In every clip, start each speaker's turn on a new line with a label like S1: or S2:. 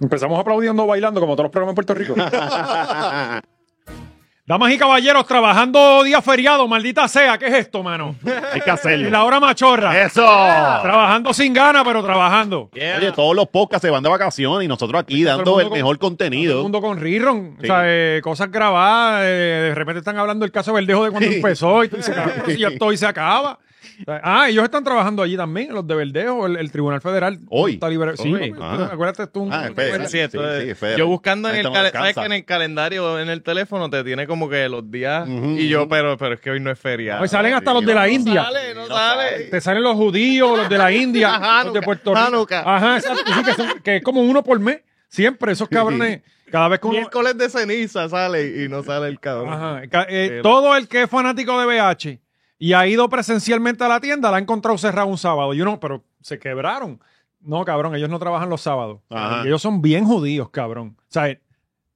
S1: Empezamos aplaudiendo, bailando, como todos los programas en Puerto Rico. Damas y caballeros, trabajando día feriado, maldita sea, ¿qué es esto, mano?
S2: Hay
S1: Y
S2: que hacerlo.
S1: la hora machorra.
S2: ¡Eso!
S1: Trabajando sin ganas, pero trabajando.
S2: Oye, todos los podcasts se van de vacaciones y nosotros aquí
S1: todo
S2: dando
S1: el
S2: el
S1: mundo
S2: mejor
S1: Todo el
S2: contenido.
S1: mundo con rerun, o
S2: Sí.
S1: sea, eh, cosas grabadas, eh, de repente están hablando del caso Verdejo de cuando
S2: Sí.
S1: empezó y tú dices, "Cabrón, si ya todo y se acaba. O sea, Ah, ellos están trabajando allí también, los de Verdejo, el, el Tribunal Federal.
S2: Hoy.
S1: Está liber- Sí,
S3: Hoy.
S1: porque
S2: Ah.
S1: tú- acuérdate tú. un-
S2: Ah,
S1: un-
S2: espera.
S3: Sí, esto
S2: Sí,
S3: es-
S2: sí, es federal.
S3: yo buscando en
S2: Ahí
S3: el,
S2: estamos
S3: calen-
S2: en casa.
S3: ¿sabes que en el calendario, en el teléfono, te tiene como que los días.
S2: Ujú, ujú.
S3: y yo, pero, pero es que hoy no es feria.
S1: Hoy salen hasta los de la India.
S3: sale, no,
S2: No
S3: sale.
S1: Te salen los judíos, los de la India,
S3: Ajá,
S1: los de
S3: Hanukkah,
S1: Puerto Rico.
S3: Hanukkah.
S1: Ajá, exacto. Sí, que, son- que es como uno por mes. Siempre, esos cabrones. Cada vez que uno.
S3: Miércoles de ceniza sale y no sale el cabrón.
S1: Ajá, ca- eh,
S3: Pero-
S1: todo el que es fanático de BH y ha ido presencialmente a la tienda, la ha encontrado cerrada un sábado. Y uno, pero se quebraron. No, cabrón, ellos no trabajan los sábados.
S2: Ajá.
S1: Y ellos son bien judíos, cabrón. O sea, eh,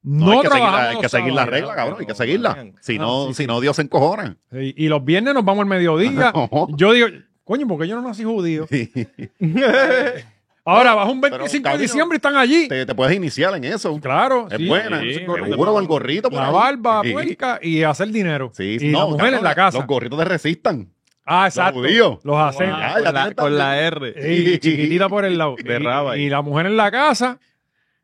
S1: no,
S2: No, hay que seguir,
S1: trabajan
S2: la- hay
S1: los
S2: que seguir la
S1: sábados.
S2: regla, cabrón. Hay que seguirla. Si
S1: Ah,
S2: no,
S1: sí,
S2: si no Dios se encojona.
S1: Sí, Y, los viernes nos vamos al mediodía.
S2: Ajá.
S1: yo digo, coño, porque yo no nací judío.
S2: te,
S1: Ahora vas un
S2: Pero,
S1: 25 de
S2: cabrón,
S1: diciembre y están allí.
S2: te puedes iniciar en eso.
S1: Claro.
S2: Es
S1: sí.
S2: buena.
S1: Sí,
S2: Te
S1: correcto.
S2: juro, el gorrito. por
S1: la
S2: ahí.
S1: barba
S2: Sí.
S1: puerca y hacer dinero.
S2: Sí,
S1: y la mujer
S2: cabrón,
S1: en la casa.
S2: Los gorritos te resistan.
S1: ah, exacto.
S2: judíos.
S1: Los hacen.
S2: Ah,
S3: con,
S2: ya
S3: la,
S2: tiene
S3: con la
S2: también.
S3: R.
S1: Y chiquitita por el lado.
S3: De
S1: Y-
S3: raba ahí.
S1: Y, la mujer en la casa,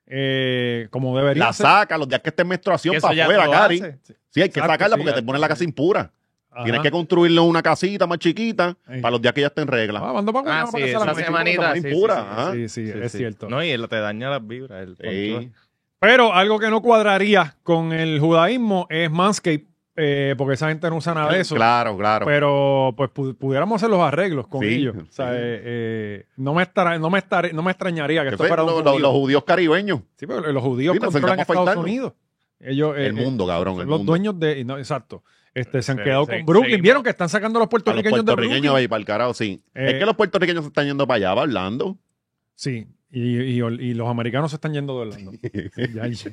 S1: eh, como debería
S2: La
S1: ser.
S2: saca los días que esté en menstruación
S3: Eso
S2: para
S3: ya
S2: afuera,
S3: lo
S2: Cari.
S3: hace.
S2: Sí, hay que
S1: Exacto,
S2: sacarla
S1: sí,
S2: porque
S1: ya
S2: te pone la casa impura.
S1: Ajá.
S2: Tienes que construirle una casita más chiquita
S1: Ajá.
S2: para los días que ya esté en regla.
S1: Ah, mando pa'
S3: Ah,
S1: una,
S3: sí,
S1: para que se la
S3: esa
S1: meta.
S3: semanita,
S2: Más
S3: sí, sí,
S2: impura,
S3: sí,
S2: ajá.
S1: Sí, sí, es
S3: Sí.
S1: cierto.
S3: No, y él te daña las vibras. El
S2: Sí.
S3: control.
S1: Pero algo que no cuadraría con el judaísmo es Manscape, eh, porque esa gente no usa nada de eso.
S2: Claro, claro.
S1: Pero pues pu- pudiéramos hacer los arreglos con
S2: Sí,
S1: ellos. O sea,
S2: sí.
S1: eh, eh, no, me estará- no, me estaré- no me extrañaría que
S2: Que
S1: esto
S2: fue
S1: fuera un
S2: lo- lo-
S1: judío.
S2: los judíos caribeños.
S1: Sí, pero los judíos
S2: Sí, nos
S1: controlan
S2: sentamos a
S1: Estados
S2: faltarnos.
S1: Unidos. Ellos, eh,
S2: el
S1: eh,
S2: mundo, cabrón.
S1: son
S2: El
S1: los
S2: mundo.
S1: dueños de. no, exacto. Este, se han
S3: Se-
S1: quedado
S3: se-
S1: con Brooklyn.
S3: seguimos.
S1: Vieron que están sacando a los
S2: A los
S1: puertorriqueños de Brooklyn.
S2: puertorriqueños ahí para el carajo, sí.
S1: Eh,
S2: es que los puertorriqueños se están yendo para allá, va hablando.
S1: Sí. Y, y- y los americanos se están yendo de Orlando. Ya, ya.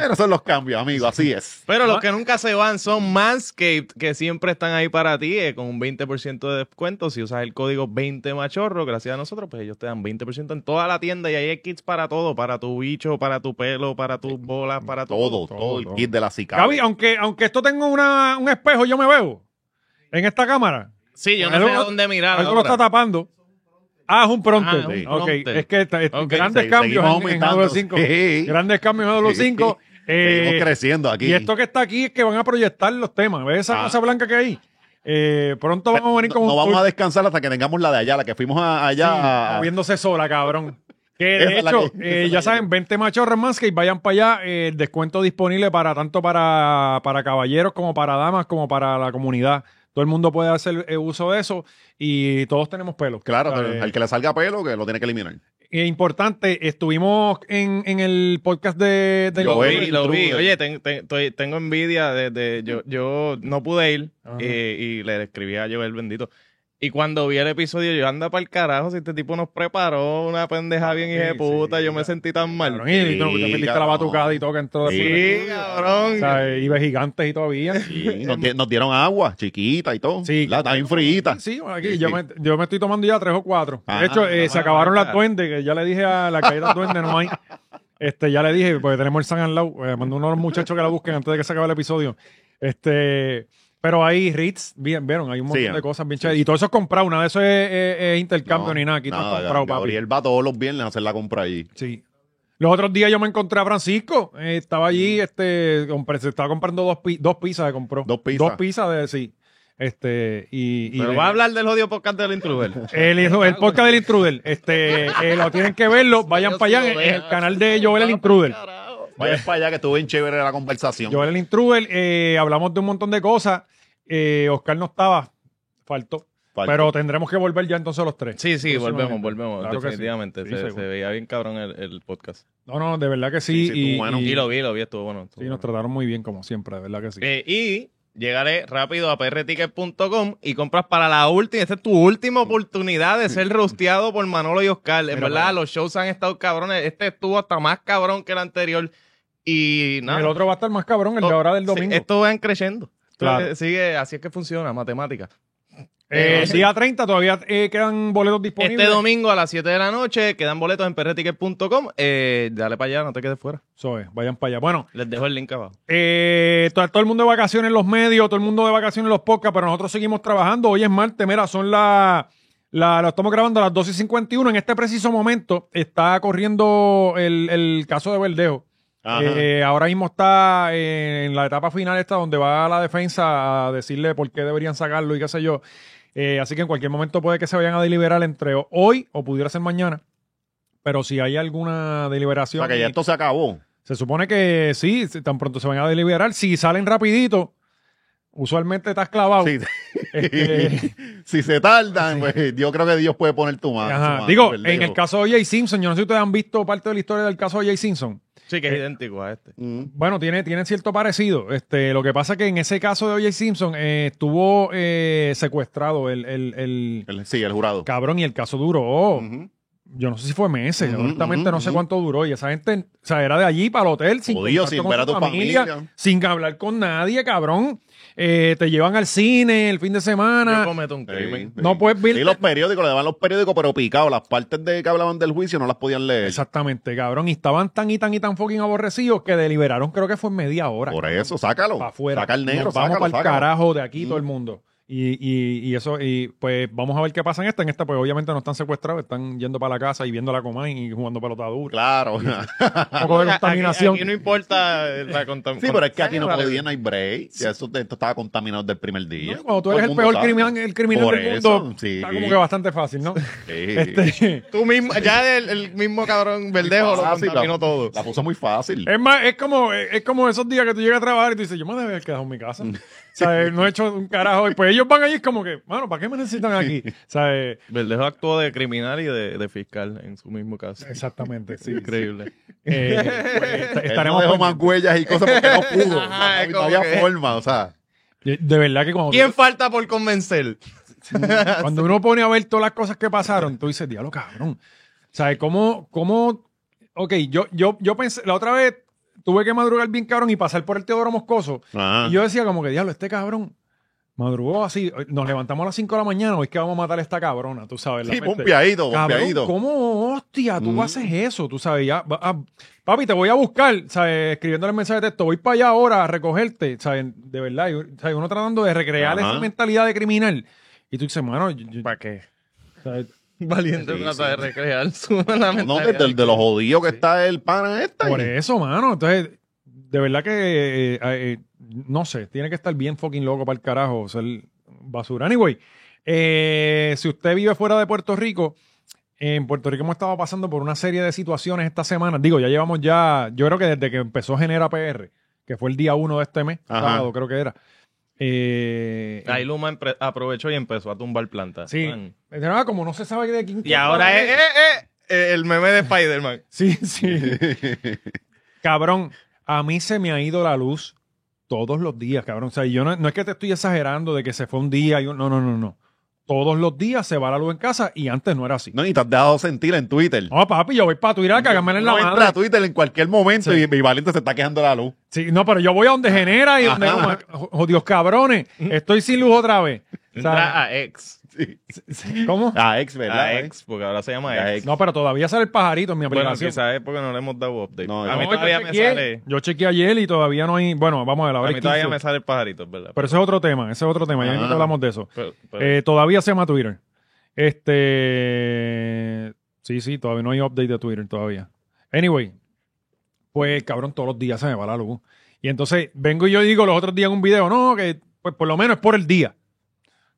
S2: Pero son los cambios, amigo, así es.
S3: Pero
S1: Ma-
S3: los que nunca se van son Manscaped, que siempre están ahí para ti, eh, con un 20% de descuento. Si usas el código 20machorro, gracias a nosotros, pues ellos te dan 20% en toda la tienda y ahí hay kits para todo, para tu bicho, para tu pelo, para tus bolas, para todo.
S2: Todo, todo,
S1: todo,
S2: el
S1: todo.
S2: kit de la cicatriz.
S1: Gaby, aunque, aunque esto tenga una- un espejo, yo me veo. En esta cámara.
S3: Sí, yo no
S1: Algo-
S3: sé a dónde mirar.
S1: Algo lo
S3: ahora.
S1: está tapando. Ah, es un prompter.
S3: Ah, es un
S1: Ok,
S3: prompter.
S1: es que está- es-
S3: Ok,
S1: grandes
S2: Se-
S1: cambios
S2: seguimos
S1: en, en
S2: aumentando.
S1: W5.
S2: Sí.
S1: Grandes cambios en W5.
S2: Seguimos
S1: Eh,
S2: creciendo aquí.
S1: Y esto que está aquí es que van a proyectar los temas. ¿Ves esa
S2: Ah.
S1: cosa blanca que hay? Eh, pronto vamos a venir con
S2: no,
S1: un
S2: no vamos a
S1: tour-
S2: descansar hasta que tengamos la de allá, la que fuimos a- allá.
S1: Sí,
S2: a-
S1: moviéndose sola, cabrón. Que de
S2: Esa es la
S1: hecho,
S2: que-
S1: eh,
S2: esa es la
S1: ya
S2: que-
S1: saben, 20 machorros más que vayan para allá. eh, el descuento disponible para tanto para, para caballeros como para damas, como para la comunidad. Todo el mundo puede hacer eh, uso de eso y todos tenemos pelos.
S2: Claro,
S1: O sea, eh,
S2: al que le salga pelo, que lo tiene que eliminar.
S1: eh, importante, estuvimos en, en el podcast de, de
S2: Yo
S3: Lo
S2: Joel
S3: vi, lo vi. Oye, ten- ten- estoy- tengo envidia de, de- yo, yo no pude ir
S1: Ajá.
S3: eh, y le escribí a Joel bendito. Y cuando vi el episodio, yo anda para el carajo, si este tipo nos preparó una pendeja bien
S1: Ah, Sí,
S3: hija de puta,
S1: sí,
S3: yo me sentí tan mal.
S1: Cabrón, y tú, te
S2: Sí,
S1: metiste la
S2: cabrón.
S1: batucada y todo que entró de
S2: Sí.
S3: Sí,
S1: O
S3: cabrón.
S1: sea, eh, iba gigantes y todavía.
S2: Sí, nos, di- nos dieron agua, chiquita y todo.
S1: eh, Sí.
S2: La, está bien friita.
S1: Sí, aquí
S2: Sí,
S1: Yo,
S2: sí.
S1: me, yo me estoy tomando ya tres o cuatro.
S2: Ah,
S1: de hecho, eh, se
S3: ah,
S1: acabaron
S3: ah.
S1: las duendes, que ya le dije a la calle de las duendes, no hay. Este, ya le dije, porque tenemos el San Anlau. Eh, mando uno a los muchachos que la busquen antes de que se acabe el episodio. Este, pero ahí Ritz, bien, vieron, hay un montón
S2: Sí,
S1: de
S2: ah.
S1: cosas bien chéveres. Y todo eso es comprado, nada de eso es, es- es intercambio
S2: No,
S1: ni nada. Aquí todo
S2: nada,
S1: es comprado, papi.
S2: Gabriel va todos los viernes a hacer la compra allí.
S1: Sí. Los otros días yo me encontré a Francisco. eh, estaba allí,
S3: Mm.
S1: este, compré- se estaba comprando dos, pi- dos pizzas, se compró.
S2: Dos pizzas.
S1: Dos pizzas de sí. Este, y, y
S3: Pero
S1: de-
S3: va a hablar del odio podcast del intruder.
S1: el, el podcast del intruder. Este, eh, lo tienen que verlo. Vayan para allá en, en el canal de Joel el Intruder. Pues,
S2: Vaya para allá que estuvo bien chévere la conversación.
S1: Joel el Intruder, eh, hablamos de un montón de cosas. Eh, Oscar no estaba, faltó.
S2: Falta.
S1: Pero tendremos que volver ya entonces los tres.
S3: Sí, sí, volvemos,
S1: Próximamente.
S3: volvemos.
S1: Claro que sí.
S3: definitivamente.
S1: Sí,
S3: se,
S1: seguro.
S3: se veía bien cabrón el, el podcast.
S1: No, no, de verdad que sí.
S2: Sí, sí,
S1: y,
S2: estuvo bueno.
S1: y-
S3: Y lo vi, lo vi, estuvo bueno. estuvo
S1: sí, nos
S3: bueno.
S1: trataron muy bien, como siempre, de verdad que sí.
S3: Eh, y llegaré rápido a prticket.com y compras para la última. Esta es tu última oportunidad de ser rosteado por Manolo y Oscar. En
S1: Mira,
S3: verdad,
S1: para.
S3: los shows han estado cabrones. Este estuvo hasta más cabrón que el anterior. Y nada.
S1: El otro va a estar más cabrón, el de ahora del
S3: Oh, Sí,
S1: domingo.
S3: esto van creciendo. Esto Esto
S1: Claro.
S3: es- sigue, así es que funciona, matemática.
S1: Eh,
S3: Eh,
S1: día 30 todavía eh, quedan boletos disponibles.
S3: Este domingo a las 7 de la noche quedan boletos en perreticket.com. Eh, dale para allá, no te quedes fuera.
S1: Eso es, vayan para allá. Bueno,
S3: Les dejo el link abajo.
S1: eh, to- todo, el mundo de vacaciones en los medios, todo el mundo de vacaciones en los podcasts, pero nosotros seguimos trabajando. Hoy es martes, mira, son las. La, lo estamos grabando a las 12 y 51. En este preciso momento está corriendo el, el caso de Verdejo.
S2: Ajá.
S1: Eh, ahora mismo está eh, en la etapa final esta donde va la defensa a decirle por qué deberían sacarlo y qué sé yo. Eh, así que en cualquier momento puede que se vayan a deliberar entre hoy o pudiera ser mañana. Pero si hay alguna
S2: o
S1: deliberación,
S2: sea que ya esto se acabó.
S1: se supone que sí, si tan pronto se van a deliberar. Si salen rapidito, usualmente estás clavado.
S2: Sí.
S1: Este,
S2: si se tardan, pues yo creo que Dios puede poner tu mano.
S1: ajá.
S2: Ah, su mano,
S1: Digo,
S2: ¿verdad?
S1: en el caso de O.J. Simpson, yo no sé si ustedes han visto parte de la historia del caso de O.J. Simpson.
S3: Sí, que es
S1: Eh,
S3: idéntico a este.
S2: Mm.
S1: Bueno, tiene, tiene cierto parecido. Este, lo que pasa es que en ese caso de O.J. Simpson eh, estuvo eh, secuestrado el, el- el
S2: El- sí, el jurado.
S1: cabrón y el caso duró.
S2: Ujú.
S1: Yo no sé si fue meses,
S2: Ujú,
S1: honestamente
S2: ujú,
S1: no sé
S2: ujú.
S1: cuánto duró. Y esa gente, o sea, era de allí para el hotel sin,
S2: Jodido,
S1: contacto
S2: sin
S1: con
S2: ver
S1: su
S2: a tu familia.
S1: sin hablar con nadie, cabrón. Eh, te llevan al cine el fin de semana.
S3: Yo cometo un
S2: Sí,
S3: crimen.
S2: sí.
S1: No puedes ver-
S2: Sí, los periódicos, le daban los periódicos, pero picados. Las partes de que hablaban del juicio no las podían leer.
S1: Exactamente, cabrón. Y estaban tan y tan y tan fucking aborrecidos que deliberaron, creo que fue en media hora.
S2: Por eso, sácalo.
S1: para afuera.
S2: Saca el negro,
S1: Nos vamos
S2: sácalo,
S1: para el
S2: sácalo.
S1: carajo de aquí
S2: Mm.
S1: todo el mundo. Y, y, y eso, y pues vamos a ver qué pasa en esta. En esta, pues obviamente no están secuestrados, están yendo para la casa y viendo la coma y jugando pelotadura.
S2: Claro.
S1: Un poco de
S3: Aquí-
S1: contaminación.
S3: Aquí, no importa la contaminación.
S2: sí, pero es que aquí no podían, no hay break. Ya Eso, te- esto estaba contaminado del primer día.
S1: No, Cuando tú
S2: Todo
S1: eres el
S2: mundo
S1: peor
S2: sabe.
S1: criminal, el criminal
S2: Por
S1: del
S2: eso,
S1: mundo,
S2: sí.
S1: está como que bastante fácil, ¿no?
S2: Sí.
S1: Este,
S3: Tú mismo, ya el, el mismo cabrón verdejo
S1: Ah,
S3: lo
S2: Fácil,
S3: contaminó todo.
S2: Ah, La puso muy fácil.
S1: es más, es como, es como esos días que tú llegas a trabajar y tú dices, yo me debía haber quedado en mi casa. O sea, no he hecho un carajo. Y pues ellos van allí y es como que, mano, ¿para qué me necesitan aquí? O sea, eh,
S3: Verdejo actuó de criminal y de, de fiscal en su mismo caso.
S1: exactamente, sí.
S3: Increíble.
S1: Eh, pues,
S2: Él
S1: estaremos
S2: no
S1: pendientes.
S2: dejó más huellas y cosas porque no pudo.
S3: Ajá,
S2: no,
S3: es
S2: no
S3: como
S2: había
S3: que-
S2: forma, o sea.
S1: Eh, De verdad que cuando tú-
S3: ¿Quién falta por convencer?
S1: Cuando uno pone a ver todas las cosas que pasaron, tú dices, diablo, cabrón. ¿Sabes cómo, cómo? Ok, yo, yo, yo pensé, la otra vez tuve que madrugar bien cabrón y pasar por el Teodoro Moscoso.
S2: Ajá.
S1: Y yo decía como que, diablo, este cabrón madrugó así. eh, Nos levantamos a las 5 de la mañana, hoy es que vamos a matar a esta cabrona, tú sabes. la
S2: Sí,
S1: mente.
S2: bombeadito,
S1: Cabrón,
S2: bombeadito.
S1: ¿cómo hostia tú
S2: Mm.
S1: haces eso? Tú sabes, ya. va- ah, papi, te voy a buscar, ¿sabes? Escribiéndole el mensaje de texto, voy para allá ahora a recogerte, ¿sabes? De verdad, y, ¿sabes? uno tratando de recrear
S2: Ajá.
S1: esa mentalidad de criminal. Y tú dices, mano, yo- yo-
S3: ¿Para qué?
S1: ¿sabes?
S3: Valiente
S2: Sí,
S3: trata
S2: sí.
S3: de recrear su la
S2: No,
S3: mentalidad.
S2: de, de- de lo jodido que está el pana este.
S1: por eso, mano. Entonces, de verdad que, eh, eh, no sé, tiene que estar bien fucking loco para el carajo, ser basura. Anyway, eh, si usted vive fuera de Puerto Rico, en Puerto Rico hemos estado pasando por una serie de situaciones esta semana. Digo, ya llevamos ya, yo creo que desde que empezó Genera PR, que fue el día uno de este mes,
S2: Ajá.
S1: sábado creo que era. Eh,
S3: Ahí Luma empre- aprovechó y empezó a tumbar plantas.
S1: Sí.
S3: Man.
S1: me dijeron, "Ah, como no se sabe de quién.
S3: Y ahora es
S1: es.
S3: eh, eh, eh, el meme de Spider-Man.
S1: Sí, sí. Cabrón, a mí se me ha ido la luz todos los días, cabrón. O sea, yo no, no es que te estoy exagerando de que se fue un día. y un- no, no, no, no. Todos los días se va la luz en casa y antes no era así.
S2: No, ni te has dejado sentir en Twitter.
S1: No, papi, yo voy para Twitter a cagarme en la
S2: No
S1: madre.
S2: entra a Twitter en cualquier momento y, y Valiente se está quejando de la luz.
S1: Sí, no, pero yo voy a donde
S3: Ah.
S1: genera y donde... jo- Jodidos cabrones, estoy sin luz otra vez. O sea,
S3: Entra a ex.
S2: Sí.
S1: ¿Cómo?
S2: A ex, ¿verdad?
S3: A ex, porque ahora se llama
S2: A
S3: ex.
S2: ex.
S1: No, pero todavía sale el pajarito en mi
S3: Bueno,
S1: aplicación.
S3: quizás es porque no le hemos dado update.
S2: No,
S3: a
S2: no.
S3: mí
S1: No,
S3: todavía
S1: yo,
S3: me
S1: chequeé,
S3: sale...
S1: yo chequeé ayer y todavía no hay... Bueno, vamos a ver,
S3: A
S1: ahora
S3: mí
S1: es
S3: todavía
S1: 15.
S3: me sale el pajarito, es ¿verdad?
S1: Pero ese es otro tema, ese es otro tema. Ya
S2: Ah.
S1: ahorita hablamos de eso.
S3: Pero- pero-
S1: Eh, todavía se llama Twitter. Este. Sí, sí, todavía no hay update de Twitter todavía. Anyway, pues cabrón, todos los días se me va la luz. Y entonces vengo y yo digo los otros días en un video, no, que pues por lo menos es por el día.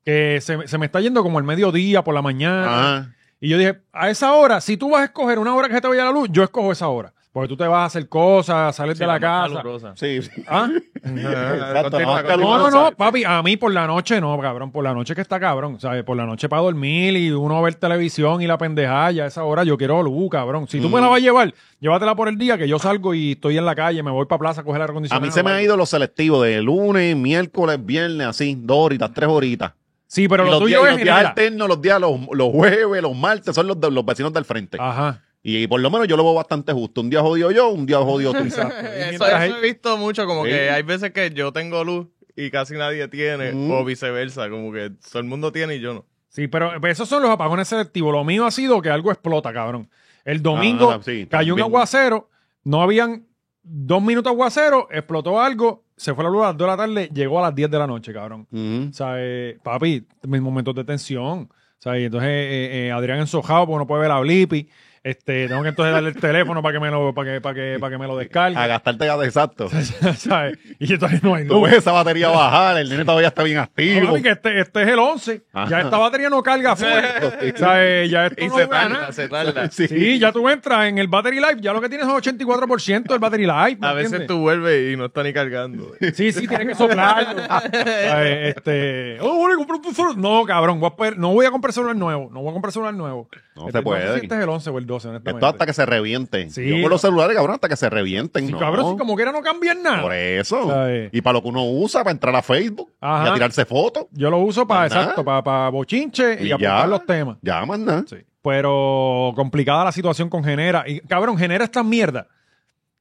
S1: Que se, me- se me está yendo como el mediodía, por la mañana.
S2: Ajá.
S1: Y yo dije, a esa hora, si tú vas a escoger una hora que se te vaya la luz, yo escojo esa hora. Porque tú te vas a hacer cosas, sales
S3: sí,
S1: de la
S3: más
S1: casa.
S3: calurosa.
S2: Sí. sí.
S1: ¿Ah?
S2: Exacto, no,
S3: Continúa,
S1: No,
S3: continúa.
S1: no,
S2: calurosa.
S1: no, papi, a mí por la noche no, cabrón, por la noche que está cabrón, ¿sabes? Por la noche para dormir y uno ver televisión y la pendejada, ya a esa hora yo quiero luz, cabrón. Si tú
S2: Mm.
S1: me la vas a llevar, llévatela por el día que yo salgo y estoy en la calle, me voy para plaza a coger el
S2: A
S1: acondicionado.
S2: mí se me ha ido los selectivos de lunes, miércoles, viernes, así, dos horitas, tres horitas.
S1: Sí, pero
S2: Y
S1: lo
S2: los
S1: tuyo
S2: días, y
S1: es
S2: los días
S1: general.
S2: alternos, los días, los, los jueves, los martes, son los, de- los vecinos del frente.
S1: Ajá.
S2: Y por lo menos yo lo veo bastante justo. Un día jodido yo, un día jodido tú.
S1: Exacto. Y
S3: eh, Eso,
S1: mientras
S3: eso
S1: hay-
S3: he visto mucho, como
S2: Sí.
S3: que hay veces que yo tengo luz y casi nadie tiene,
S2: Mm.
S3: o viceversa, como que todo el mundo tiene y yo no.
S1: Sí, pero pero esos son los apagones selectivos. Lo mío ha sido que algo explota, cabrón. El domingo
S2: Ah, sí,
S1: cayó un
S2: también.
S1: aguacero, no habían dos minutos aguacero, explotó algo, se fue la luz a las 2 de la tarde, llegó a las 10 de la noche, cabrón.
S2: Ujú.
S1: O sea, eh, papi, mis momentos de tensión. O sea, y entonces eh, eh, Adrián ensojado porque no puede ver a Blippi. Este, tengo que entonces darle el teléfono para que me lo, para que, para que, para que me lo
S2: A
S1: descargue.
S2: gastarte gas exacto.
S1: ¿sabes? Y entonces no hay
S2: Tú
S1: luz.
S2: ves esa batería bajar, el nene todavía está bien
S1: No,
S2: activo.
S1: papi, que este, este es el 11. Ya
S2: Ajá.
S1: esta batería no carga full. O sea, eh, ya esto
S3: Ah. Y
S1: no
S3: se
S1: dura
S3: tarda,
S1: nada.
S3: se tarda.
S2: Sí.
S1: Sí, ya tú entras en el battery life, ya lo que tienes es 84% del battery life. ¿me
S3: A veces
S1: entiendes?
S3: tú vuelves y no está ni cargando.
S1: Sí, sí, tienes que soplarlo. Ay, este, oh, voy a comprar un celular. No, cabrón, voy a pe- no voy a comprar celular nuevo, no voy a comprar celular nuevo.
S2: No
S1: Este,
S2: se puede.
S1: No sé si este es el 11 o el 12, honestamente.
S2: Esto hasta que se revienten.
S1: Sí.
S2: Yo con los celulares, cabrón, hasta que se revienten.
S1: Sí,
S2: no.
S1: cabrón, si como quiera no cambian
S2: Por
S1: nada.
S2: eso.
S1: ¿Sabes?
S2: Y para lo que uno usa, para entrar a Facebook y
S1: Ajá.
S2: a tirarse fotos.
S1: Yo lo uso para,
S2: Pues nada.
S1: exacto, para, para bochinche y,
S2: Y ya.
S1: apuntar los temas.
S2: Ya más nada.
S1: Sí. Pero complicada la situación con Genera. Y, cabrón, Genera esta mierda.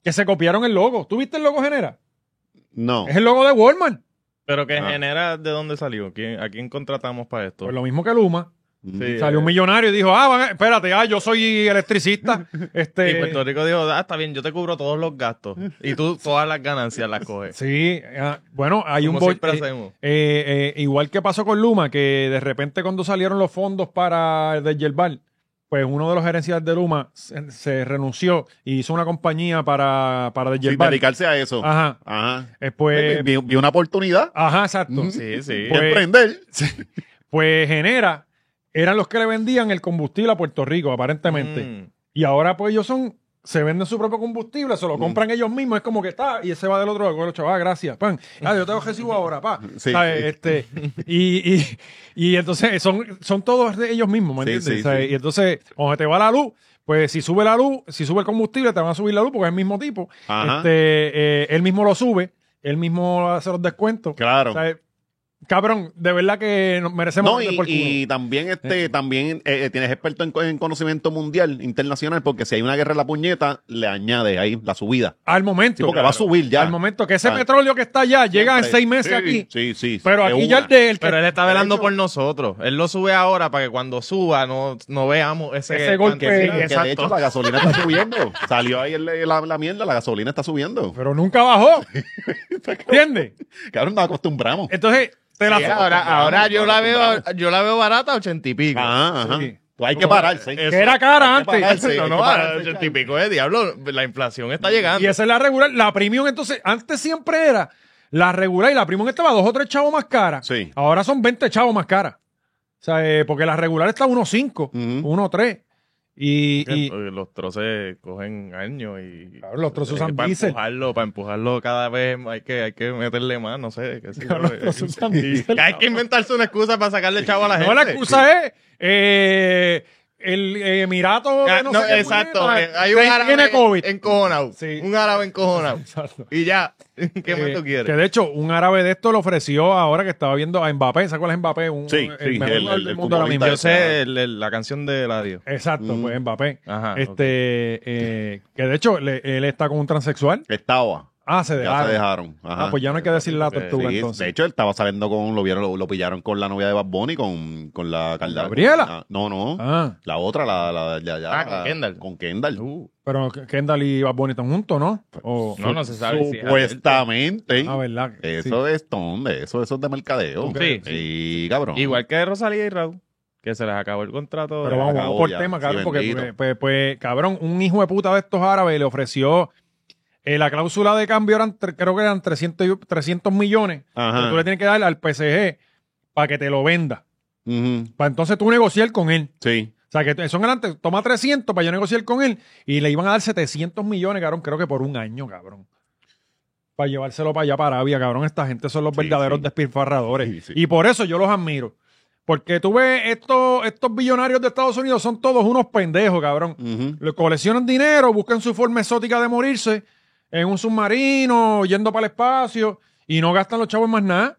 S1: Que se copiaron el logo. ¿Tú viste el logo Genera?
S2: No.
S1: Es el logo de Walmart.
S3: Pero que
S2: Ah.
S3: genera, ¿de dónde salió? ¿Quién- ¿A quién contratamos para esto?
S1: Pues lo mismo que Luma.
S2: Mm.
S3: Sí,
S1: Salió un
S3: eh,
S1: millonario y dijo, ah, van a- espérate, ah, yo soy electricista. este,
S3: Y Puerto Rico dijo, ah, está bien, yo te cubro todos los gastos. Y tú todas las ganancias las coges.
S1: Sí, ah, bueno, hay un...
S3: Como
S1: bo-
S3: siempre
S1: eh,
S3: hacemos.
S1: eh, eh, igual que pasó con Luma, que de repente cuando salieron los fondos para el de Yerbal, pues uno de los gerenciales de Luma se, se renunció y hizo una compañía para, para de
S2: Sin
S1: Yerbal.
S2: dedicarse a eso. Ajá.
S1: ajá, eh, pues... Ah,
S2: vi, vi una oportunidad.
S1: Ajá, exacto.
S3: Sí, sí.
S1: Pues-
S2: de emprender.
S1: Pues Genera eran los que le vendían el combustible a Puerto Rico, aparentemente.
S3: Mm.
S1: Y ahora pues ellos son, se venden su propio combustible,
S2: Mm.
S1: se lo compran ellos mismos, es como que está, y ese va del otro lado, chaval, gracias, pan. Ah, yo te recibo ahora, pa.
S2: Sí,
S1: ¿Sabes?
S2: sí.
S1: Este, y, y, y entonces son, son todos de ellos mismos, ¿me
S2: Sí,
S1: entiendes?
S2: sí,
S1: ¿Sabes?
S2: sí.
S1: Y entonces, cuando te va la luz, pues si sube la luz, si sube el combustible, te van a subir la luz porque es el mismo tipo.
S2: Ajá.
S1: Este, eh, él mismo lo sube, él mismo hace los descuentos.
S2: Claro.
S1: ¿Sabes? Cabrón, de verdad que nos merecemos
S2: No,
S1: darle
S2: y,
S1: por culo.
S2: y también este, también eh, eh, tienes experto en, co- en conocimiento mundial, internacional, porque si hay una guerra en la puñeta, le añade ahí la subida.
S1: al momento.
S2: Sí, porque va a subir ya.
S1: Al momento que ese
S2: Ah.
S1: petróleo que está allá llega en
S2: Siempre.
S1: seis meses
S2: Sí,
S1: aquí.
S2: Sí, sí.
S1: Pero
S2: de
S1: aquí
S2: una.
S1: ya el de el que-
S3: Pero él está velando
S2: hecho-
S3: por nosotros. Él lo sube ahora para que cuando suba no, no veamos ese,
S1: Ese golpe,
S2: Sí,
S3: cantidad.
S2: que
S1: exacto.
S2: de hecho la gasolina está subiendo. Salió ahí el- la, la mierda, la gasolina está subiendo.
S1: Pero nunca bajó. ¿Entiendes?
S2: Cabrón, nos acostumbramos.
S1: Entonces, te la
S3: Sí, ahora, ahora yo la veo, yo la veo barata a ochenta y pico.
S1: Ah,
S2: Ajá, Ah, ajá.
S1: Sí.
S2: Tú hay que pararse.
S1: Que era cara
S2: Hay que
S1: antes.
S2: pararse,
S3: no,
S2: hay
S3: no,
S2: que
S3: a
S2: pararse,
S3: ochenta y pico de diablo. La inflación está llegando.
S1: Y esa es la regular. La premium, entonces, antes siempre era la regular y la premium estaba dos o tres chavos más cara.
S2: Sí.
S1: Ahora son 20 chavos más cara. O sea, eh, porque la regular está 1.5,
S2: Ujú.
S1: 1.3. Y, y-
S3: Porque los troces cogen años y
S1: Claro, los troces
S3: Eh,
S1: Pues usan
S3: para
S1: diésel.
S3: empujarlo, para empujarlo cada vez hay que, hay que meterle más, no sé, qué sé yo. eh,
S1: Claro, los troces usan diésel.
S3: hay que inventarse una excusa para sacarle chavo a la
S1: no,
S3: gente.
S1: la excusa es eh, el Emirato.
S3: Ah,
S1: de
S3: no,
S1: sé qué
S3: exacto,
S1: puñeta,
S3: eh, hay un
S1: que
S3: árabe
S1: Tiene COVID.
S3: encojonado,
S1: Sí.
S3: un árabe encojonado
S1: Exacto.
S3: y ya, ¿qué más
S1: Eh,
S3: tú
S1: Que
S3: quieres?
S1: de hecho, un árabe de esto le ofreció ahora que estaba viendo a Mbappé. ¿Sabes cuál es Mbappé? Un,
S2: Sí, sí,
S1: mejor
S2: el-
S1: jugador
S2: el-
S1: del
S2: el
S1: mundo ahora mismo.
S2: futbolista
S3: Yo sé el- el- la canción de Eladio.
S1: Exacto,
S2: Mm.
S1: pues Mbappé.
S3: Ajá.
S1: este,
S3: ok.
S1: eh, que de hecho, le- él está con un transexual.
S2: Estaba.
S1: Ah, se
S2: Ya
S1: dejaron.
S2: se dejaron. Ajá. Eh,
S1: Ah, pues ya no hay que decir la tortuga
S2: Sí,
S1: entonces.
S2: de hecho, él estaba saliendo con, lo vieron, lo, lo pillaron con la novia de Bad Bunny, con, con la Kardashian.
S1: Gabriela?
S2: Ah, no, no.
S1: Ah,
S2: La otra, la, la, la- la-
S3: Ah, con Kendall.
S2: Con Kendall.
S3: Uh,
S1: pero Kendall y Bad Bunny están juntos, ¿no?
S2: Pues,
S1: O,
S3: no, no se sabe si es
S2: Supuestamente.
S1: Ah, ¿verdad?
S2: Eso es donde, eso, eso es de mercadeo.
S1: Ok.
S3: Sí,
S2: Sí,
S3: sí.
S2: cabrón.
S3: Igual que Rosalía y Raúl, que se les acabó el contrato.
S1: Pero vamos,
S2: acabó
S1: vamos por
S2: ya,
S1: tema,
S2: sí,
S1: cabrón, porque
S2: bendito.
S1: pues, pues, pues, cabrón, un hijo de puta de estos árabes le ofreció eh, la cláusula de cambio, eran, tre- creo que eran 300, y- 300 millones, que
S2: Ajá.
S1: tú le tienes que dar al PSG para que te lo venda,
S2: Ujú.
S1: para entonces tú negociar con él.
S2: Sí.
S1: O sea, que t- son adelante, toma 300 para yo negociar con él y le iban a dar 700 millones, cabrón, creo que por un año, cabrón. Para llevárselo para allá, para Arabia, cabrón. Esta gente son los
S2: Sí,
S1: verdaderos
S2: sí.
S1: despilfarradores.
S2: Sí, sí.
S1: Y por eso yo los admiro. Porque tú ves, estos, estos billonarios de Estados Unidos son todos unos pendejos, cabrón.
S2: Ujú.
S1: Le coleccionan dinero, buscan su forma exótica de morirse en un submarino, yendo para el espacio y no gastan los chavos en más nada.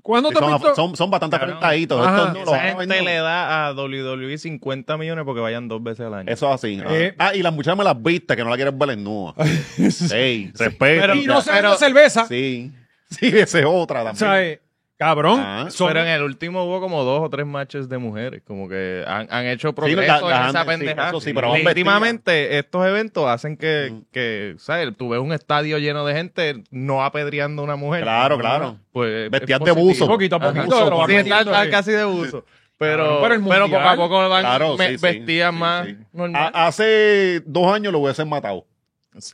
S1: ¿Cuándo te has
S2: son,
S1: visto?
S2: son, son bastante
S3: Cabrón.
S2: apretaditos.
S1: Ajá.
S2: Estos no los
S3: Esa
S2: van a
S3: gente
S2: vender.
S3: le da a WWE 50 millones porque vayan dos veces al año.
S2: Eso es así. ajá.
S1: Eh.
S2: ah, y las muchachas me las viste, que no la quieren ver en nua. Ey, respeto.
S3: Pero-
S1: y no se
S3: pero-
S1: vende cerveza.
S2: Sí. Sí, esa es otra
S1: O
S2: también.
S1: sea, eh, cabrón.
S2: Ah,
S1: son-
S3: Pero en el último hubo como dos o tres matches de mujeres, como que han, han hecho
S2: la-
S3: progreso en
S2: las
S3: esa
S2: han- sí,
S3: pendeja.
S2: eso sí, pero van
S3: Legítimamente, estos eventos hacen que,
S2: Mm.
S3: que, ¿sabes? Tú ves un estadio lleno de gente no apedreando a una mujer.
S2: Claro, claro.
S3: Pues, es
S2: Vestías de
S3: positivo.
S2: buzo.
S1: Ah, Poquito a
S2: Ajá.
S1: poquito,
S2: Buzo,
S1: pero va
S3: Sí,
S2: poquito.
S3: está,
S1: creciendo,
S3: está
S1: sí.
S3: casi de buzo. Pero,
S1: Claro, pero el
S3: pero poco a
S1: mundial.
S3: poco van
S2: Claro,
S3: me-
S2: sí, sí,
S3: vestían
S2: sí,
S3: más
S2: sí. Ah,
S3: normal.
S2: A- hace dos años lo hubiesen matado.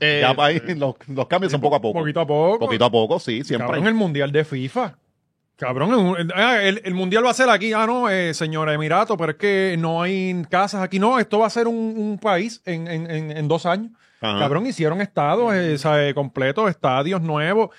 S3: Eh,
S2: ah, ya ahí los, los cambios son poco a poco.
S1: eh, Poquito a poco.
S2: Poquito a poco, sí, siempre.
S1: Cabrón, el mundial de FIFA. Cabrón, en un- ah, el, el mundial va a ser aquí. Ah, no, eh, señora Emirato, pero es que no hay casas aquí. No, esto va a ser un, un país en, en- en- en dos años.
S2: Ajá.
S1: Cabrón, hicieron estados eh, sabe, completos, estadios nuevos.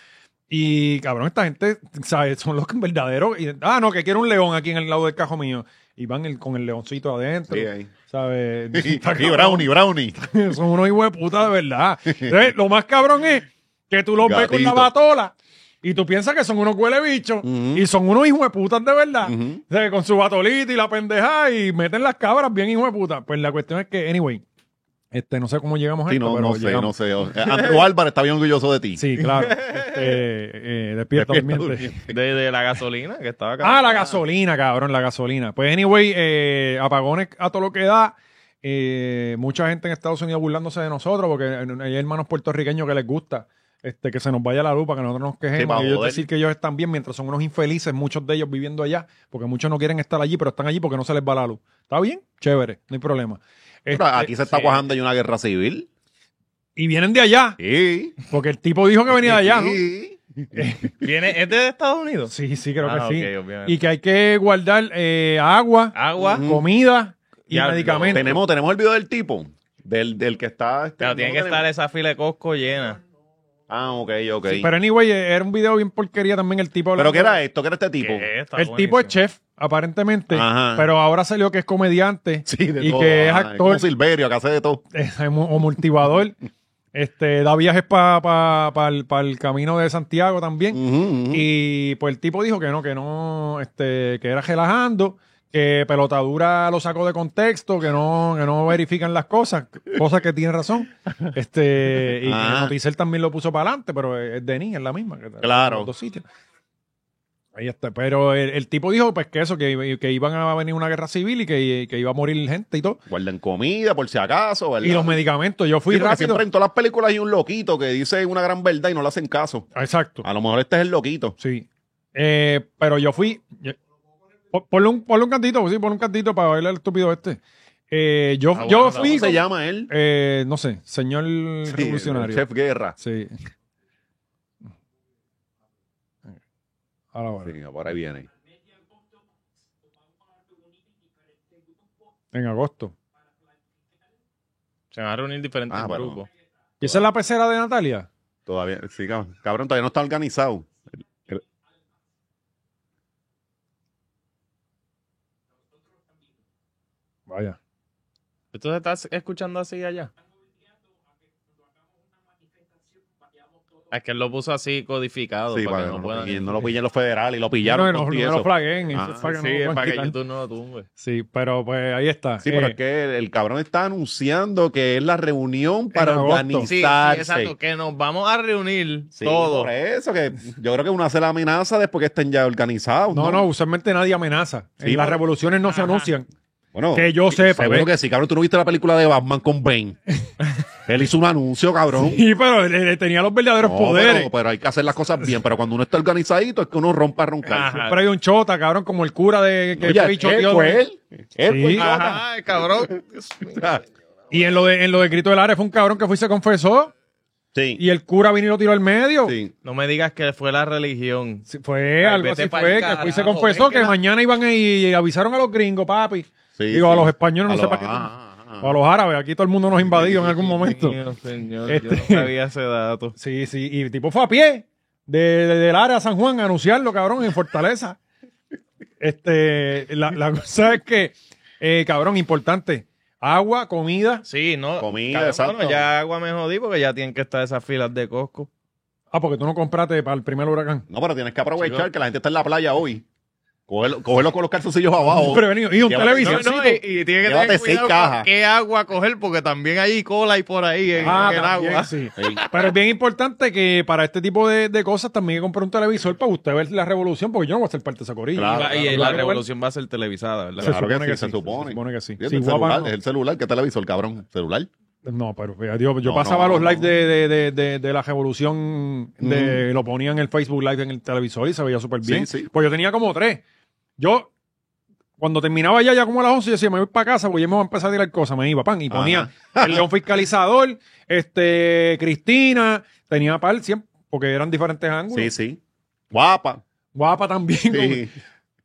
S1: Y cabrón, esta gente sabe, son los que verdaderos. y- ah, no, que quiero un león aquí en el lado del cajo mío. Y van el- con el leoncito adentro.
S2: Sí, ahí.
S1: ¿Sabes?
S2: Y, y Brownie, Brownie.
S1: Son unos hijos de puta de verdad. Entonces, lo más cabrón es que tú los ves con la
S2: Gatito.
S1: batola y tú piensas que son unos huele bichos
S2: Ujú.
S1: y son unos hijos de putas de verdad.
S2: Ujú.
S1: O sea, con su batolita y la pendeja y meten las cabras bien hijos de puta. Pues la cuestión es que, anyway, este, no sé cómo llegamos a
S2: Sí,
S1: esto,
S2: no,
S1: pero
S2: no sé,
S1: llegamos.
S2: no sé. Eh, Andrew Álvarez está bien orgulloso de ti.
S1: Sí, claro. Este, eh, despierta,
S2: Despierta,
S1: durmiente.
S2: durmiente.
S3: de, de la gasolina que estaba acá.
S1: Ah, la gasolina, cabrón, la gasolina. Pues, anyway, eh, apagones a todo lo que da. Eh, mucha gente en Estados Unidos burlándose de nosotros porque hay hermanos puertorriqueños que les gusta este, que se nos vaya la luz para que nosotros nos
S2: Sí,
S1: quejemos.
S2: pa'
S1: y ellos
S2: joder.
S1: decir que ellos están bien mientras son unos infelices, muchos de ellos viviendo allá, porque muchos no quieren estar allí, pero están allí porque no se les va la luz. ¿Está bien? Chévere, no hay problema. Este,
S2: Pero aquí se está
S3: sí.
S2: cuajando y una guerra civil.
S1: y vienen de allá,
S2: Sí.
S1: porque el tipo dijo que venía de allá, ¿no?
S2: Sí.
S3: ¿Viene, ¿Es de Estados Unidos?
S1: Sí, sí, creo
S3: Ah,
S1: que sí.
S3: ok, obviamente.
S1: Y que hay que guardar eh, agua,
S2: Ah,
S3: Agua.
S2: Ujú.
S1: comida y
S3: Diablo,
S1: medicamentos.
S2: Tenemos, tenemos el video del tipo. Del, del que está. este,
S3: Pero
S2: ¿no
S3: tiene que
S2: lo
S3: estar
S2: tenemos?
S3: esa fila de Costco llena.
S2: Ah, ok, ok.
S1: Sí,
S2: pero,
S1: Pero anyway, eh, era un video bien porquería también el tipo. hablando-
S2: ¿qué era esto? ¿Qué era este tipo?
S3: ¿Qué? Está
S1: El tipo es
S3: buenísimo.
S1: chef, aparentemente.
S2: Ajá.
S1: Pero ahora salió que es comediante
S2: Sí, de
S1: y
S2: todo.
S1: que es
S2: Ajá,
S1: actor.
S2: como Silverio, que hace de todo.
S1: eh, mu- o multivador. este, da viajes para el, camino de Santiago también.
S2: Ujú, ujú.
S1: Y pues el tipo dijo que no, que no, este, que era relajando, que pelotadura lo sacó de contexto, que no, que no verifican las cosas, cosas que tiene razón. Este, y
S2: Ah.
S1: que Noticel también lo puso para adelante, pero es Denis, es la misma. Que
S2: Claro.
S1: los dos sitios. Ahí está. Pero el, el tipo dijo pues que eso, que, que iban a venir una guerra civil y que, que iba a morir gente y todo.
S2: Guarden comida por si acaso, ¿verdad?
S1: Y los medicamentos, yo fui
S2: Sí, porque
S1: rápido.
S2: Siempre en todas las películas hay un loquito que dice una gran verdad y no le hacen caso.
S1: Exacto.
S2: A lo mejor este es el loquito.
S1: Sí. Eh, pero yo fui. yo- pon- Ponle un, ponle un cantito, sí, ponle un cantito para bailar el estúpido este. Eh, yo,
S3: Ah,
S1: yo
S3: bueno,
S1: fui.
S2: ¿Cómo se
S1: con-
S2: llama él?
S1: eh, no sé, señor
S2: Sí,
S1: revolucionario.
S2: Chef Guerra.
S1: Sí. Ahora, bueno.
S2: Sí, por ahí viene.
S1: En agosto.
S3: Se van a reunir diferentes
S2: Ah, bueno.
S3: grupos.
S1: ¿Y esa es la pecera de Natalia?
S2: Todavía, sí, cabrón, cabrón, todavía no está organizado. El- el-
S1: Vaya.
S3: ¿Tú te estás escuchando así allá? Es que él lo puso así codificado
S2: Sí,
S3: para,
S2: para
S3: que no puedan...
S2: no, lo pillen los federales y lo
S1: No,
S2: pillaron.
S1: no, no,
S2: con
S1: no
S2: eso.
S1: lo flaguen.
S2: Ah,
S1: eso es para que
S3: sí,
S1: no lo
S3: es
S1: puedan
S3: para que
S1: quitar.
S3: YouTube no lo tumbe.
S1: Sí, pero pues ahí está.
S2: Sí, pero
S1: Eh,
S2: es que el, el cabrón está anunciando que es la reunión para
S1: agosto.
S2: organizarse.
S3: Sí, sí, exacto, que nos vamos a reunir
S2: Sí,
S3: todos.
S2: Por eso, que yo creo que uno hace la amenaza después que estén ya organizados.
S1: No, no, usualmente nadie amenaza.
S2: Sí,
S1: en las
S2: pero-
S1: revoluciones no se
S3: Ajá.
S1: anuncian.
S2: Bueno,
S1: Que yo
S2: sí,
S1: sepa, ¿ves?
S2: Seguro que sí, cabrón. Tú no viste la película de Batman con Bane. Él hizo un anuncio, cabrón.
S1: Y pero él- él tenía los verdaderos
S2: No,
S1: poderes.
S2: Pero, pero hay que hacer las cosas bien. Pero cuando uno está organizadito es que uno rompa a roncar.
S3: Ajá.
S1: Siempre hay un chota, cabrón, como el cura de que
S2: Oye,
S1: fue bicho,
S2: él
S1: tío,
S2: fue
S1: de-
S2: él. Él
S1: Sí.
S2: fue el
S3: Ajá, el cabrón. Dios mío.
S2: idiota.
S1: Y en lo de en lo de grito del área fue un cabrón que fue y se confesó.
S2: Sí.
S1: Y el cura vino y lo tiró al medio.
S2: Sí.
S3: No me digas que fue la religión.
S1: Sí, Fue
S3: Ay,
S1: algo
S3: vete
S1: así,
S3: pa'l
S1: fue que
S3: carajo,
S1: fue y se confesó
S3: ven
S1: que,
S3: que la-
S1: mañana iban a- y, y avisaron a los gringos, papi.
S2: Sí,
S1: Digo,
S2: sí.
S1: a los españoles, no
S2: A
S1: sé
S2: los-
S1: para qué.
S2: ajá, ajá.
S1: O a los árabes, aquí todo el mundo nos invadió en algún momento.
S3: Dios, señor,
S1: Este-
S3: yo no sabía ese dato.
S1: Sí, sí, y el tipo fue a pie de, de- del área a San Juan a anunciarlo, cabrón, en Fortaleza. Este, la, la cosa es que, eh, cabrón, importante, agua, comida.
S3: Sí, no.
S2: Comida,
S3: cabrón,
S2: exacto.
S3: Bueno, ya agua me jodí porque ya tienen que estar esas filas de Costco.
S1: Ah, porque tú no compraste para el primer huracán.
S2: No, pero tienes que aprovechar
S3: Chico.
S2: que la gente está en la playa hoy. Cógelo, cógelo con los calzoncillos abajo.
S1: Prevenido. Y un
S2: Llévate-
S1: televisor.
S2: Oh. No, eh,
S3: y, y tiene que
S2: Llévate
S3: tener
S2: seis
S3: cuidado con
S2: cajas.
S3: qué agua coger, porque también hay cola y por ahí
S2: eh,
S3: en,
S1: Ah,
S3: en el
S1: también,
S3: agua.
S1: sí.
S2: Sí.
S1: Pero es bien importante que para este tipo de, de cosas también hay que comprar un televisor para usted ver la revolución, porque yo no voy a ser parte de esa corilla.
S2: Claro,
S3: Y va- y
S2: claro,
S3: la
S1: claro.
S3: revolución va a ser televisada,
S1: Se
S3: ¿verdad?
S2: Claro que
S1: supone
S2: sí,
S1: que
S2: se
S1: sí,
S2: supone.
S1: se supone que sí.
S2: Sí,
S1: Sí,
S2: el
S1: guapa,
S2: celular,
S1: no.
S2: es el celular. ¿Qué televisor, cabrón? ¿Celular?
S1: No, pero fíjate, yo, yo
S2: No,
S1: pasaba
S2: no,
S1: los
S2: no,
S1: live
S2: no.
S1: de, de, de, de- de la revolución, de, lo ponía en el Facebook Live en el televisor y se veía súper
S2: Sí,
S1: bien.
S2: sí.
S1: Pues yo tenía como tres. Yo, cuando terminaba ya, ya como a las 11, yo decía, me voy para casa porque ya me voy a empezar a tirar cosas. Me iba, pan, y ponía el león fiscalizador, este, Cristina, tenía par siempre, porque eran diferentes ángulos.
S2: Sí, sí. Guapa.
S1: Guapa también. como-
S2: Sí.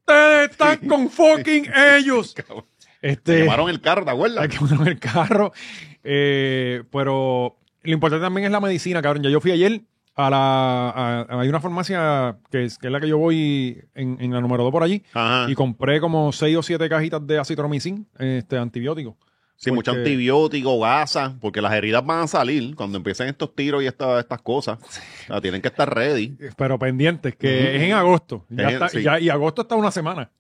S1: Ustedes están con fucking ellos.
S2: Cabrón. Te
S1: Este,
S2: Llevaron el carro, ¿te acuerdas?
S1: hay que ponerlo en el carro. Eh, pero lo importante también es la medicina, cabrón. Ya yo fui ayer a la. a- a- hay una farmacia que es, que es la que yo voy en, en la número 2 por allí.
S2: Ajá.
S1: Y compré como 6 o 7 cajitas de acitromicin, este antibiótico.
S2: Sí, mucho
S1: porque-
S2: antibiótico, gasa, porque las heridas van a salir cuando empiecen estos tiros y esta- estas cosas. O sea, tienen que estar ready.
S1: eh, Pero pendientes, que
S2: Ujú.
S1: es en agosto. Ya
S2: Es en-
S1: está-
S2: sí.
S1: ya- y agosto está una semana.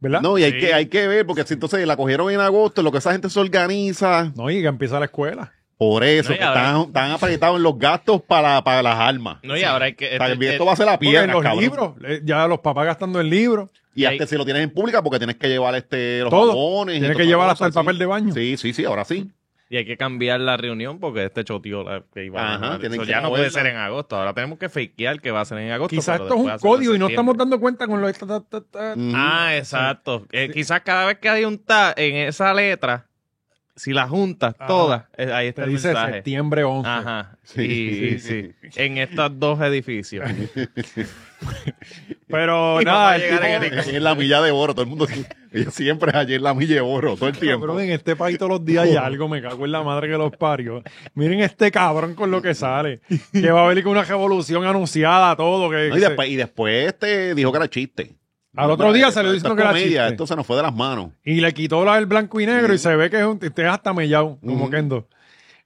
S1: ¿Verdad? No,
S2: No, y hay,
S3: Sí.
S2: que, hay que ver, porque si entonces la cogieron en agosto, lo que esa gente se organiza,
S1: y que empieza la escuela.
S2: por eso,
S3: No, y
S2: que
S3: ahora-
S2: están, están apretados en los gastos para, para las armas.
S3: No, y ahora hay que.
S2: O sea,
S3: este-
S2: esto va a ser la
S1: eh, Porque
S2: piedra,
S1: en los
S2: cabrón.
S1: libros, eh, ya los papás gastando en libros.
S2: Y hasta
S3: Hay-
S2: si lo tienes en pública, porque tienes que llevar este, los
S1: Todo.
S2: jabones. y
S1: Tienes que
S2: todas
S1: llevar
S2: las
S1: hasta el
S2: cosas,
S1: papel
S2: sí.
S1: de baño.
S2: Sí, sí, sí, ahora sí.
S3: Y hay que cambiar la reunión porque este chotío la- que iba a
S2: Ajá,
S3: ganar.
S2: tienen
S3: Eso
S2: que
S3: ya no puede
S2: moverla.
S3: ser en agosto. Ahora tenemos que fakear que va a ser en agosto.
S1: Quizás esto
S3: pero
S1: es
S3: después
S1: un
S3: hacerlo en
S1: código y no estamos
S3: septiembre.
S1: dando cuenta con lo. ta, ta, ta, ta.
S2: Mm.
S3: Ah, exacto. Eh, Quizás cada vez que hay un ta en esa letra, si la juntas
S1: Ajá.
S3: todas, eh, ahí está
S1: Te
S3: el
S1: dice
S3: mensaje.
S1: septiembre 11.
S3: Ajá.
S2: Sí.
S3: Y- sí. En estos dos edificios.
S1: Pero
S3: Y
S1: nada,
S3: vamos a
S1: el
S3: llegar
S1: tipo-
S3: en
S2: Ayer en la milla de oro, todo el mundo ellos siempre ayer en la milla de oro, todo el
S1: Cabrón,
S2: tiempo.
S1: en este país todos los días hay algo, me cago en la madre que los parió. Miren este cabrón con lo que sale. Que va a haber una revolución anunciada, todo. Que,
S2: No, y, después, y después te dijo que era chiste.
S1: Al otro día
S2: se
S1: salió
S2: le
S1: diciendo que era chiste.
S2: Esto se nos fue de las manos.
S1: y le quitó la- el blanco y negro y
S2: Mm.
S1: se ve que es un, este es hasta mellado, como
S2: Mm.
S1: Kendo.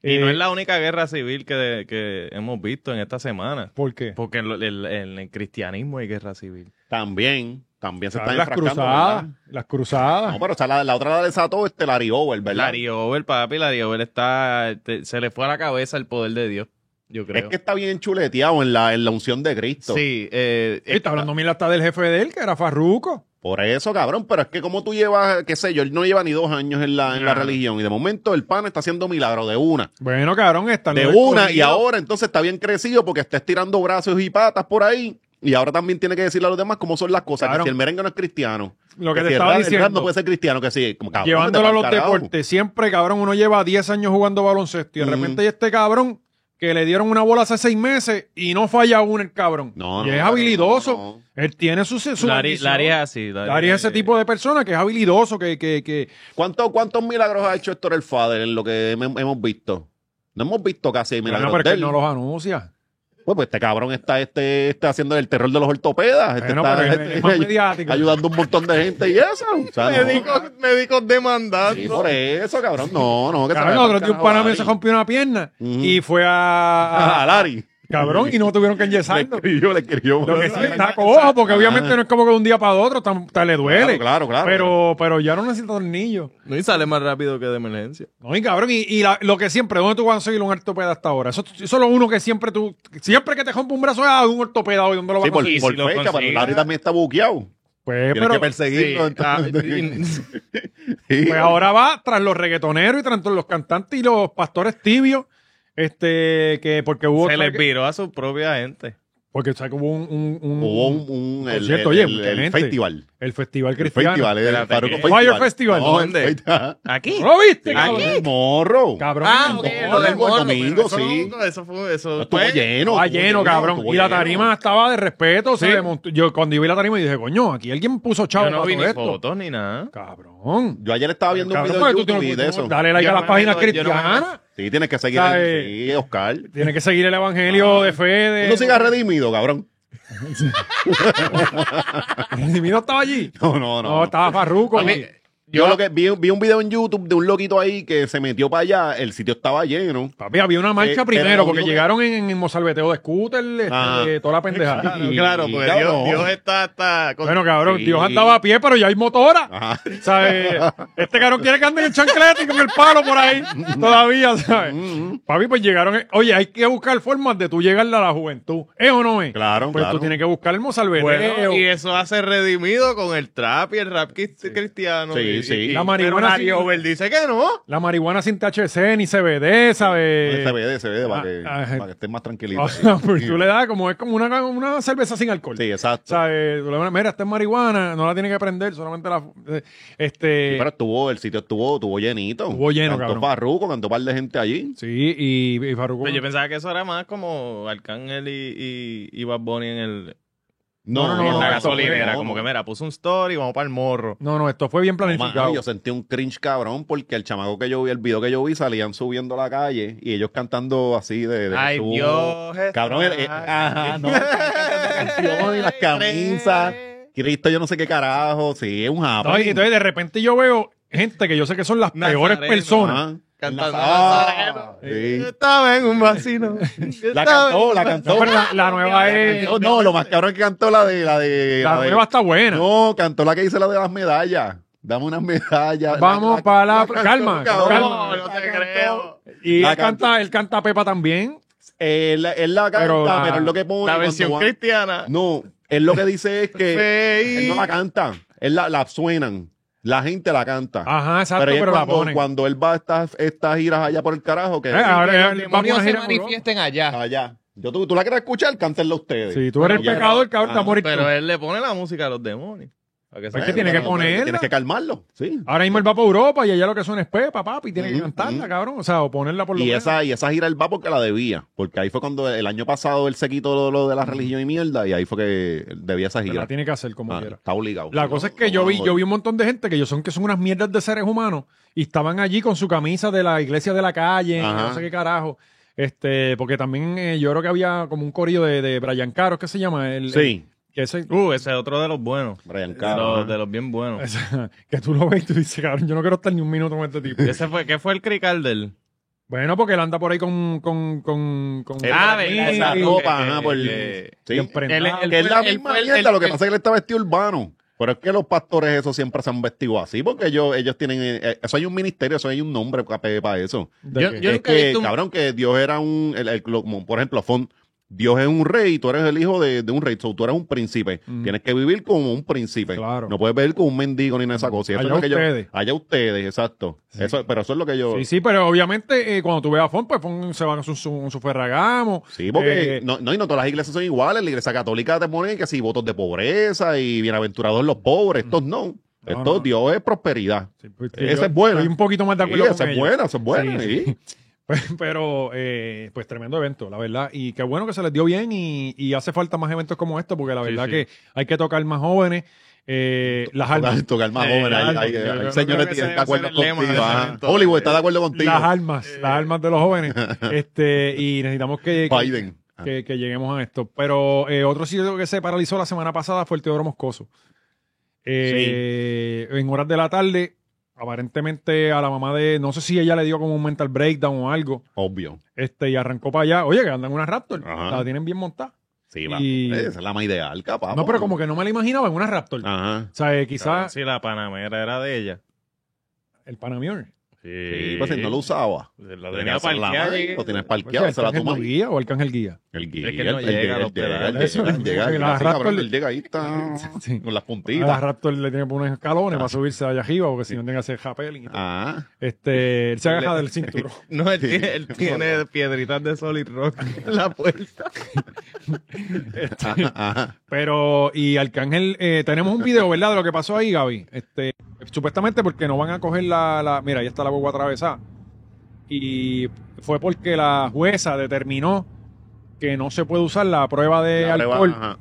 S3: Y no
S1: Eh,
S3: es la única guerra civil que, que hemos visto en esta semana.
S1: ¿Por qué?
S3: Porque en, lo- en- en el cristianismo hay guerra civil.
S2: También, también se
S1: Claro,
S2: están
S1: Ah, las
S2: enfrascando.
S1: cruzadas,
S2: ¿verdad?
S1: las cruzadas.
S2: No, pero o sea, la, la otra la desató este Larry Over, ¿verdad?
S3: Larry Over, papi, Larry Over está, te- se le fue a la cabeza el poder de Dios, yo creo.
S2: es que está bien chuleteado en la, en la unción de Cristo.
S3: sí, eh,
S2: pues,
S1: Y está hablando mira hasta del jefe de él, que era Farruco.
S2: Por eso, cabrón, pero es que como tú llevas, qué sé yo, él no lleva ni dos años en la, en la
S3: Ajá.
S2: religión y de momento el pan está haciendo milagro de una.
S1: Bueno, cabrón, está
S2: de una y ahora entonces está bien crecido porque está estirando brazos y patas por ahí y ahora también tiene que decirle a los demás cómo son las cosas
S1: Claro.
S2: que si el merengue no es cristiano
S1: Lo que te
S2: si el
S1: estaba
S2: rap- el
S1: diciendo.
S2: rap no puede ser cristiano que sí como cabrón,
S1: llevándolo a
S2: vete
S1: los
S2: pa'l carajo.
S1: deportes. Siempre, cabrón, uno lleva 10 años jugando baloncesto y de
S2: Ujú.
S1: repente hay este cabrón que le dieron una bola hace 6 meses y no falla una el cabrón.
S2: No,
S1: y
S2: no,
S1: es
S2: no,
S1: habilidoso.
S2: no,
S1: Él tiene su, su
S3: Larry,
S1: bendición.
S3: Larry es así.
S1: Larry es ese tipo de persona que es habilidoso, que, que, que
S2: ¿Cuántos, cuántos milagros ha hecho Héctor el Fader en lo que hem- hemos visto no hemos visto casi
S1: Bueno,
S2: milagros
S1: pero es que
S2: de
S1: él
S2: él.
S1: no los anuncia.
S2: Pues, pues, este cabrón está este está haciendo el terror de los ortopedas este
S1: Bueno,
S2: está
S1: pero él es más
S2: este,
S1: mediático.
S2: ayudando a un montón de gente y eso o sea, no.
S3: médicos demandando.
S2: Sí, por eso cabrón no no que se
S1: Cabrón,
S2: vaya
S1: otro
S2: pa'l
S1: día un
S2: carajo,
S1: pana mío
S2: Larry.
S1: se rompió una pierna
S2: Ujú.
S1: y fue a,
S2: Ah, Larry
S1: cabrón y no tuvieron que enyesarlo.
S2: Le escribió, le escribió.
S1: Lo que sí está cojo, porque obviamente no es como que de un día para otro tan, tan le duele.
S2: Claro, claro, claro.
S1: Pero, pero ya no necesita tornillo.
S3: No, y sale más rápido que de emergencia.
S1: No, y cabrón, y, y la- lo que siempre, ¿dónde tú vas a conseguir un ortopeda hasta ahora? Eso, eso es lo uno que siempre tú, siempre que te rompe un brazo, ah, un ortopeda hoy, ¿dónde lo vas
S2: Sí,
S1: a
S2: por,
S1: conseguir?
S2: por
S3: si lo
S2: fecha, pero
S3: consigue-
S2: Larry también está buqueado.
S1: Pues,
S2: Tiene
S1: pero,
S2: que perseguirlo.
S3: Sí, ah,
S2: entonces. Sí.
S1: pues ahora va tras los reggaetoneros y tras los cantantes y los pastores tibios, este, que porque hubo,
S3: Se
S1: otra-
S3: les viró a su propia gente.
S1: porque sabes que hubo un, un- un-
S2: Hubo un, un- el,
S1: Concierto,
S2: el-
S1: oye,
S2: el-
S1: mucha
S2: el
S1: gente.
S2: festival.
S1: el festival
S2: El
S1: cristiano.
S2: festival, el
S3: Espérate,
S2: Faruco
S3: ¿qué?
S2: Festival.
S1: Fire Festival.
S2: No,
S3: ¿Dónde?
S2: el festival.
S3: ¿Aquí?
S1: ¿No lo viste,
S2: Sí,
S1: cabrón?
S2: el Morro.
S1: Cabrón.
S2: Ah, ok, lo del morro, pero eso no-
S3: Eso fue... Eso
S2: Estuvo
S1: Estaba
S2: lleno. estuvo
S1: pues, ah, lleno, cabrón.
S2: estuvo
S1: Y la
S2: lleno.
S1: tarima estaba de respeto. se
S3: Sí.
S1: le montó- Yo cuando yo vi la tarima dije, coño, aquí alguien puso chavo
S3: Yo no
S1: para
S3: vi
S1: todo
S3: ni
S1: esto.
S3: fotos ni nada.
S1: Cabrón.
S2: Yo ayer estaba viendo
S1: Cabrón,
S2: un
S1: porque
S2: video
S1: tú
S2: en YouTube
S1: tienes-
S2: de eso.
S1: Dale like
S3: Yo
S1: a
S3: no
S1: las
S3: me
S1: páginas
S3: meto- yo no me
S1: cristianas.
S2: Sí, tienes que seguir.
S1: Está,
S2: el-
S1: eh,
S2: Sí, Oscar.
S1: Tiene que seguir el evangelio
S2: Ah.
S1: de fe. De...
S2: Tú no sigas redimido, cabrón.
S1: Redimido estaba allí.
S2: No, no,
S1: No,
S2: no.
S1: estaba Farruco.
S3: A mí-
S2: Yo lo que vi, vi un video en YouTube de un loquito ahí que se metió para allá, el sitio estaba lleno.
S1: Papi, había una marcha
S2: Eh, era
S1: primero
S2: lo
S1: porque
S2: único que-
S1: llegaron en, en mozalbeteo de scooter, este,
S2: Ah.
S1: eh, toda la pendejada.
S3: Claro, claro, porque
S2: Cabrón.
S3: Dios, Dios está, está con-
S1: Bueno, cabrón,
S2: Sí.
S1: Dios andaba a pie, pero ya hay motora.
S2: Ajá.
S1: ¿Sabes? Este cabrón quiere que ande en chancleta y con el palo por ahí todavía, ¿sabes?
S2: Mm, mm.
S1: Papi, pues llegaron. eh, Oye, hay que buscar formas de tú llegarle a la juventud. ¿Es o no es?
S2: Claro,
S1: Pues
S2: claro.
S1: tú tienes que buscar el eh, mozalbeteo.
S3: Bueno, y eso hace redimido con el trap y el rap cri- cristiano.
S2: Sí,
S3: y-
S2: sí.
S3: y- y-
S1: La
S3: pero
S1: marihuana
S3: Mario
S1: sí-
S3: Over dice que no.
S1: La marihuana sin THC ni CBD, ¿sabes?
S2: se ve, se ve, para,
S1: ah,
S2: que,
S1: ah,
S2: para que estés más tranquilito.
S1: O sea, pues tú le das como es como una, una cerveza sin alcohol.
S2: Sí,
S1: O
S2: exacto.
S1: sea, eh, tú le das, mira, esta es marihuana, no la tiene que prender, solamente la. eh,
S2: Sí,
S1: Este.
S2: pero estuvo, el sitio estuvo, estuvo llenito.
S1: Estuvo lleno,
S2: cantó
S1: cabrón.
S2: Farruko, cantó par de gente allí.
S1: Sí, y, y Farruko.
S3: Pero Pues yo pensaba que eso era más como Arcángel y, y, y Bad Bunny en, el,
S1: No, no,
S3: en la
S1: no,
S3: gasolinera.
S2: no,
S3: como
S2: no.
S3: que, mira, puso un story, vamos para el morro.
S1: No, no, esto fue bien
S2: Mano,
S1: planificado.
S2: yo sentí un cringe cabrón porque el chamaco que yo vi, el video que yo vi, salían subiendo a la calle y ellos cantando así de. de
S3: Ay,
S2: estuvo-
S3: Dios.
S2: Cabrón, el- eh, ajá, no. canciones y las camisas. Cristo, yo no sé qué carajo. Sí, es un japa.
S1: No, y entonces de repente yo veo gente que yo sé que son las
S3: Nazareno,
S1: peores personas.
S2: Ajá.
S3: Cantando.
S2: Ah, sí.
S3: Yo estaba en un vacino. Yo
S2: La
S3: estaba
S2: cantó,
S3: en-
S2: la
S1: Eh, No,
S2: cantó.
S1: pero la, la nueva es.
S2: No, no, lo más cabrón es que cantó la de. La, de,
S1: La
S2: de-
S1: nueva está buena.
S2: No, cantó la que dice la de las medallas. Dame unas medallas.
S1: Vamos pa' la- calma,
S3: No,
S1: calma.
S3: no
S2: La
S3: te
S2: cantó.
S3: creo.
S1: y
S2: la
S1: él canta, él canta Pepa también.
S2: Él, él la canta,
S1: Pero
S2: pero,
S1: la-
S2: es lo que pone.
S3: La
S2: cuando
S3: versión
S2: va-
S3: cristiana.
S2: No, él lo que dice es que
S3: eh,
S2: él no la
S3: Fey.
S2: canta. Él la, la suenan. La gente la canta.
S1: Ajá, exacto,
S2: pero,
S1: pero, la
S2: es cuando,
S1: ponen.
S2: cuando él va a estas, estas giras allá por el carajo, que
S1: Eh, ahora él va por
S4: Los
S1: una
S4: demonios se
S1: gira por Europa.
S4: manifiesten allá.
S2: allá. Yo, tú, tú la quieres escuchar, cántenla ustedes.
S1: Si tú eres el
S2: Bueno, ya. Ah,
S1: pecador, cabrón, te vas a morir. tú.
S3: Pero él le pone la música a los demonios. Para
S1: Pues
S3: se-
S1: que tiene que ponerla.
S2: Tienes que calmarlo, sí.
S1: Ahora mismo él va para Europa y allá lo que suena es Pepa, papi, y tiene que
S2: Ujú,
S1: cantarla,
S2: ujú.
S1: cabrón. O sea, o ponerla por lo
S2: Mm, Y
S1: menos.
S2: esa, y esa gira él va porque la debía. Porque ahí fue cuando el año pasado él se quitó lo, lo de la religión y mierda. Y ahí fue que él debía esa
S1: Pero
S2: gira.
S1: la tiene que hacer como
S2: Ah,
S1: quiera.
S2: está obligado.
S1: La
S2: No,
S1: cosa es
S2: no
S1: que yo vi,
S2: vamos
S1: yo vi un montón de gente que yo son que son unas mierdas de seres humanos y estaban allí con su camisa de la iglesia de la calle,
S2: Ajá.
S1: no sé qué carajo. Este, porque también eh, yo creo que había como un corillo de, de Brian Caro, ¿qué se llama? El,
S2: Sí,
S1: que ese-
S3: Uh, ese es otro de los buenos.
S2: Brian
S3: De
S2: Caro.
S3: los,
S2: ajá.
S3: de los bien buenos.
S1: ese- que tú lo ves y tú dices, cabrón, yo no quiero estar ni un minuto con este tipo.
S3: Ese fue, ¿Qué fue el crical del?
S1: bueno, porque él anda por ahí con. con, con, con-
S3: El-
S1: Ah,
S3: Ah,
S1: sí,
S3: verdad,
S1: sí,
S2: esa
S1: sí.
S2: ropa,
S3: eh,
S2: ajá, por el-
S3: eh,
S2: sí.
S1: bien prendado.
S4: él- él-
S2: Que es la
S4: Él
S2: misma
S4: fue el-
S2: mierda,
S4: el-
S2: lo que
S4: el-
S2: pasa es que él está vestido urbano. Pero es que los pastores esos siempre se han vestido así, porque ellos, ellos tienen, eh, eso hay un ministerio, eso hay un nombre pa- para eso.
S1: ¿De
S4: Yo-
S1: qué?
S4: yo-
S2: es
S4: nunca he
S2: que,
S4: visto un-
S2: cabrón, que Dios era un, el- el- lo- como, por ejemplo, Fon, Dios es un rey y tú eres el hijo de, de un rey, so, tú eres un príncipe.
S1: Mm.
S2: Tienes que vivir como un príncipe.
S1: Claro.
S2: No puedes vivir como un mendigo ni nada de esa cosa. Y eso
S1: Allá
S2: es lo que yo-
S1: ustedes.
S2: allá ustedes, exacto.
S1: Sí.
S2: Eso, pero eso es lo que yo...
S1: Sí,
S2: Sí,
S1: sí, pero obviamente eh, cuando tú veas a Fon, pues Fon se va con su, su, con su ferragamo.
S2: porque
S1: Eh,
S2: no, no, y no todas las iglesias son iguales. La iglesia católica te pone que si votos de pobreza y bienaventurados los pobres, estos no.
S1: No,
S2: estos
S1: no.
S2: Dios es prosperidad.
S1: Sí, pues,
S2: Esa
S1: yo
S2: es buena.
S1: Estoy un poquito más de
S2: Sí,
S1: acuerdo
S2: esa
S1: con
S2: es
S1: ella.
S2: buena, esa es buena.
S1: Sí,
S2: sí.
S1: Pe- Pero, eh, pues tremendo evento, la verdad. Y qué bueno que se les dio bien y, y hace falta más eventos como estos, porque la
S3: Sí,
S1: verdad
S3: sí.
S1: que hay que tocar más jóvenes. eh, las
S2: Tocar,
S1: almas.
S2: tocar más
S3: Eh,
S2: jóvenes. Hay,
S3: claro,
S2: hay-
S3: yo
S2: hay
S3: creo que
S2: señores
S3: ese
S2: que están
S3: debe
S2: de acuerdo
S3: ser el lema
S2: contigo.
S3: del
S2: ajá.
S3: evento.
S2: Hollywood está de acuerdo contigo.
S1: Las almas, las almas de los jóvenes. Este, y necesitamos que, que-
S2: Biden.
S1: que- que lleguemos a esto. Pero eh, otro sitio que se paralizó la semana pasada fue el Teodoro Moscoso. Eh, En horas de la tarde, aparentemente a la mamá de, no sé si ella le dio como un mental breakdown o algo,
S2: Obvio.
S1: este, y arrancó para allá. Oye, que andan una Raptor,
S2: Ajá.
S1: la tienen bien montada.
S2: Sí, va.
S1: Y-
S2: Esa es la más ideal, capaz.
S1: No, pero como que no me la imaginaba en una Raptor.
S2: Ajá.
S1: O sea, eh,
S3: Cabrón,
S1: quizás
S3: Si la panamera era de ella.
S1: el Panamión.
S2: Sí, pues él no lo usaba.
S3: La
S2: Tenía
S3: tenía
S2: esa la
S3: parqueada.
S2: madre,
S3: y-
S2: Lo tienes
S1: Porque
S2: parqueado, se la
S1: Arcángel
S2: toma
S1: no
S2: ahí.
S1: guía o Arcángel guía?
S2: El guía,
S3: Es que
S2: el,
S3: él no
S2: el
S3: llega
S2: llega,
S3: a
S2: el
S3: los
S2: llega, el
S3: pedales.
S1: Eso,
S2: llega, el
S1: porque
S2: llega,
S1: la
S2: el llega, sí,
S1: Raptor-
S2: cabrón, él llega ahí, está
S1: Sí.
S2: con
S1: A
S2: las
S1: la
S2: puntitas.
S1: Raptor le tiene que poner escalones
S2: Ah.
S1: para subirse allá arriba porque si no tiene que hacer rappelling. y todo.
S2: Ah,
S1: Este, él se agarra del cinturón.
S3: No, él tiene, él tiene piedritas de solid rock en la puerta.
S2: ah, ajá, ajá.
S1: Pero, y Arcángel, eh, tenemos un video, ¿verdad? De lo que pasó ahí, Gaby. Este, supuestamente porque no van a coger la, la- Mira, ahí está la huevo atravesada. Y fue porque la jueza determinó que no se puede usar la prueba de
S2: La prueba,
S1: Eh, alcohol
S2: ajá.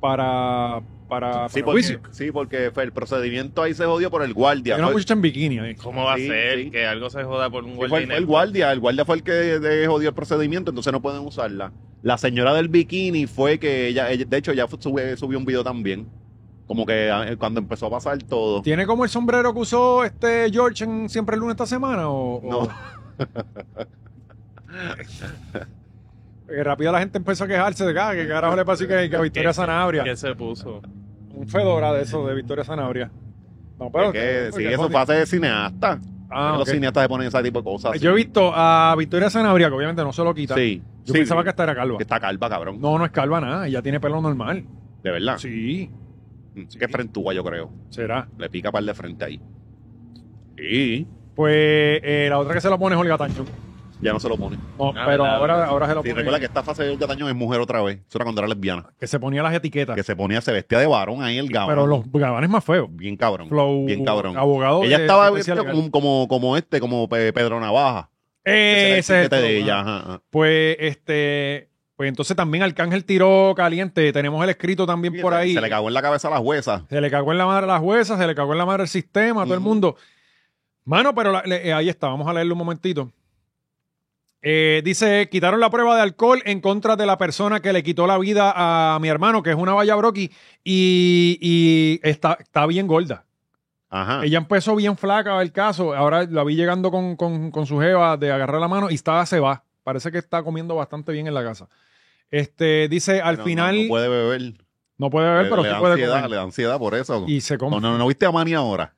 S1: para, para,
S2: Sí,
S1: para
S2: porque,
S1: juicio.
S2: sí, porque fue el procedimiento ahí se jodió por el guardia.
S1: Hay una
S2: Fue-
S1: muchacha en bikini ahí.
S3: ¿Cómo va
S2: Sí,
S3: a ser
S2: sí.
S3: que algo se joda por un
S2: Sí, fue, el- fue el
S3: guardinete?
S2: guardia, el guardia fue el que de- jodió el procedimiento, entonces no pueden usarla. La señora del bikini fue que ella, ella- de hecho, ya fu- sube- subió un video también Como que eh, cuando empezó a pasar todo.
S1: ¿Tiene como el sombrero que usó este George en Siempre el lunes esta semana? O, o-
S2: No.
S1: Eh, rápido la gente empezó a quejarse de "Ah, que carajo le pasó que, que a Victoria Sanabria.
S3: ¿Qué se puso?
S1: Un fedora de eso, de Victoria Sanabria. No, pero.
S2: Es que, sí,
S1: porque-
S2: eso fue hace de cineasta.
S1: Ah,
S2: Los
S1: ok.
S2: cineastas se ponen ese tipo de cosas.
S1: Yo he visto a Victoria Sanabria, que obviamente no se lo quita.
S2: Sí.
S1: Yo
S2: sí,
S1: pensaba
S2: sí.
S1: que esta era calva.
S2: Que está calva, cabrón.
S1: No, no es calva nada, ella tiene pelo normal.
S2: De verdad.
S1: Sí,
S2: Mm, Que es frentúa, yo creo.
S1: será.
S2: Le pica par de frente ahí. Sí.
S1: Pues eh, la otra que se lo pone es Olga Tañón.
S2: Ya no se lo pone.
S1: No,
S3: Ah,
S1: pero
S3: verdad,
S1: ahora,
S3: verdad.
S1: ahora se lo
S2: Sí,
S1: pone.
S2: recuerda que esta fase de Olga Tañón es mujer otra vez. Eso era cuando era lesbiana.
S1: que se ponía las etiquetas.
S2: Que se ponía, se vestía de varón ahí el gabán.
S1: Ah. pero los gabanes más feos.
S2: Bien cabrón.
S1: Flow,
S2: bien cabrón.
S1: abogado.
S2: Ella
S1: de
S2: estaba
S1: asistencia
S2: vestida
S1: legal.
S2: como, como, como este, como Pe- Pedro Navaja.
S1: Ese es
S2: el
S1: el
S2: de
S1: problema.
S2: ella. ajá, ajá.
S1: Eh, Pues este, pues entonces también Arcángel tiró caliente. Tenemos el escrito también por
S2: Se-
S1: ahí.
S2: Se le cagó en la cabeza a la jueza.
S1: Se le cagó en la madre a la jueza, se le cagó en la madre al sistema, a todo el
S2: Ujú.
S1: mundo. Mano, pero la- le- eh, ahí está, vamos a leerlo un momentito. Eh, dice, quitaron la prueba de alcohol en contra de la persona que le quitó la vida a mi hermano, que es una valla broqui, y, y está, está bien gorda.
S2: Ajá.
S1: Ella empezó bien flaca el caso, ahora la vi llegando con, con, con su jeva de agarrar la mano y está, se va. Parece que está comiendo bastante bien en la casa. Este, dice, al
S2: No, no,
S1: final,
S2: No,
S1: no, puede,
S2: puede beber.
S1: beber,
S2: Le-
S1: pero
S2: le,
S1: sí
S2: da
S1: puede
S2: ansiedad,
S1: comer.
S2: le da ansiedad por eso.
S1: Y se come.
S2: No, no, no viste a Manny ahora.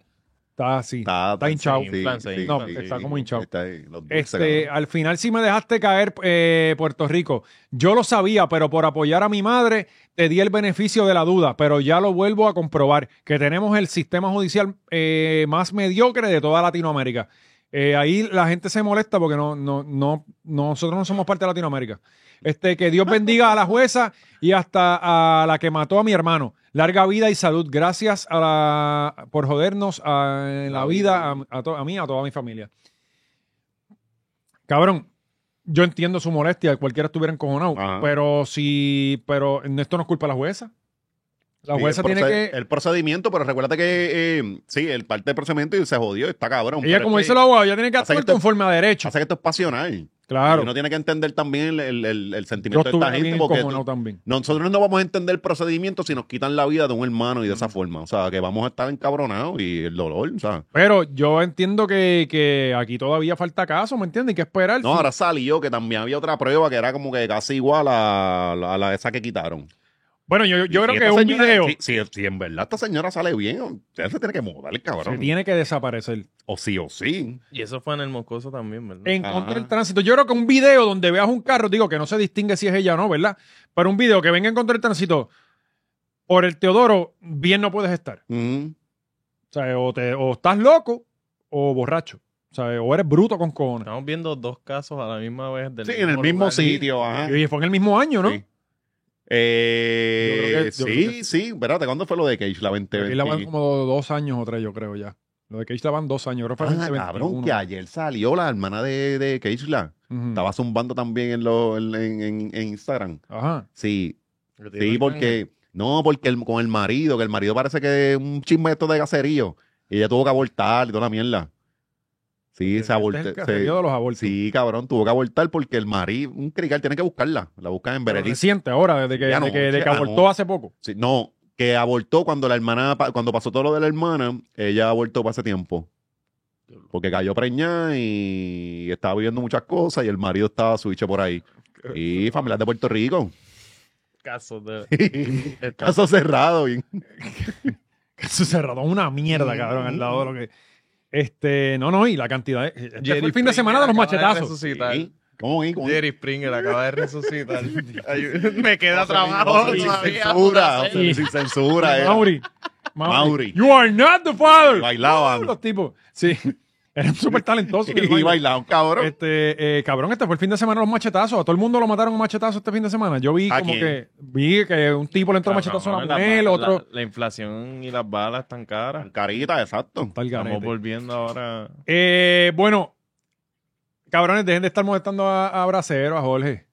S1: Está así.
S2: Está,
S1: Está hinchado.
S2: sí,
S3: Inflan, se
S2: sí,
S3: inflan,
S2: sí,
S3: no,
S2: sí,
S1: está
S2: sí.
S1: como hinchado.
S2: Está ahí, los dulces,
S1: Este,
S2: cabrón.
S1: al final sí me dejaste caer, eh, Puerto Rico. Yo lo sabía, pero por apoyar a mi madre te di el beneficio de la duda, pero ya lo vuelvo a comprobar, que tenemos el sistema judicial eh, más mediocre de toda Latinoamérica. Eh, ahí la gente se molesta porque no, no, no, nosotros no somos parte de Latinoamérica. Este, que Dios bendiga a la jueza y hasta a la que mató a mi hermano. Larga vida y salud. Gracias a la- por jodernos a- en la vida a, a to- a mí y a toda mi familia. Cabrón, yo entiendo su molestia, cualquiera estuviera encojonado,
S2: Ajá.
S1: pero si, pero esto no es culpa de la jueza. La
S2: Sí,
S1: jueza
S2: el
S1: tiene
S2: proced-
S1: que.
S2: El procedimiento, pero recuérdate que. eh, sí, el parte del procedimiento y se jodió, está cabrón.
S1: ella,
S2: pero
S1: como
S2: es
S1: dice
S2: que-
S1: el abogado, ella tiene que
S2: pasa que
S1: actuar
S2: esto-
S1: conforme a derecho.
S2: Pasa que esto es pasional.
S1: Claro.
S2: Uno tiene que entender también el, el- el- el
S1: Yo
S2: sentimiento de
S1: estuve
S2: esta gente
S1: bien
S2: porque
S1: encojonado también.
S2: nosotros no vamos a entender el procedimiento si nos quitan la vida de un hermano y de esa forma. O sea, que vamos a estar encabronados y el dolor, o sea.
S1: Pero yo entiendo que, que aquí todavía falta caso, ¿me entiendes? Hay que esperar.
S2: No, ahora salió que también había otra prueba que era como que casi igual a, a la- a la esa que quitaron.
S1: bueno, yo, yo
S2: Y
S1: creo
S2: si
S1: que
S2: esta
S1: un
S2: señora-
S1: video
S2: Si, si- si en verdad esta señora sale bien, usted se tiene que mudar el
S1: se
S2: cabrón.
S1: tiene que desaparecer.
S2: O sí o sí.
S3: Y eso fue en el Moscoso también, ¿verdad?
S1: En
S2: Ajá.
S1: contra del tránsito. Yo creo que un video donde veas un carro, digo que no se distingue si es ella o no, ¿verdad? Pero un video que venga en contra del tránsito por el Teodoro, bien no puedes estar.
S2: Ujú.
S1: O sea, o, te- o estás loco o borracho. O sea, o eres bruto con cojones.
S3: Estamos viendo dos casos a la misma vez. Del
S2: Sí, en el mismo
S3: lugar.
S2: sitio, ajá.
S1: Y fue en el mismo año, ¿no?
S2: Sí. Eh,
S1: Yo creo que- yo creo
S2: sí, sí, espérate, ¿cuándo fue lo de Cage? La 20
S1: Aquí la van como do- dos años o tres, yo creo ya. Lo de Cage la van dos años. Creo que fue
S2: Ah,
S1: 2021.
S2: cabrón, que ayer salió la hermana de, de Cage la.
S1: Ujú.
S2: Estaba zumbando también en, lo, en, en- en- en Instagram.
S1: Ajá.
S2: Sí,
S3: Que tiene
S2: sí,
S3: el canje.
S2: porque. No, porque el- con el marido, que el marido parece que es un chisme esto de caserío. Y ella tuvo que abortar y toda la mierda. Sí,
S1: Este
S2: se
S1: es el
S2: abortó.
S1: caserío de los abortos.
S2: Sí, cabrón, tuvo que abortar porque el marido, un crical, tiene que buscarla. La buscan en
S1: Pero
S2: Berenice.
S1: reciente ahora, desde que, desde
S2: Ya no,
S1: que, desde que
S2: ya no.
S1: abortó hace poco.
S2: Sí, no, que abortó cuando la hermana, pa- cuando pasó todo lo de la hermana, ella abortó para ese tiempo. Porque cayó preñada y estaba viviendo muchas cosas y el marido estaba suiche por ahí. Y familiar de Puerto Rico.
S3: Casos de. de- este
S2: Caso cerrado. bien.
S1: Eso cerrado es una
S2: Mm.
S1: mierda, cabrón, al lado de lo que. Este, no, no, y la cantidad. de- este fue el fin de
S3: Springer
S1: semana de los
S3: acaba
S1: machetazos.
S3: resucitar.
S2: Sí. ¿Cómo es? ¿Cómo es?
S3: Jerry Springer acaba de resucitar. Ay, Me queda
S2: No,
S3: trabajo
S2: sin
S3: todavía.
S2: censura,
S3: Una
S2: o sea,
S3: serie.
S2: sin censura. eh.
S1: Mauri.
S2: Mauri.
S1: You are not the father.
S2: Bailaban.
S1: Los tipos. Sí. Eran súper talentosos. mi
S2: Y
S1: hermano.
S2: bailaban, cabrón.
S1: Este, eh, cabrón, este fue el fin de semana de los machetazos. A todo el mundo lo mataron a machetazos este fin de semana. Yo vi
S2: ¿A
S1: como
S2: quién?
S1: que vi que un tipo le entró a machetazo a la
S3: Cabrón,
S1: mujer,
S3: la-
S1: otro.
S3: La, la inflación y las balas están caras.
S2: Carita, exacto.
S1: Está el
S3: Estamos
S1: garete.
S3: volviendo ahora.
S1: Eh, bueno, cabrones, dejen de estar molestando a, a Bracero, a Jorge.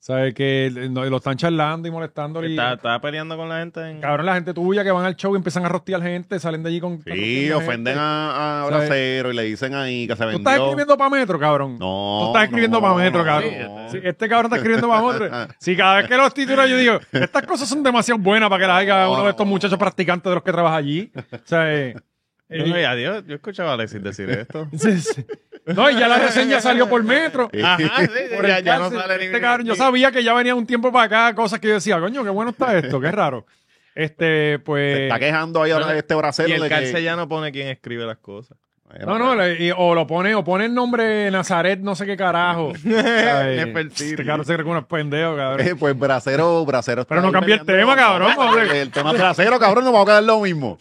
S1: ¿Sabes? Que eh, no, lo están charlando y molestando. Y,
S3: Está, está peleando con la gente. En...
S1: Cabrón, la gente tuya que van al show y empiezan a rostear gente, salen de allí con.
S2: Sí, ofenden a, a
S1: ¿Sabes?
S2: Bracero y le dicen ahí que se
S1: Tú
S2: vendió.
S1: estás escribiendo para metro, cabrón.
S2: No.
S1: Tú estás escribiendo
S2: no,
S1: para metro,
S2: no,
S1: cabrón.
S2: no.
S1: Sí, este cabrón está escribiendo para otro. Si cada vez que los títulos yo digo, estas cosas son demasiado buenas para que las haga uno de estos muchachos practicantes de los que trabaja allí. O sea, eh,
S3: No, no, ya, Dios, yo escuchaba a Alexis decir esto.
S1: sí, sí. No, y ya la reseña salió por metro.
S2: Sí.
S3: Ajá, sí,
S1: Por
S3: ya,
S1: el
S3: ya no
S1: cárcel.
S3: sale
S1: Este cabrón, yo sabía que ya venía un tiempo para acá, cosas que yo decía, coño, qué bueno está esto, qué raro. Este,
S2: Se
S1: pues.
S2: está quejando ahí ahora
S3: no,
S2: de este
S3: Y
S2: bracero
S3: el
S2: de
S3: cárcel
S2: que.
S3: ya no pone quién escribe las cosas.
S1: No, no, le- y- o lo pone, o pone el nombre Nazaret, no sé qué carajo. Ay,
S3: Nefertiti.
S1: Este cabrón se cree que uno es pendejo, cabrón.
S2: Eh, pues bracero, bracero. está
S1: Pero no
S2: ahí
S1: cambié el
S2: peleando.
S1: tema, cabrón, porque-
S2: El tema es bracero, cabrón, nos vamos a quedar lo mismo.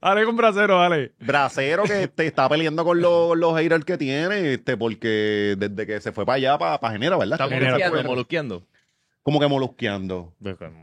S1: Dale con bracero, dale.
S2: Bracero que te está peleando con los, con los haters que tiene, este, porque desde que se fue para allá, para, para Genera, ¿verdad?
S3: Está
S2: Como que-
S1: Genera.
S3: molusqueando, molusqueando.
S2: Como que molusqueando.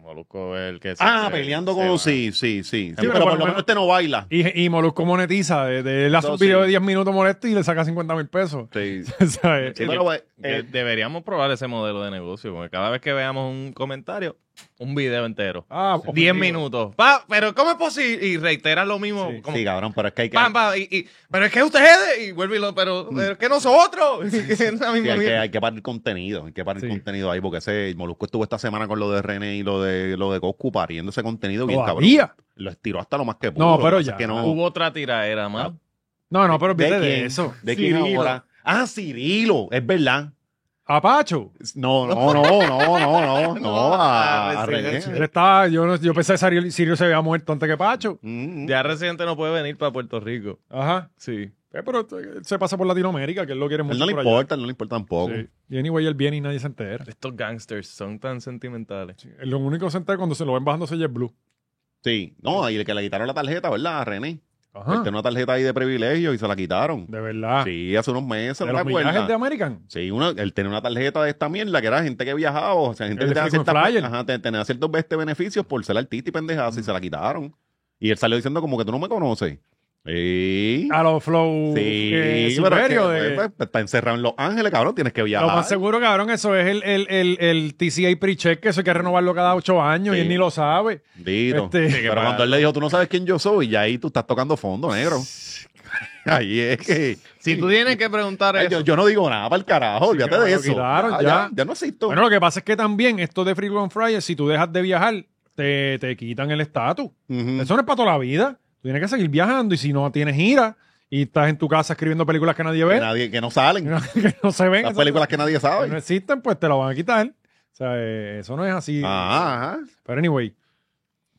S3: Molusco es el que se-
S2: Ah,
S3: se-
S2: peleando
S3: se
S2: con.
S3: va.
S2: Sí, sí, sí.
S1: pero
S2: pero
S1: por
S2: por
S1: lo
S2: lo menos este no baila.
S1: Y, y Molusco monetiza. De, de- él hace
S2: No,
S1: un video
S2: sí.
S1: de 10 minutos molesto y le saca 50 mil pesos.
S2: Sí. sí,
S1: ¿Sabes?
S2: pero, pues,
S3: De-
S2: eh,
S3: deberíamos probar ese modelo de negocio, porque cada vez que veamos un comentario, un video entero.
S1: Ah,
S3: 10
S1: ofensivo.
S3: minutos. Pa, pero ¿cómo es posible? Y reiteran lo mismo.
S1: Sí.
S3: como,
S2: sí, cabrón, pero es que hay que.
S3: pam, pam, y, y- pero es que ustedes, y vuelve y lo, pero, pero es que nosotros. Es la
S2: Sí,
S3: misma
S2: hay, que,
S3: mierda.
S2: hay que parar el contenido, hay que parar
S1: Sí.
S2: el contenido ahí, porque ese el Molusco estuvo esta semana con lo de René y lo de lo de Coscu pariendo ese contenido bien
S1: Todavía.
S2: cabrón. Lo estiró hasta lo más que pudo.
S1: No,
S2: lo que
S1: pero
S2: pasa
S1: ya.
S2: es que no-
S3: Hubo otra tiraera más.
S1: No, no, pero
S2: ¿De
S1: olvídate de
S2: quién?
S1: eso.
S2: ¿De quién
S1: Cirilo.
S2: ahora? Ah, Cirilo, es verdad.
S1: Apacho.
S2: No, no, no, no, no, no, no,
S1: ah, pues
S2: a, a René.
S3: Sí.
S1: Él estaba- yo, no- yo pensé que Sirio, Sirio se había muerto antes que Pacho.
S2: Mm, mm.
S3: Ya Residente no puede venir para Puerto Rico.
S1: Ajá.
S3: Sí.
S1: Eh, pero eh, se pasa por Latinoamérica, que él lo quiere
S2: Él
S1: mucho.
S2: no le
S1: por allá.
S2: importa, él no le importa tampoco.
S1: Sí. Y anyway, él viene y nadie se entera.
S3: Estos gangsters son tan sentimentales.
S1: Sí. Lo único que se entera cuando se lo ven bajándose es Blue.
S2: Sí, no, y el que le quitaron la tarjeta, ¿verdad? A René. Él
S1: Ajá.
S2: tenía una tarjeta ahí de privilegio y se la quitaron.
S1: De verdad.
S2: Este Sí, hace unos meses,
S1: Ah. de
S2: ¿no te
S1: los millajes
S2: acuerdas?
S1: de American.
S2: Sí, uno, él tenía una tarjeta de esta mierda que era gente que viajaba, o sea, gente
S1: El
S2: que
S1: de
S2: tenía,
S1: Frequent
S2: ciertas-
S1: Flyer.
S2: ajá, te- tenía ciertos este, beneficios por ser artista y pendejadas y se la quitaron. Y él salió diciendo como que tú no me conoces. Sí.
S1: A los Flow.
S2: sí,
S1: Ah, eh,
S2: pero es que,
S1: Silverio de-
S2: pues, pues, está encerrado en Los Ángeles, cabrón, tienes que
S1: Lo
S2: viajar.
S1: más seguro, cabrón, eso es el, el, el, el TCA pre-check, que eso hay que renovarlo cada ocho años y
S2: Sí.
S1: él ni lo sabe.
S2: Bendito.
S1: Este-
S2: Sí, pero cuando él le dijo, tú no sabes quién yo soy, y ahí tú estás tocando fondo, negro. Ahí es que...
S3: Si tú tienes que preguntar
S2: Ay,
S3: eso.
S2: yo, yo no digo nada para el carajo, olvídate
S1: cabrón,
S2: de
S1: lo
S2: eso.
S1: quitaron,
S2: Ah,
S1: ya.
S2: ya no existo.
S1: Bueno, lo que pasa es que también esto de Free on Friday, si tú dejas de viajar, te, te quitan el estatus.
S2: Ujú.
S1: Eso no es para toda la vida. Tú tienes que seguir viajando y si no tienes gira y estás en tu casa escribiendo películas que nadie
S2: que,
S1: ve,
S2: nadie, que no salen.
S1: que no, que no se ven,
S2: Las
S1: eso-
S2: películas que nadie
S1: que no
S2: sabe.
S1: existen, pues te lo van a quitar. O sea, eh, eso no es así.
S2: Ajá, ajá.
S1: Pero anyway,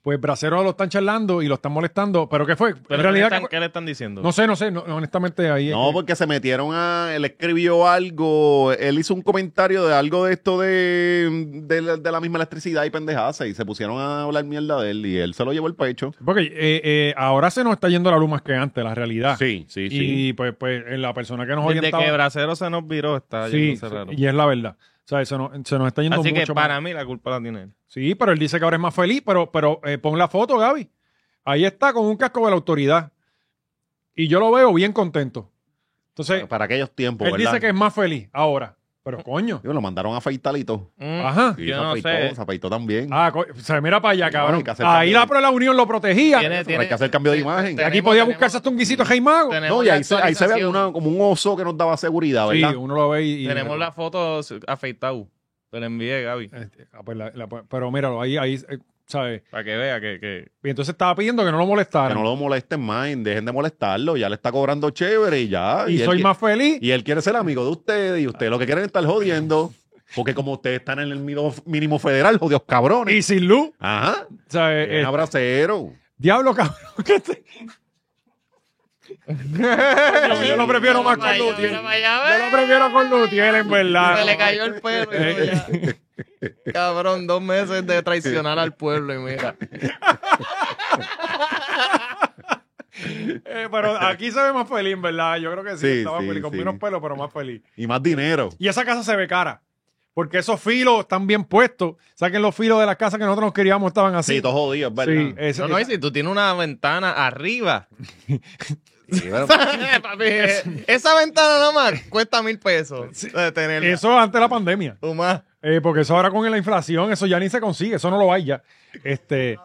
S1: pues Bracero lo están charlando y lo están molestando. ¿Pero qué fue?
S3: Pero
S1: en
S3: ¿qué, le
S1: realidad,
S3: están,
S1: ¿qué
S3: qué le están diciendo?
S1: fue? no sé, no sé. no- honestamente, ahí es
S2: No,
S1: que-
S2: porque se metieron a. Él escribió algo. Él hizo un comentario de algo de esto de, de, la- de la misma electricidad y pendejadas. Y se pusieron a hablar mierda de él. Y él se lo llevó al pecho.
S1: Porque eh, eh, ahora se nos está yendo la luz más que antes, la realidad.
S2: Sí, sí,
S1: Ah, Y pues, pues eh, la persona que nos
S3: Desde
S1: orientaba...
S3: que Bracero se nos viró, está
S1: sí,
S3: yéndose raro.
S1: y es la verdad. O sea, se nos, se nos está yendo
S3: Así que
S1: mucho más.
S3: para mí la culpa la tiene él.
S1: Sí, pero él dice que ahora es más feliz, pero, pero eh, pon la foto, Gaby. Ahí está con un casco de la autoridad. Y yo lo veo bien contento. Entonces,
S2: Para, para aquellos tiempos,
S3: pues,
S1: él
S2: ¿verdad?
S1: dice que es más feliz ahora. Pero coño.
S2: Digo, lo mandaron a afeitar y todo.
S1: Ajá.
S2: Y
S3: Yo
S2: se
S3: no
S2: afeitó,
S3: sé.
S2: se afeitó también.
S1: Ah, co- o sea, mira para allá,
S2: No,
S1: cabrón.
S2: hay que hacer
S1: Ahí
S2: cambio.
S1: la, pro- la unión lo protegía.
S3: Tiene-
S2: Pero
S3: tiene-
S2: hay que hacer cambio de
S3: te-
S2: imagen.
S3: te-
S1: Aquí
S3: tenemos-
S1: podía
S3: tenemos- Mm.
S1: buscarse hasta un guisito Hey Mago.
S3: Tenemos
S2: no, y
S3: la
S2: ahí se, ahí se ve
S3: actualización.
S2: una- como un oso que nos daba seguridad,
S1: Sí,
S2: ¿verdad?
S1: uno lo ve y... y-
S3: Tenemos las fotos afeitado. Te la envié, Gaby.
S1: Este, ah, pues la- la- pero míralo, ahí, ahí, eh, ¿sabes?
S3: Para que vea que, que
S1: Y entonces estaba pidiendo que no lo
S2: Que
S1: molestaran.
S2: no lo molesten más, dejen de molestarlo. Ya le está cobrando chévere y ya.
S1: y
S2: él
S1: soy
S2: que-
S1: más feliz.
S2: Y él quiere ser amigo de ustedes y ustedes lo que quieren es estar jodiendo. Porque como ustedes están en el mínimo- mínimo federal, jodidos
S1: Y,
S2: cabrones.
S1: sin luz.
S2: Ajá.
S1: ¿sabes?
S2: Un
S1: Eh,
S2: abracero.
S1: diablo, cabrón. que te- yo, yo lo prefiero más con Lutier. Yo lo prefiero con Lutier, en verdad. Eh,
S3: Se le cayó el pelo. y todo ya. Cabrón, dos meses de traicionar al pueblo y mira.
S1: Eh, pero aquí se ve más feliz, en verdad. Yo creo que sí.
S2: Sí,
S1: estaba
S2: sí,
S1: feliz, con
S2: sí.
S1: menos pelo, pero más feliz.
S2: Y más dinero.
S1: Y esa casa se ve cara. Porque esos filos están bien puestos. Saquen los filos de las casas que nosotros nos queríamos estaban así.
S2: Sí, todo jodido, es
S1: Sí,
S2: verdad.
S1: esa-
S3: No, no, y
S1: esa-
S3: si tú tienes una ventana arriba,
S2: bueno,
S3: Papi, eh, Esa ventana nada más cuesta mil pesos de tenerla.
S1: Eso antes de la pandemia.
S3: O más.
S1: Eh, porque eso ahora con la inflación, eso ya ni se consigue, eso no lo hay ya. Este,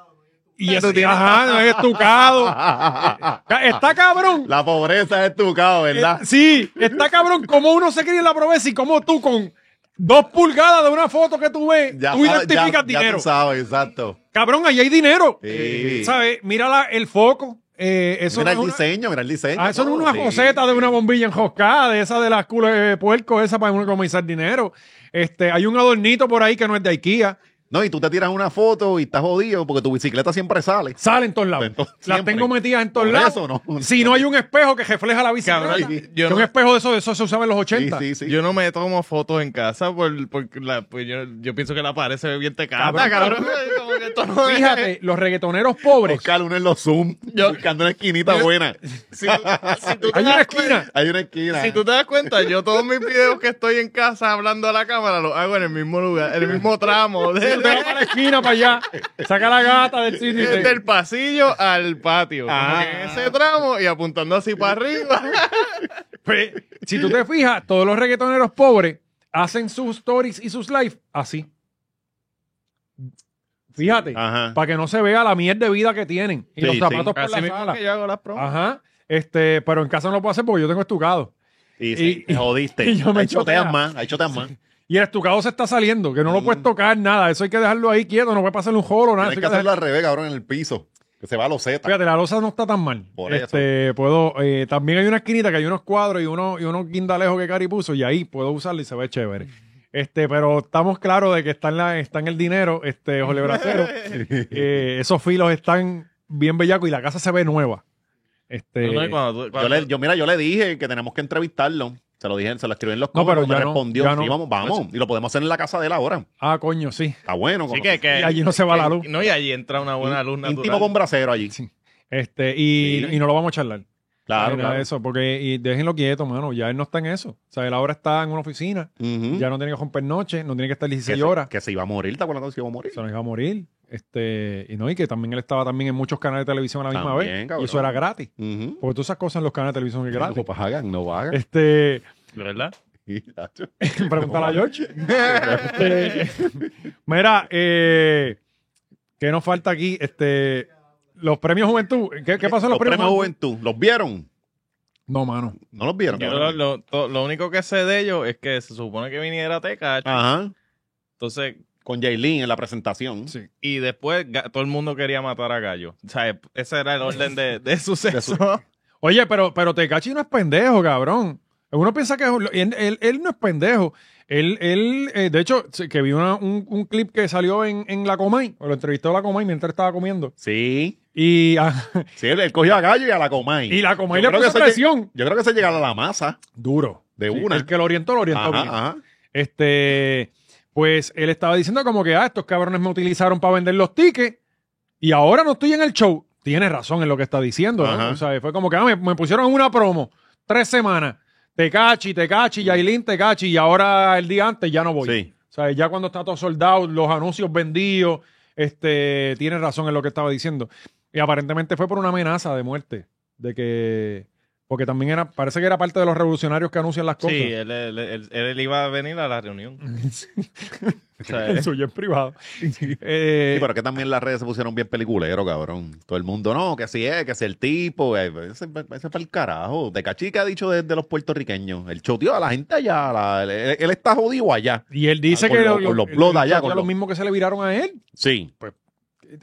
S1: y eso, ajá, no es estucado. Ca- Está cabrón.
S2: la pobreza es tu cao, ¿verdad?
S1: Eh, sí, está cabrón cómo uno se cría en la pobreza y cómo tú con dos pulgadas de una foto que tú ves, tú
S2: sabes-
S1: identificas
S2: ya- ya
S1: dinero.
S2: tú sabes, exacto.
S1: cabrón, ahí hay dinero.
S2: Sí.
S1: ¿Sabes? Mira la- el foco. eh, eso
S2: mira
S1: no
S2: el
S1: es una-
S2: diseño, mira el diseño.
S1: Ah, eso no es
S2: todo,
S1: una
S2: sí.
S1: foseta de una bombilla enjoscada, de esa de las culas de puerco, esa para uno economizar dinero. Este, hay un adornito por ahí que no es de IKEA.
S2: No, y tú te tiras una foto y estás jodido porque tu bicicleta siempre sale.
S1: Sale en todos lados.
S2: Entonces,
S1: Las
S2: siempre.
S1: tengo metidas en todos
S2: Por
S1: lados.
S2: eso no.
S1: Si no hay un espejo que refleja la bicicleta.
S3: Cabrón,
S1: que
S3: yo
S1: un
S3: no-
S1: espejo de eso, de eso se usaba en los
S2: Sí,
S1: 80.
S2: sí, sí.
S3: Yo no me tomo fotos en casa por, porque la, pues yo, yo pienso que la pared se ve bien tecada.
S1: Cabrón.
S3: cabrón. Como que esto no es-
S1: Fíjate, los reggaetoneros pobres.
S2: Buscar uno en los Zoom, buscando una esquinita buena.
S3: Si, tú- si tú te
S1: Hay una
S3: das
S1: esquina.
S2: Hay una esquina.
S3: cuenta- si tú te das cuenta, yo todos mis videos que estoy en casa hablando a la cámara los hago en el mismo lugar, en el mismo tramo. de-
S1: Te vas para la esquina, para allá. Saca la gata del sitio. y
S3: de-
S1: te-
S3: del pasillo al patio. Como
S1: Ah.
S3: que en ese tramo y apuntando así para arriba.
S1: Pe- si tú te fijas, todos los reggaetoneros pobres hacen sus stories y sus lives así. Fíjate,
S2: Ajá.
S1: para que no se vea la mierda de vida que tienen y
S2: Sí,
S1: los
S2: Ah. sí.
S1: zapatos por
S3: Así
S1: la
S3: mismo
S1: sala.
S3: que yo hago las bromas.
S1: Ajá. Este, pero en casa no lo puedo hacer porque yo tengo estucado.
S2: Y,
S1: y-
S2: sí, te jodiste.
S1: y yo me Ah,
S2: ahí choteas
S1: chotea.
S2: más, ahí choteas más.
S1: Y el estucado se está saliendo, que no lo puedes tocar nada. Eso hay que dejarlo ahí quieto, no puedes pasarle un jolo, nada.
S2: Tienes
S1: Eso
S2: que
S1: hay que
S2: hacerlo al revés, cabrón, en el piso. Que se va a los Z.
S1: Fíjate, la losa no está tan mal.
S2: Por eso.
S1: este, puedo, eh, también hay una esquinita que hay unos cuadros y unos, y unos guindalejos que Cari puso y ahí puedo usarlo y se ve chévere. Este, pero estamos claros de que está en, la, está en el dinero, este, Jole Bracero. Eh, esos filos están bien bellacos y la casa se ve nueva. Este,
S3: No, no, y cuando tú-
S2: Yo
S3: cuando-
S2: le, yo, mira, yo le dije que tenemos que entrevistarlo. Se lo dije, se lo escribí en los
S1: No, pero
S2: me
S1: ya no,
S2: respondió.
S1: ya no.
S2: Sí, vamos, vamos. Y lo podemos hacer en la casa de él ahora.
S1: ah, coño, sí.
S2: Está bueno.
S3: Sí,
S2: con-
S3: que- que-
S1: Y allí no se va la luz.
S3: No, y allí entra una buena luz natural.
S2: íntimo con bracero allí.
S1: Sí. Este, y,
S2: Sí.
S1: y no lo vamos a charlar. Ni
S2: Claro,
S1: nada
S2: claro.
S1: de eso, porque y déjenlo quieto, mano. Ya él no está en eso. O sea, él ahora está en una oficina,
S2: Ujú.
S1: ya no tiene que romper noche, no tiene que estar
S2: ¿Mm? que,
S1: 16
S2: se,
S1: horas.
S2: que se iba a morir, ¿te acuerdas que se iba a morir?
S1: se nos iba a morir. Este, y no, y que también él estaba también en muchos canales de televisión a la misma
S2: También,
S1: vez.
S2: cabrón.
S1: Y eso era gratis.
S2: Ujú.
S1: Porque todas esas cosas en los canales de televisión es gratis.
S2: No pagan, no pagan.
S1: Este,
S3: ¿Verdad?
S1: preguntar a George. Este, mira, eh, ¿qué nos falta aquí? Este, los premios Juventud. ¿Qué, qué pasó en los,
S2: Los premios Juventud, ¿los vieron?
S1: No, mano.
S2: ¿No los vieron?
S3: Yo lo, lo- to- lo único que sé de ellos es que se supone que viniera Teca.
S2: Ajá.
S3: Entonces,
S2: Con Jaylin en la presentación.
S1: Sí.
S3: y después ga- todo el mundo quería matar a Gallo. O sea, e- ese era el orden de, de suceso.
S1: Oye, pero, pero Tecachi no es pendejo, cabrón. Uno piensa que es un- él, él- él no es pendejo. Él, él eh, de hecho, sí, que vi una- un, un clip que salió en, en la Comay, o lo entrevistó la Comay mientras estaba comiendo.
S2: Sí.
S1: Y, ah,
S2: Sí, él, él cogió a Gallo y a la Comay.
S1: y la Comay
S2: Yo
S1: le
S2: creo que
S1: puso
S2: eso es
S1: presión.
S2: Yo creo que se llegaba a la masa.
S1: Duro.
S2: De
S1: Sí,
S2: una.
S1: El que lo orientó, lo orientó
S2: Ajá,
S1: bien.
S2: ajá.
S1: Este, pues él estaba diciendo como que, ah, estos cabrones me utilizaron para vender los tickets y ahora no estoy en el show. Tiene razón en lo que está diciendo. ¿no?
S2: Ajá.
S1: O sea, fue como que ah, me, me pusieron en una promo, tres semanas. Tecachi, Tecachi, Yailin, Tecachi, y ahora el día antes ya no voy. Eh,
S2: Sí.
S1: O sea, ya cuando está todo soldado, los anuncios vendidos, este, tiene razón en lo que estaba diciendo. Y aparentemente fue por una amenaza de muerte, de que, porque también era, parece que era parte de los revolucionarios que anuncian las
S3: Sí,
S1: cosas.
S3: él, él- él- él iba a venir a la reunión.
S2: Mm. eh.
S3: O sea,
S1: El suyo es privado.
S2: Sí,
S1: Eh,
S2: pero que también las redes se pusieron bien peliculero, cabrón. Todo el mundo, no, que así es, que así es el tipo. eh, Ese, ese es para el carajo. De cachica ha dicho desde los puertorriqueños. El choteo a la gente allá. la- él, él está jodido allá.
S1: y él dice
S2: Ah, con
S1: que
S2: lo-
S1: lo-
S2: con los
S1: el-
S2: blood
S1: el-
S2: allá,
S1: el-
S2: con
S1: lo
S2: los-
S1: mismo que se le viraron a él.
S2: Sí.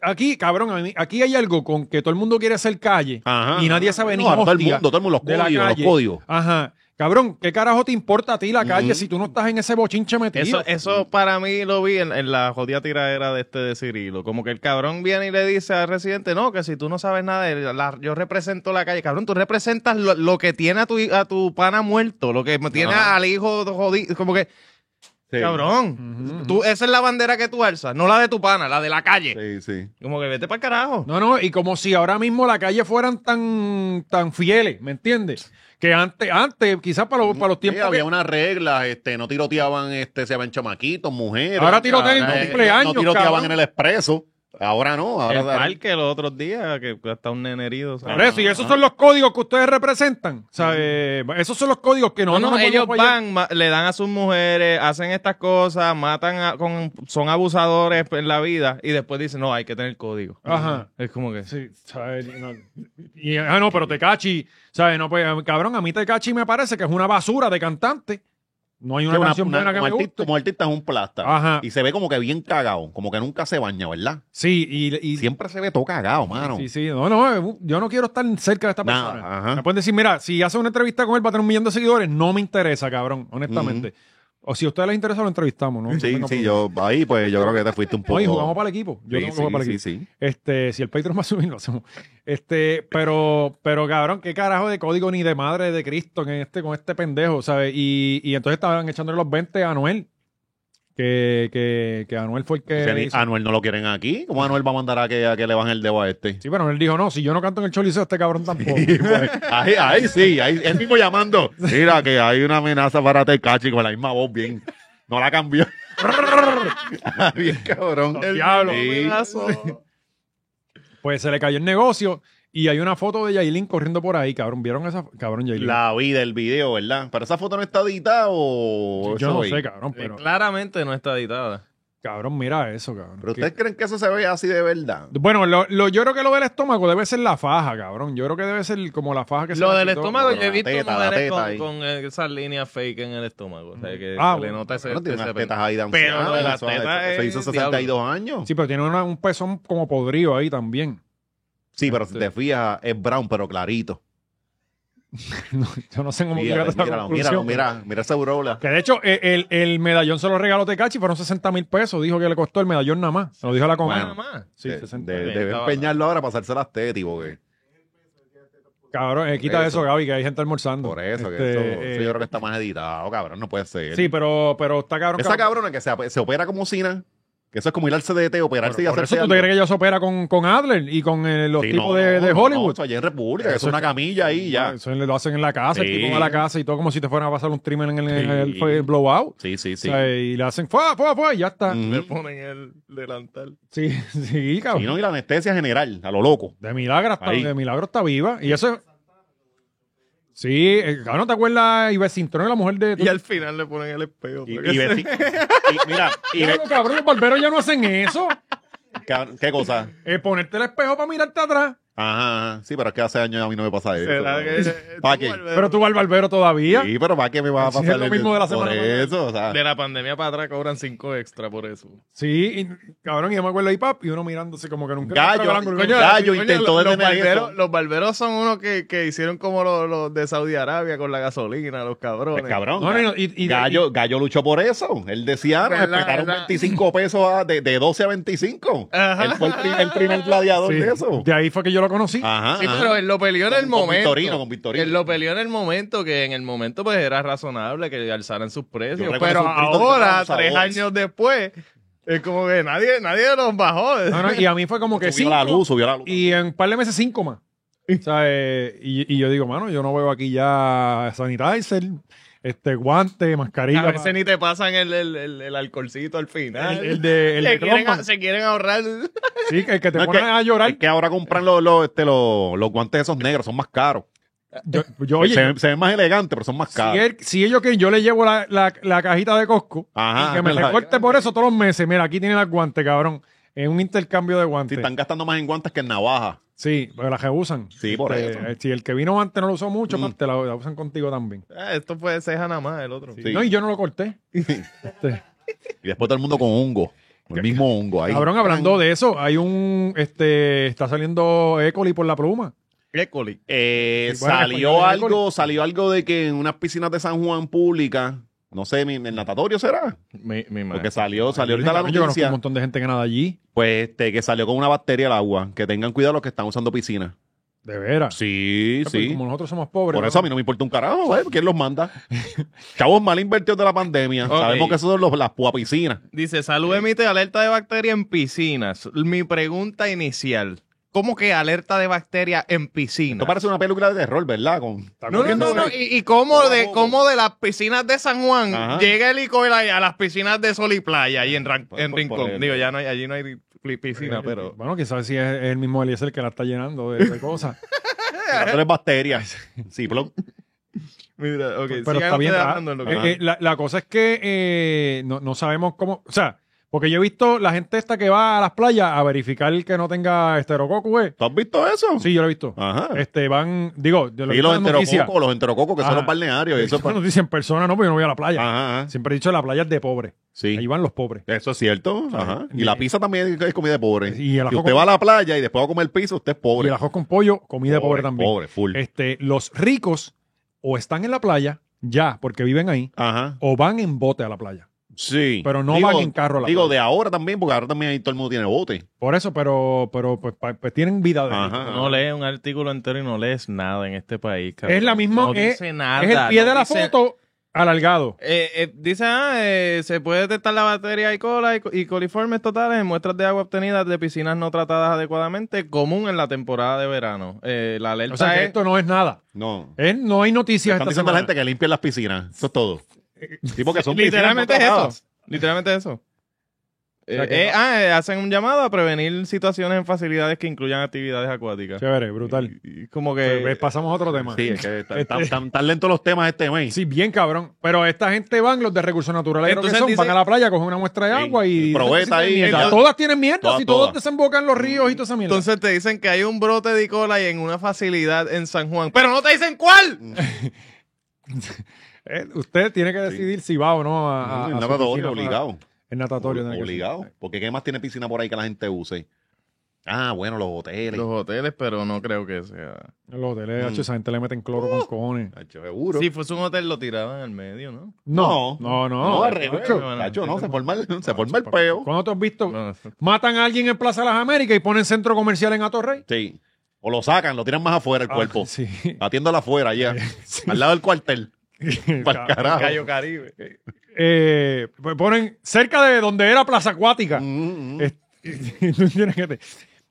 S1: Aquí, cabrón, a mí- aquí hay algo con que todo el mundo quiere hacer calle
S2: Ajá.
S1: y nadie sabe ni
S2: No, a todo el
S1: hostia.
S2: mundo, todo el mundo,
S1: de
S2: los
S1: la
S2: códigos, los
S1: calle.
S2: códigos.
S1: Ajá. Cabrón, ¿qué carajo te importa a ti la calle
S2: Ujú.
S1: si tú no estás en ese bochinche metido?
S3: Eso, eso para mí lo vi en, en la jodida tiradera de este de Cirilo. Como que el cabrón viene y le dice al residente, no, que si tú no sabes nada, de la- yo represento la calle. Cabrón, tú representas lo, lo que tiene a tu, hi- a tu pana muerto, lo que tiene
S2: Ajá.
S3: al hijo jodido. Como que,
S2: Sí.
S3: cabrón,
S1: Ujú, ujú.
S3: tú, esa es la bandera que tú alzas, no la de tu pana, la de la calle.
S2: Sí, sí.
S3: Como que vete para carajo.
S1: No, no, y como si ahora mismo la calle fueran tan, tan fieles, ¿me entiendes? Que antes, antes, quizás para los, para los
S2: Sí,
S1: tiempos
S2: había
S1: que-
S2: unas reglas, este, no tiroteaban, este, se habían chamaquitos, mujeres.
S1: Ahora tirotean en
S2: Ahora, eh,
S1: cumpleaños,
S2: No tiroteaban
S1: cabrón.
S2: en el expreso. Ahora no, ahora
S3: el parque los otros días, que hasta un nene herido. ¿sabes?
S1: Por eso, y esos son los códigos que ustedes representan. O sea, eh,
S2: Mm-hmm.
S1: esos son los códigos que
S3: No,
S1: no,
S3: no,
S1: nos
S3: ellos
S1: hemos podido fallar.
S3: van, ma- le dan a sus mujeres, hacen estas cosas, matan, a- con, son abusadores en la vida y después dicen, no, hay que tener código.
S1: Ajá.
S3: Es como que...
S1: Sí, ¿sabes? No. Y, ah, no, pero Tecachi, ¿sabes? No, pues, cabrón, a mí Tecachi me parece que es una basura de cantante. No hay una,
S2: Que una-
S1: canción
S2: una-
S1: buena que
S2: como,
S1: me
S2: artista,
S1: guste.
S2: como artista es un plasta.
S1: Ajá.
S2: Y se ve como que bien cagado, como que nunca se baña, ¿verdad?
S1: Sí, y, y-
S2: Siempre se ve todo cagado, mano.
S1: sí, sí. No, no, eh, yo no quiero estar cerca de esta
S2: Nada,
S1: persona.
S2: ajá.
S1: Me pueden decir, mira, si hace una entrevista con él va a tener un millón de seguidores, no me interesa, cabrón, honestamente. O si a ustedes les interesa, lo entrevistamos, ¿no? No
S2: Sí,
S1: tengo
S2: sí,
S1: problema.
S2: yo ahí pues yo creo que te fuiste un poco.
S1: No, y jugamos para el equipo. Yo
S2: Sí,
S1: tengo que
S2: sí,
S1: jugar para el
S2: sí,
S1: equipo.
S2: sí.
S1: Este, si el Patreon va a subir, lo hacemos. Este, pero, pero cabrón, qué carajo de código ni de madre de Cristo en este, con este pendejo, ¿sabes? Y, y entonces estaban echándole los 20 a Anuel. Que, que, que Anuel fue el que.
S2: O sea,
S1: le
S2: ni-
S1: hizo-
S2: Anuel no lo quieren aquí. ¿Cómo Anuel va a mandar a que, a que le bajen el dedo a este?
S1: Sí, pero Anuel dijo, no, si yo no canto en el choliseo, este cabrón tampoco.
S2: Y, pues, ahí, ahí sí, ahí él mismo llamando. Mira que hay una amenaza para Tecachi con la misma voz bien. No la cambió. bien cabrón.
S1: Los diablos.
S2: Sí.
S1: Pues se le cayó el negocio y hay una foto de Yailin corriendo por ahí, cabrón. ¿Vieron esa? Cabrón, Yailin.
S2: La vida, el video, ¿verdad? Pero esa foto no está editada o.
S1: yo no
S2: eso,
S1: sé,
S2: güey?
S1: cabrón, pero.
S3: Claramente no está editada.
S1: Cabrón, mira eso, cabrón.
S2: Pero
S1: Qué-
S2: ustedes creen que eso se ve así de verdad.
S1: Bueno, lo, lo- yo creo que lo del estómago debe ser la faja, cabrón. Yo creo que debe ser como la faja que se
S3: Lo
S1: la
S3: del
S1: quitó.
S3: estómago,
S2: pero
S3: yo he
S2: la
S3: visto
S2: teta, la
S3: mujeres
S2: teta
S3: con,
S2: ahí.
S3: con esas líneas fake en el estómago. O sea, que
S1: Ah,
S3: se le
S1: bueno,
S3: nota ese...
S2: No tiene
S3: ese-
S2: unas tetas ahí tan
S3: Pero lo de las
S2: eso- eso-
S3: tetas
S2: eso
S3: es
S2: hizo 62 años.
S1: Sí, pero tiene una- un pezón como podrido ahí también.
S2: Sí, pero si te fijas, es brown, pero clarito.
S1: No, yo no sé cómo llegar a
S2: Míralo,
S1: esa
S2: míralo,
S1: conclusión.
S2: míralo, mira, mira esa urola.
S1: Que de hecho, eh, el, el medallón se lo regaló Tecachi, fueron 60 mil pesos. Dijo que le costó el medallón nada más. Se lo dijo a la comida.
S3: Nada más.
S1: sí,
S2: De-
S1: 60.
S2: de-
S3: Bien,
S2: debe
S3: estaba-
S2: empeñarlo ahora para hacerse las tetas, porque
S1: Cabrón, eh, quita
S2: eso.
S1: eso, Gaby, que hay gente almorzando.
S2: por eso, que
S1: Este,
S2: eso,
S1: eh,
S2: eso yo creo que está más editado, cabrón, no puede ser.
S1: Sí, pero, pero está cabrón.
S2: Esa
S1: cabrón.
S2: cabrona que se, se opera como sina, que eso es como ir al CDT, operarse y
S1: Por
S2: hacerse
S1: eso tú te
S2: algo.
S1: crees que ella se opera con, con Adler y con eh, los
S2: Sí,
S1: tipos
S2: no,
S1: de,
S2: no,
S1: de
S2: no,
S1: Hollywood.
S2: eso allá en República, que
S1: Eso
S2: eso es una camilla ahí ya.
S1: Eso lo hacen en la casa, el
S2: Sí.
S1: tipo va a la casa y todo como si te fueran a pasar un trimmer en el, en el-
S2: Sí.
S1: fue el blowout.
S2: Sí, sí,
S1: O
S2: sí.
S1: sea, y le hacen fue, fue, fue, y ya está.
S2: Ujú.
S3: Le ponen el delantal.
S1: Sí, sí, cabrón.
S2: Sí, no, y la anestesia general, a lo loco.
S1: De milagro está,
S2: Ahí.
S1: de milagro está viva. Y eso Sí, eh, cabrón, ¿no te acuerdas Iber Cintrón, la mujer de
S3: Y al final le ponen el espejo.
S2: Y,
S3: para que
S2: y
S3: se-
S2: Betty- y mira, y
S1: Diablo,
S2: Be-
S1: cabrón, los barberos ya no hacen eso.
S2: cabrón, ¿qué cosa?
S1: Eh, ponerte el espejo para mirarte atrás.
S2: Ajá, ajá. sí, pero es que hace años a mí no me pasa eso.
S3: ¿Será que-
S2: ¿Para qué?
S1: Pero tú vas al barbero todavía.
S2: Sí, pero ¿para qué me va a
S1: Sí, es
S2: pasar
S1: lo
S2: el-
S1: mismo de la
S2: por
S1: semana pasada.
S2: eso? O sea,
S3: De la pandemia para atrás cobran 5 extra por eso.
S1: Sí, y- cabrón, y yo me acuerdo ahí, pap, y uno mirándose como que nunca.
S2: Gallo,
S1: encontraba el ángulo.
S2: coño, Gallo intentó
S3: los, los
S2: detener
S3: barberos,
S2: eso.
S3: los barberos son unos que, que hicieron como los, los de Saudi Arabia con la gasolina, los cabrones.
S2: pues, cabrón.
S1: No, no, no, y- y-
S2: Gallo, Gallo luchó por eso. Él decía, "Ah, nos
S3: Verdad,
S2: respetaron
S3: Pues verdad.
S2: 25 pesos a- de, de 12 a 25. Él fue el, pri- el primer gladiador
S1: Sí,
S2: de eso. Ah.
S1: de ahí fue que yo lo conocí.
S2: Ajá.
S3: Sí,
S2: ajá.
S3: pero él lo peleó en
S2: Con-
S3: el
S2: con
S3: momento.
S2: Victorino, con Victorino.
S3: Él lo peleó en el momento, que en el momento pues era razonable que alzaran sus
S2: Yo
S3: precios.
S2: recuerdo
S3: Pero
S2: esos gritos de
S3: ahora,
S2: Ramón
S3: tres
S2: Sabonis.
S3: años después, es como que nadie, nadie los bajó.
S1: No, no, y a mí fue como que
S2: subió
S1: sí.
S2: la luz, subió la luz.
S1: Y en un par de meses cinco más. O sea, eh, y, y yo digo, mano, yo no veo aquí ya sanitizer, este guante, mascarilla.
S3: a
S2: Ah,
S3: veces ni te pasan el, el, el, el alcoholcito al final.
S1: el, el de, el de
S3: se, quieren,
S1: Trump,
S3: se quieren ahorrar.
S1: sí, que, que te
S2: No, es
S1: ponen
S2: que-
S1: a llorar.
S2: Es que ahora compran los, los, este, los, los guantes esos negros, son más caros.
S1: Yo, yo, oye,
S2: se, ven- se ven más elegantes, pero son más
S1: si,
S2: caros.
S1: él- si ellos que yo le llevo la, la, la cajita de Costco
S2: Ajá,
S1: y que me
S2: Ah, la-
S1: recorte por eso todos los meses. Mira, aquí tiene el guante, cabrón. Es un intercambio de
S2: Sí,
S1: guantes.
S2: están gastando más en guantes que en navaja.
S1: Sí, pero las rehusan.
S2: Sí, Mm. por
S1: Este,
S2: eso.
S1: eh, Si el que vino antes no lo usó mucho, pues, te la, la usan contigo también.
S3: Ah, esto puede ser nada más el otro.
S2: Sí.
S1: No, y yo no lo corté. Este.
S2: Y después todo el mundo con hongo. El mismo hongo ahí.
S1: Cabrón, hablando de eso, hay un, este, está saliendo E. coli por la pluma.
S3: Écoli.
S2: Eh,
S1: Sí, bueno, español
S2: salió
S1: de
S2: algo,
S1: alcohol.
S2: salió algo de que en unas piscinas de San Juan pública, no sé, en el natatorio será,
S3: Mi, mi madre.
S2: porque salió, salió ahorita la
S1: Cabrón, yo conozco un
S2: noticia,
S1: montón de gente que nada allí.
S2: pues este, que salió con una bacteria al agua, que tengan cuidado los que están usando piscinas.
S1: De veras.
S2: Sí,
S1: Pero
S2: sí.
S1: Ah. Como nosotros somos pobres.
S2: Por eso a mí no me importa un carajo, ¿eh? ¿quién los manda? Chavos mal invertidos de la pandemia.
S3: Ok.
S2: Sabemos que esos son los, las puapiscinas.
S3: Dice, salud emite alerta de bacteria en piscinas. Mi pregunta inicial. ¿Cómo que alerta de bacteria en
S2: Esto
S3: piscinas?
S2: parece una película de terror, ¿verdad? Con,
S1: Está
S3: No, no,
S1: corriendo-
S3: no, no. Y, y cómo,
S2: Ojo.
S3: de, cómo de las piscinas de San Juan
S2: Ajá.
S3: llega el Icoela a las piscinas de Sol y Playa y en, Ran-
S2: Por-
S3: en
S2: por- por
S3: Rincón.
S2: el-
S3: Digo, ya no hay, allí no hay pi- piscina, pero.
S1: Bueno, quién sabe si es el mismo Eliezer que la está llenando de, de cosas.
S2: Tres bacterias. Sí, plom.
S3: Mira, ok,
S1: pero
S3: sigan
S1: está bien.
S3: ustedes
S1: raro.
S3: hablando en lo que-
S1: Eh, eh, la, la cosa es que eh, no, no sabemos cómo. O sea, porque yo he visto la gente esta que va a las playas a verificar que no tenga esterococos, eh.
S2: ¿Tú has visto eso?
S1: Sí, yo lo he visto.
S2: Ajá.
S1: Este, van, digo, yo lo he
S2: Y
S1: visto
S2: Uh. Ah. los
S1: en las noticias.
S2: enterococos, los enterococos que son
S1: Ajá.
S2: los balnearios. y eso
S1: Eso
S2: es pa-
S1: nos dicen personas, no, porque yo no voy a la playa.
S2: Ajá, ajá.
S1: Siempre he dicho la playa es de pobre.
S2: Sí.
S1: Ahí van los pobres.
S2: Eso es cierto. Ajá. Y la pizza también es comida de pobre.
S1: Y el
S2: Si
S1: ajo,
S2: usted
S1: con,
S2: va a la playa y después va a comer pizza, usted es
S1: y
S2: pobre.
S1: el ajo con pollo, comida de pobre también.
S2: Pobre, full.
S1: Este, los ricos o están en la playa ya porque viven ahí
S2: Ajá.
S1: o van en bote a la playa.
S2: Sí.
S1: Pero no
S2: Digo-
S1: van en carro a la
S2: Digo,
S1: playa.
S2: de ahora también, porque ahora también ahí todo el mundo tiene bote.
S1: Por eso, pero, pero pues, pa- pues tienen vida de
S2: Ajá.
S3: No lees un artículo entero y no lees nada en este país, cabrón.
S1: Es la misma-
S3: No
S1: es-
S3: dice nada.
S1: Es el pie
S3: no
S1: de la
S3: dice-
S1: foto alargado.
S3: Eh, eh, dice, ah, eh, se puede detectar la bacteria E. coli y, y coliformes totales en muestras de agua obtenidas de piscinas no tratadas adecuadamente, común en la temporada de verano. Eh, la alerta
S1: O sea, que
S3: es...
S1: esto no es nada.
S2: No.
S1: Eh, No hay noticias
S2: Están
S1: esta
S2: diciendo a
S1: semana.
S2: la
S1: Eh,
S2: gente que limpien las piscinas. Eso es todo. Sí, porque son
S3: Literalmente es
S2: piscinas no
S3: eso.
S2: tratadas.
S3: Literalmente es eso.
S1: sea,
S3: Eh,
S1: que
S3: eh,
S1: no.
S3: Ah, eh, hacen un llamado a prevenir situaciones en facilidades que incluyan actividades acuáticas.
S1: Chévere, brutal.
S3: Y- y como
S1: Pues,
S3: que...
S1: Pasamos a otro tema.
S2: Sí, es que están están- están- están lentos los temas este mes.
S1: Este- Sí, bien cabrón. Pero esta gente van, los de recursos naturales, creo que
S3: Entonces
S1: son,
S3: dice-
S1: van a la playa, cogen una muestra de
S2: Sí,
S1: agua y.
S2: probeta
S1: dicen que sí tienen
S2: ahí,
S1: mierda.
S2: ya.
S1: Todas tienen mierda,
S2: Todas,
S1: si todos
S2: todas.
S1: desembocan los ríos y toda esa mierda.
S3: Entonces te dicen que hay un brote de E. coli en una facilidad en San Juan, pero no te dicen cuál.
S1: Eh, usted tiene que decidir si va o no a. a- a
S2: No,
S1: su
S2: no,
S1: piscina
S2: obligado.
S1: para- En natatorio. tiene que ser.
S2: Obligado. Porque ¿qué más tiene piscina por ahí que la gente use? Ah, bueno, los hoteles.
S3: Los hoteles, pero no creo que sea.
S1: En los hoteles,
S2: Mm.
S1: hacho, esa gente le meten cloro con cojones.
S2: Cacho, Seguro.
S3: Si fuese un hotel, lo tiraban al medio, ¿no?
S1: No, no, no.
S2: No, al revés.
S1: hacho.
S3: no, no.
S2: Cacho, no, se forma el, se forma el peo.
S1: ¿Cuándo te has visto?
S3: No, eso-
S1: Matan a alguien en Plaza de las Américas y ponen centro comercial en Atorrey.
S2: Sí. O lo sacan, lo tiran más afuera el
S1: Ah,
S2: cuerpo.
S1: sí.
S2: Atiéndolo afuera, allá. Al lado del cuartel. Para carajo.
S3: Cayo Caribe.
S1: Eh, pues ponen cerca de donde era Plaza Acuática.
S2: Mm, mm.
S1: Este, tú tienes que te-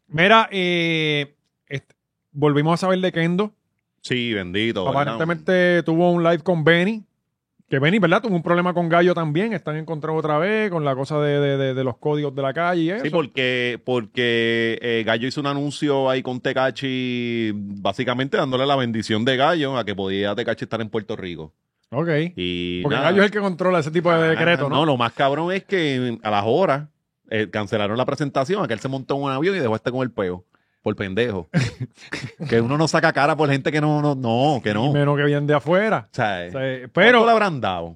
S1: Mira, eh, este, volvimos a saber de Kendo.
S2: Sí, bendito. ¿verdad?
S1: Aparentemente tuvo un live con Benny. Que Benny, ¿verdad? Tuvo un problema con Gallo también. Están encontrados otra vez con la cosa de, de- de- de los códigos de la calle y eso.
S2: Sí, porque, porque eh, Gallo hizo un anuncio ahí con Tecachi, básicamente dándole la bendición de Gallo a que podía Tecachi estar en Puerto Rico.
S1: ok.
S2: Y
S1: Porque
S2: nada. Ah,
S1: Gallo es el que controla ese tipo de decreto,
S2: No,
S1: ¿no?
S2: lo más cabrón es que a las horas eh, cancelaron la presentación, aquel se montó en un avión y dejó este con el peo. Por pendejo. que uno no saca cara por gente que no, no, no, que no.
S1: Y
S2: O
S1: menos que vienen de afuera.
S2: sea,
S1: O sea, eh,
S2: ¿cuánto le
S1: pero,
S2: habrán dado?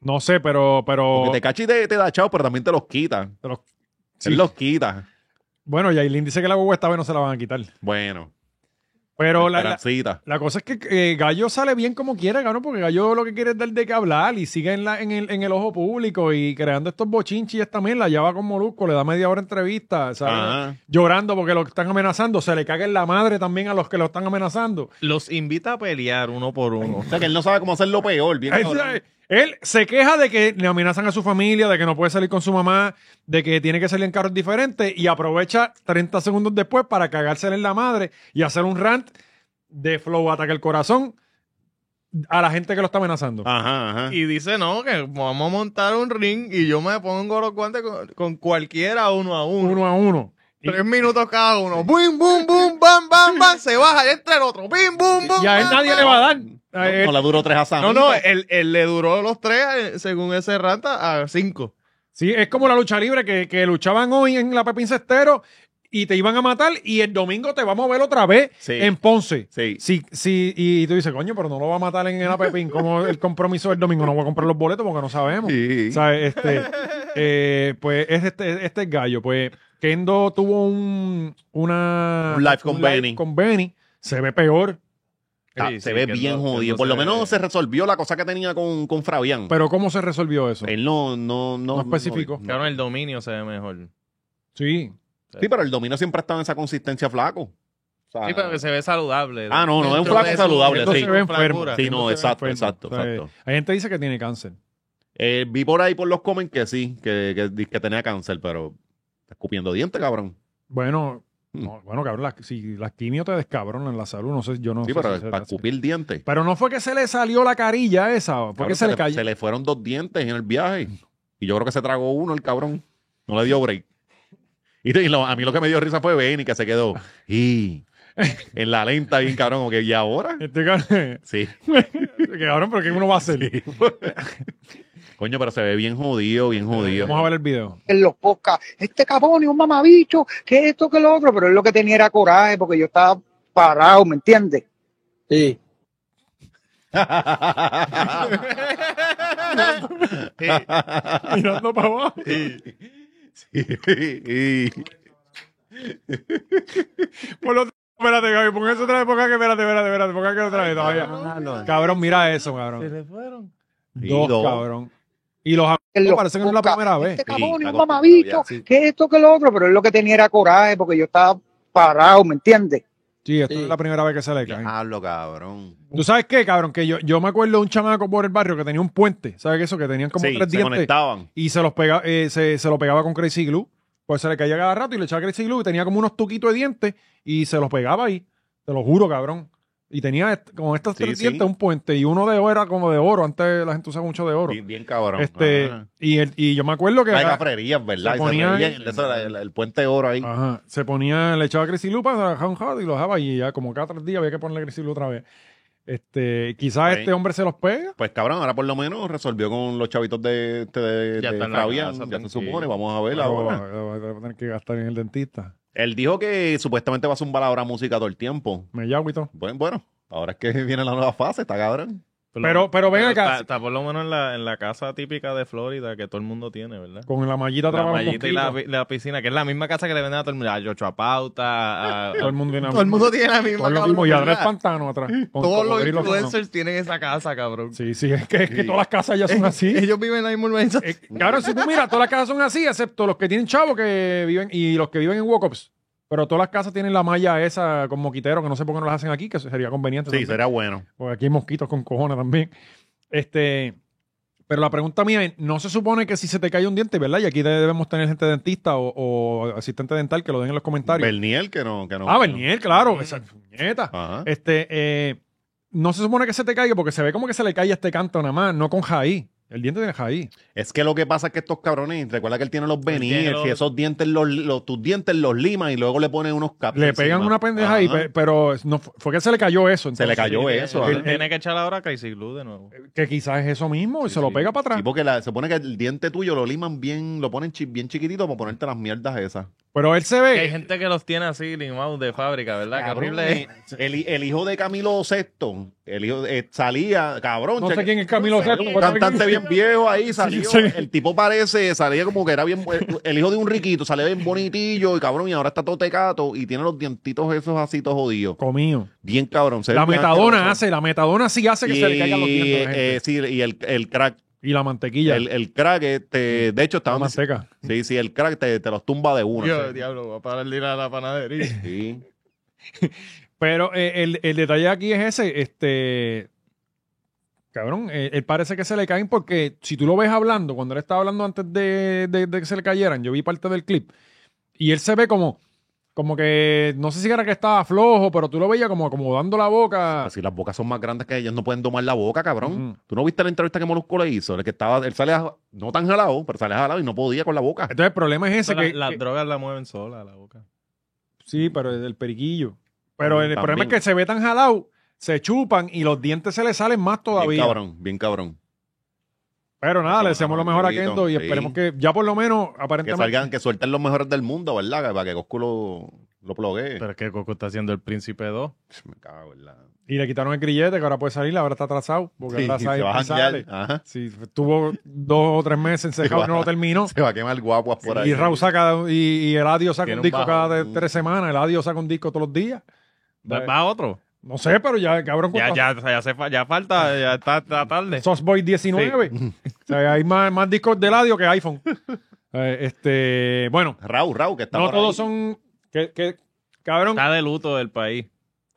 S1: no sé, pero, pero
S2: Porque Tecachi te, te da chao, pero también te los quita.
S1: Te los-
S2: Él
S1: sí.
S2: los quita.
S1: bueno, Yailin dice que la huevo esta vez no se la van a quitar.
S2: Bueno,
S1: Pero la, la-
S2: esperancita.
S1: La cosa es que eh, Gallo sale bien como quiera, cabrón, porque Gallo lo que quiere es dar de qué hablar y sigue en, la, en, el, en el ojo público y creando estos bochinchis y esta mierda. Ya va con Molusco, le da media hora de entrevista, ¿sabes?
S2: Ajá.
S1: Llorando porque lo están amenazando. Se le caga en la madre también a los que lo están amenazando.
S3: Los invita a pelear uno por uno.
S2: O sea que él no sabe cómo hacerlo peor. Bien,
S1: Él,
S2: cabrón.
S1: él se queja de que le amenazan a su familia, de que no puede salir con su mamá, de que tiene que salir en carros diferentes y aprovecha 30 segundos después para cagársele en la madre y hacer un rant de flow ataque el corazón a la gente que lo está amenazando.
S2: Ajá, ajá.
S3: Y dice, no, que vamos a montar un ring y yo me pongo los guantes con, con cualquiera uno a uno.
S1: uno a uno. Y,
S3: Tres minutos cada uno. Boom, boom, boom, bam, bam, bam. Se baja y entra el otro. Bim, boom, boom.
S1: y a él
S3: bam,
S1: nadie
S3: bam.
S1: le va a dar. Eh, A él-
S2: No, no le duró tres asadas.
S3: No, eh, no, él, él le duró los tres, eh, según ese ranta, a cinco.
S1: Sí, es como la lucha libre que, que luchaban hoy en la Pepín Cestero y te iban a matar y el domingo te vamos a ver otra vez
S2: Sí.
S1: en Ponce.
S2: Sí.
S1: Sí, sí, y tú dices, coño, pero no lo va a matar en la Pepín. Como el compromiso del domingo, no voy a comprar los boletos porque no sabemos.
S2: Sí.
S1: ¿Sabes? Este, eh, pues es este, este gallo. Pues Kendo tuvo un, una,
S2: Un live con Benny.
S1: con Benny. Se ve peor.
S2: Está-
S3: Sí,
S2: Ah, se
S3: sí,
S2: ve
S3: que
S2: bien
S3: no- que
S2: jodido.
S3: no
S2: Por lo
S3: se-
S2: menos se resolvió la cosa que tenía con, con Fabián.
S1: Pero ¿cómo se resolvió eso?
S2: Él no, no, no,
S1: No especificó.
S2: no-
S3: Claro, el dominio se ve mejor.
S1: Sí.
S2: Sí, pero el dominio siempre ha estado en esa consistencia flaco. O sea,
S3: Sí, pero que se ve saludable.
S2: Ah, no, no, es un
S3: Dentro
S2: flaco
S3: de su-
S2: saludable,
S3: dentro
S2: sí.
S3: de
S1: Se
S3: su
S1: ve enfermo.
S3: flacura.
S2: Sí, no,
S1: se ve
S2: exacto,
S1: enfermo.
S2: exacto,
S1: O sea,
S2: exacto.
S1: Pues, Hay gente que dice que tiene cáncer.
S2: Eh, vi por ahí por los comments que sí, que, que, que tenía cáncer, pero está escupiendo dientes, cabrón.
S1: Bueno,
S2: Hmm.
S1: no, bueno, cabrón, las- si las quimio te descabronan la salud, no sé, yo no
S2: sí,
S1: sé
S2: pero
S1: si se-
S2: para escupir dientes.
S1: Pero no fue que se le salió la carilla esa, ¿o? ¿por
S2: Cabrón,
S1: qué se le cayó?
S2: se le fueron dos dientes en el viaje. Y yo creo que se tragó uno el cabrón. No le dio break. Y, te- y lo- a mí lo que me dio risa fue Benny, que se quedó y en la lenta, bien cabrón, como que, ¿y ahora?
S1: Este cabrón,
S2: Sí.
S1: cabrón, pero ¿qué uno va a hacer?
S2: Coño, pero se ve bien jodido, bien jodido.
S1: Vamos a ver el video.
S4: en los podcasts, este cabrón es un mamabicho, que esto, que lo otro, pero él lo que tenía era coraje porque yo estaba parado, ¿me entiendes? Sí.
S1: Mirando para abajo.
S2: Sí.
S1: Por lo- Espérate, Gaby, pon eso otra vez, pon acá que espérate, espérate, espérate, pon acá que otra vez todavía. Cabrón, mira eso, cabrón.
S3: le fueron.
S2: Y
S1: Dos,
S2: dos.
S1: cabrón. Y los
S4: En
S1: amigos
S4: los
S1: parece que no es la
S4: podcasts,
S1: primera vez.
S4: Este
S2: Sí,
S4: cabrón es
S2: está
S4: un mamabicho,
S2: acostumbrado ya, sí.
S4: que esto, que lo otro, pero él lo que tenía era coraje porque yo estaba parado, ¿me entiendes?
S1: Sí, esto
S4: Sí.
S1: es la primera vez que se le cae.
S2: Diablo, cabrón.
S1: ¿Tú sabes qué, cabrón? Que yo, yo me acuerdo de un chamaco por el barrio que tenía un puente, ¿sabes eso? Que tenían como
S2: sí,
S1: tres
S2: se
S1: dientes
S2: conectaban.
S1: y se los pega, eh, se, se lo pegaba con Crazy Glue. Pues se le caía cada rato y le echaba Crazy Glue y tenía como unos tuquitos de dientes y se los pegaba ahí. Te lo juro, cabrón. Y tenía est- como estos
S2: Sí,
S1: tres
S2: sí.
S1: dientes un puente y uno de oro era como de oro. Antes la gente usaba mucho de oro.
S2: Bien, bien cabrón. Ah.
S1: este
S2: Ajá.
S1: y, el- y yo me acuerdo que
S2: Hay
S1: acá-
S2: cafrerías, ¿verdad?
S1: se
S2: Y se
S1: ponía-
S2: reían de eso, la- la- el puente de oro ahí.
S1: Ajá. Se ponía, le echaba Crazy Glue para dejar un jado y lo dejaba y ya como cada tres días había que ponerle Crazy Glue otra vez. Este, quizás
S2: Ok.
S1: este hombre se los pega.
S2: Pues cabrón, ahora por lo menos resolvió con los chavitos de, este de,
S3: Ya
S2: de
S3: está en la
S2: Fabián,
S3: casa,
S2: ya se
S3: tranquilo.
S2: supone, vamos a ver
S1: Pero
S2: ahora.
S1: va- va Ah, a tener que gastar en el dentista.
S2: Él dijo que supuestamente va a zumbar ahora música todo el tiempo.
S1: Me llamo y todo.
S2: Bueno, bueno, ahora es que viene la nueva fase, está cabrón.
S1: Pero- pero ven acá.
S3: Está, está por lo menos en la, en la casa típica de Florida que todo el mundo tiene, ¿verdad?
S1: Con la mallita
S3: La
S1: atrapada.
S3: mallita y la, pi- la piscina, que es la misma casa que le venden a todo el mundo. Ah, A Yochoa Pauta, a-
S1: Todo el mundo tiene
S3: Todo el mundo tiene la misma
S1: Todos los
S3: cabrón,
S1: mismos y
S3: ¿verdad?
S1: Andrés Pantano atrás. con
S3: Todos los
S1: cocodrilos, ¿no?
S3: influencers tienen esa casa, cabrón.
S1: Sí, sí, es que, es que
S2: Sí.
S1: todas las casas ya
S3: Eh,
S1: son así.
S3: Ellos viven en la misma urbanización.
S1: Eh, Cabrón, si tú miras, todas las casas son así, excepto los que tienen chavos que viven y los que viven en walk-ups. Pero todas las casas tienen la malla esa con moquitero, que no sé por qué no las hacen aquí, que sería conveniente.
S2: Sí,
S1: también.
S2: sería bueno.
S1: Porque aquí hay mosquitos con cojones también. Este, pero la pregunta mía es, ¿no se supone que si se te cae un diente, verdad? Y aquí debemos tener gente dentista o, o asistente dental que lo den en los comentarios.
S2: Berniel, que no. Que no Ah.
S1: ah, Bernier, claro.
S3: Mm.
S1: Esa puñeta.
S2: Ajá.
S1: Este, eh, no se supone que se te caiga porque se ve como que se le cae a este canto nada más, no con Jaí. El diente tiene Jaí.
S2: Es que lo que pasa es que estos cabrones, recuerda que él tiene los
S3: tiene
S2: Berniel,
S3: los-
S2: y esos dientes, los, los- tus dientes los liman y luego le ponen unos caps.
S1: Le pegan
S2: encima.
S1: una pendeja
S2: Ajá.
S1: ahí, pe- pero no, fu- fue que se le cayó eso.
S2: Se le
S1: entonces.
S2: cayó eso.
S1: el-
S2: ajá.
S3: Tiene que echar ahora a Crazy Glue de nuevo.
S1: Que quizás es eso mismo y se lo
S2: sí.
S1: pega para
S2: Sí,
S1: atrás.
S2: porque la- se pone que el diente tuyo lo liman bien, lo ponen chi- bien chiquitito para ponerte las mierdas esas.
S1: Pero él se
S3: Que hay
S1: ve.
S3: gente que los tiene así limados de fábrica, ¿verdad? Qué
S2: Cabrón,
S3: horrible es.
S2: eh, El, el hijo de Camilo VI, el hijo de- eh, salía, cabrón,
S1: No sé
S2: cheque-
S1: quién es Camilo Sesto,
S2: un
S1: pero-
S2: cantante bien viejo ahí, salió,
S1: Sí, sí.
S2: el tipo parece, salía como que era bien, el hijo de un riquito, salía bien bonitillo y cabrón, y ahora está todo tecato y tiene los dientitos esos así todos jodidos,
S1: Comido.
S2: bien cabrón. se ve
S1: La
S2: bien
S1: metadona
S2: asqueroso.
S1: hace, la metadona sí hace que se le caigan los
S2: Y,
S1: dientes. a la gente.
S2: eh, sí, y el, el crack,
S1: y la mantequilla.
S2: el, el crack, este, de hecho,
S1: la
S2: estaban,
S1: manteca.
S2: sí, sí, el crack te, te los tumba de una.
S3: Yo,
S2: sí.
S3: diablo, voy a parar de ir a la panadería.
S2: Sí.
S1: Pero eh, el, el detalle aquí es ese, este... Cabrón, eh, él parece que se le caen porque si tú lo ves hablando, cuando él estaba hablando antes de, de- de que se le cayeran, yo vi parte del clip, y él se ve como, como que, no sé si era que estaba flojo, pero tú lo veías como acomodando la boca.
S2: Así las bocas son más grandes que ellos, no pueden domar la boca, Pues, cabrón.
S1: Ah. Ujú.
S2: ¿Tú no viste la entrevista que Molusco le hizo? El que estaba, él sale a- no tan jalado, pero sale jalado y no podía con la boca.
S1: Entonces el problema es ese,
S3: La-
S1: que,
S3: las
S1: que-
S3: drogas la mueven sola a la boca.
S1: sí, pero el, el periquillo. Pero el,
S2: También.
S1: problema es que se ve tan jalado, se chupan y los dientes se le salen más
S2: Bien
S1: todavía.
S2: cabrón, bien cabrón.
S1: Pero nada,
S2: Eso
S1: le
S2: va,
S1: deseamos lo mejor a
S2: Kendo,
S1: Kendo y
S2: sí.
S1: esperemos que ya por lo menos,
S2: Que
S1: aparentemente...
S2: salgan, que suelten los mejores del mundo, ¿verdad? Que- Para que Coscu lo, lo ploguee.
S3: Pero es que Coco está haciendo el príncipe 2.
S2: Me cago en la-
S1: Y le quitaron el grillete, que ahora puede salir, ahora está atrasado, porque
S2: Sí,
S1: ahora
S2: se
S1: sale,
S2: va a
S1: sale.
S2: janguear, ajá.
S1: Sí, estuvo dos o tres meses encejado y no lo terminó.
S2: Se va a quemar guapo por ahí.
S1: Y Raúl saca, y, y Eladio saca un
S3: Tiene un
S1: disco
S3: bajo.
S1: cada de- tres semanas, Eladio saca un disco todos los días.
S3: Va, va otro.
S1: No sé, pero ya, cabrón,
S3: Ya, ya, o sea, ya, se fa- ya falta, ya está, está tarde.
S1: Sosboy 19. O sea, hay más, más discos de Eladio que iPhone. Eh, este, bueno,
S2: Raúl, Raúl, que está
S1: no
S2: por
S1: todos
S2: ahí.
S1: son, que, que- cabrón,
S3: Está de luto del país.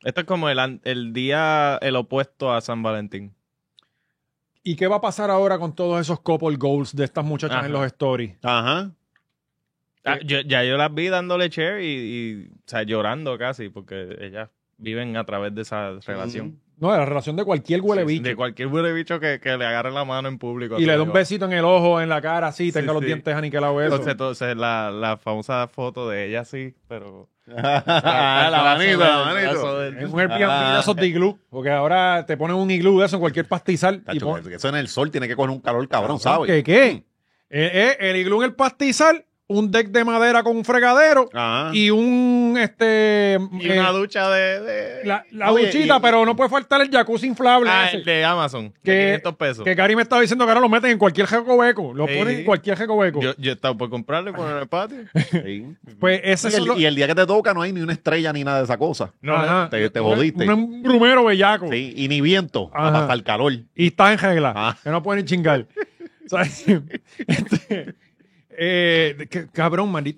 S3: Esto es como el, an- el día, el opuesto a San Valentín.
S1: ¿y qué va a pasar ahora con todos esos couple goals de estas muchachas
S3: Ajá.
S1: en los stories?
S2: Ajá.
S3: Ah, yo- ya yo las vi dándole share y, y, o sea, llorando casi, porque ellas viven a través de esa relación.
S2: Mm.
S1: No, de la relación de cualquier huele
S3: Sí, sí,
S1: bicho.
S3: De cualquier huele bicho que, que le agarre la mano en público.
S1: y
S3: tú
S1: le da
S3: digo.
S1: un besito en el ojo, en la cara, así,
S3: Sí,
S1: tenga los
S3: sí.
S1: dientes aniquilados eso.
S3: Entonces, entonces, la, la famosa foto de ella sí, pero...
S2: Ah, la manito, la
S3: El
S2: manito.
S3: brazo
S1: en
S3: del-
S1: un Airbnb de esos de iglú, porque ahora te ponen un iglú de eso en cualquier pastizal. y
S2: Tacho,
S1: pon-
S2: que eso en el sol tiene que coger un calor cabrón, ¿sabes?
S1: ¿Qué? qué? Eh, eh, el iglú en el pastizal, un deck de madera con un fregadero
S2: Ajá.
S1: y un, este...
S3: Ah. Y
S1: eh,
S3: una ducha de... de-
S1: la la
S2: Oye,
S1: duchita,
S2: y-
S1: pero no puede faltar el jacuzzi inflable
S3: Ah,
S1: ese.
S3: el de Amazon.
S1: Que-
S3: de 500 pesos.
S1: Que Gary me estaba diciendo que ahora lo meten en cualquier jacobeco. Lo
S3: Sí,
S1: ponen en
S3: sí.
S1: cualquier jacobeco.
S3: Yo, yo estaba por comprarlo y ponerlo en el patio.
S2: Sí.
S1: Pues ese
S2: Y
S1: es
S2: el, y el día que te toca no hay ni una estrella ni nada de esa cosa.
S3: No,
S1: Ajá.
S2: Te, te jodiste.
S1: Un, un brumero bellaco.
S2: Sí, y ni viento,
S1: Ajá.
S2: hasta el calor.
S1: Y está en regla.
S2: Ah.
S1: Que no pueden ni chingar. O sea, este, eh, de que- cabrón, man. y-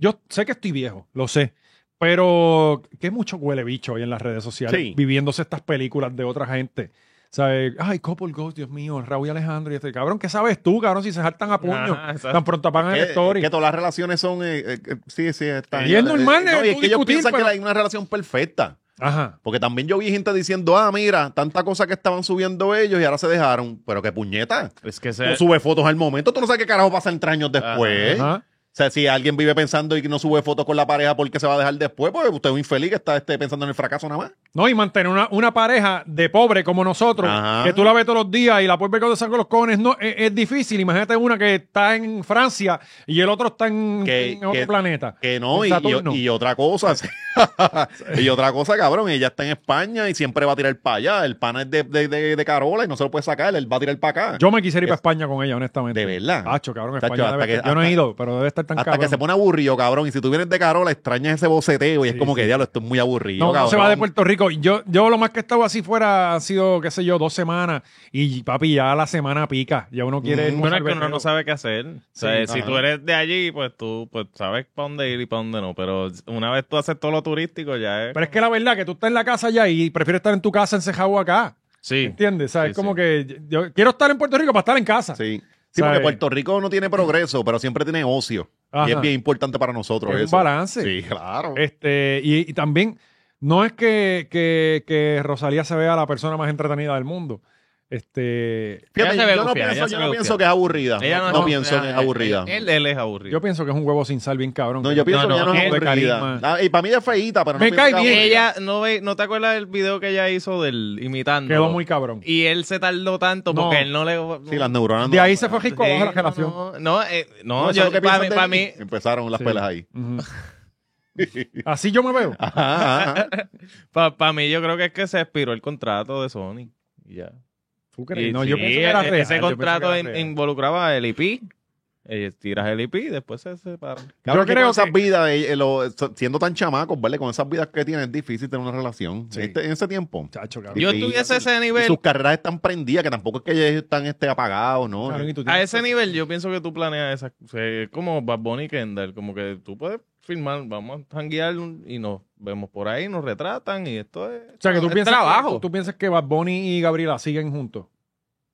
S1: Yo sé que estoy viejo, lo sé. Pero que mucho huele bicho hoy en las redes sociales.
S2: Sí.
S1: Viviéndose estas películas de otra gente. ¿Sabes? Ay, Couple Ghost, Dios mío, Raúl y Alejandro. Y este cabrón, ¿qué sabes tú, cabrón? Si se saltan a puño.
S2: Ah,
S3: Ajá, exacto.
S1: tan pronto apagan
S2: Que,
S1: el story.
S2: que todas las relaciones son. eh, eh, eh, sí, sí, están.
S1: Y es normal, eh,
S2: No, y es
S1: tú
S2: que ellos
S1: discutir,
S2: piensan
S1: pero-
S2: que hay una relación perfecta.
S1: Ajá.
S2: Porque también yo vi gente diciendo, ah, mira, tanta cosa que estaban subiendo ellos y ahora se dejaron. Pero qué puñeta.
S3: Es que
S2: Tú
S3: se...
S2: subes fotos al momento, tú no sabes qué carajo pasa en tres años después.
S1: Ajá.
S2: O sea, si alguien vive pensando y no sube fotos con la pareja porque se va a dejar después, pues usted es un infeliz que está este, pensando en el fracaso nada más.
S1: No, y mantener una, una pareja de pobre como nosotros,
S2: Ajá.
S1: que tú la ves todos los días y la puedes ver con saco los cojones, no, es, es difícil. Imagínate una que está en Francia y el otro está en,
S2: Que-
S1: en otro
S2: que-
S1: planeta.
S2: Que no,
S1: En
S2: y,
S1: Saturno.
S2: y- y otra cosa. y otra cosa, cabrón. Ella está en España y siempre va a tirar para allá. El pana es de, de, de- de Carola y no se lo puede sacar. Él va a tirar para acá.
S1: Yo me quisiera ir para
S2: Es-
S1: España con ella, honestamente.
S2: De verdad.
S1: Tacho, cabrón,
S2: Tacho,
S1: España.
S2: hasta
S1: debe-
S2: que-
S1: yo no he
S2: hasta-
S1: ido, pero debe estar tan
S2: hasta
S1: cabrón.
S2: que se pone aburrido, cabrón. Y si tú vienes de Carola, extrañas ese boceteo y
S1: Sí,
S2: es como
S1: sí.
S2: que, diablo, esto es muy aburrido,
S1: no, no
S2: cabrón.
S1: se va de Puerto Rico. Yo, yo lo más que he estado así fuera ha sido, qué sé yo, dos semanas. Y papi, ya la semana pica. Ya uno quiere. irnos
S3: Bueno,
S1: al
S3: es que uno
S1: vertedero.
S3: no sabe qué hacer. O sea,
S2: Sí,
S3: si
S2: ajá.
S3: tú eres de allí, pues tú pues sabes para dónde ir y para dónde no. Pero una vez tú haces todo lo turístico, ya es.
S1: Pero es que la verdad que tú estás en la casa ya y prefieres estar en tu casa encejado acá.
S3: sí.
S1: ¿Entiendes? O sea,
S3: Sí,
S1: es como
S3: sí.
S1: que yo quiero estar en Puerto Rico para estar en casa.
S2: Sí. Sí,
S1: ¿Sabe?
S2: porque Puerto Rico no tiene progreso, pero siempre tiene ocio.
S1: eh. Ajá.
S2: Y es bien importante para nosotros
S1: Es un
S2: eso.
S1: balance.
S2: Sí, claro.
S1: Este, y, y también, no es que, que- que Rosalía se vea la persona más entretenida del mundo. Este,
S2: Fíjate,
S3: Ella se ve
S2: yo no,
S3: gufiada, ella
S2: pienso,
S3: se
S2: yo
S3: ve
S2: no
S3: gufiada.
S2: pienso que es aburrida.
S3: Ella
S2: no,
S3: no-
S2: pienso que es
S3: ella-
S2: aburrida.
S3: Él, él es aburrido.
S1: yo pienso que es un huevo sin sal bien cabrón.
S2: no, yo pienso
S3: no,
S2: que ella no es
S3: él-
S1: de
S2: aburrida.
S1: carisma.
S2: Ah, y para mí ella es feíta, pero no
S1: Me
S2: pienso
S1: cae
S2: que es
S1: bien.
S2: aburrida.
S3: ella, no, ve, ¿no te acuerdas del video que ella hizo del imitando?
S1: Quedó muy cabrón.
S3: Y él se tardó tanto
S1: No.
S3: porque él no le.
S2: Sí, las neuronas.
S1: de
S2: no-
S1: ahí se fue Rico abajo
S3: Sí,
S1: la relación.
S3: No, no, eh, no,
S2: no, eso
S3: yo-
S2: es lo que
S3: para, mí,
S2: piensan de
S3: para
S2: mí.
S3: mí,
S2: Empezaron las
S1: Sí.
S2: pelas ahí.
S1: Ujú. Así yo me veo.
S2: Ajá, ajá, ajá.
S3: pa- pa' mí yo creo que es que se expiró el contrato de Sony. y Ya.
S1: ¿Tú crees?
S3: Y
S1: No, yo
S3: sí,
S1: pienso que era
S3: e-
S1: real,
S3: Ese
S1: yo pienso
S3: contrato
S1: que era
S3: in-
S1: real.
S3: involucraba el IP. Eh, tiras el IP y después se separan.
S2: Cabrón,
S1: Yo
S2: que
S1: creo
S2: con esas
S1: que-
S2: vidas, eh, eh, lo- so- siendo tan chamacos, ¿vale? Con esas vidas que tienen, es difícil tener una relación.
S1: Sí.
S2: Este- en ese tiempo.
S1: Chacho, cabrón.
S3: Yo
S2: Sí,
S3: estuviese a ese
S2: Y
S3: nivel.
S2: sus carreras están prendidas, que tampoco es que ellos están este, apagados, ¿no?
S1: Cabrón, y tú
S3: A
S1: tienes-
S3: ese nivel yo pienso que tú planeas esas o sea, es como Bad Bunny y Kendall, como que tú puedes filmar, vamos a janguear un- y nos vemos por ahí, nos retratan y esto es,
S1: O sea, que tú
S3: es
S1: piensas,
S3: trabajo.
S1: Que, tú piensas que Bad Bunny y Gabriela siguen juntos.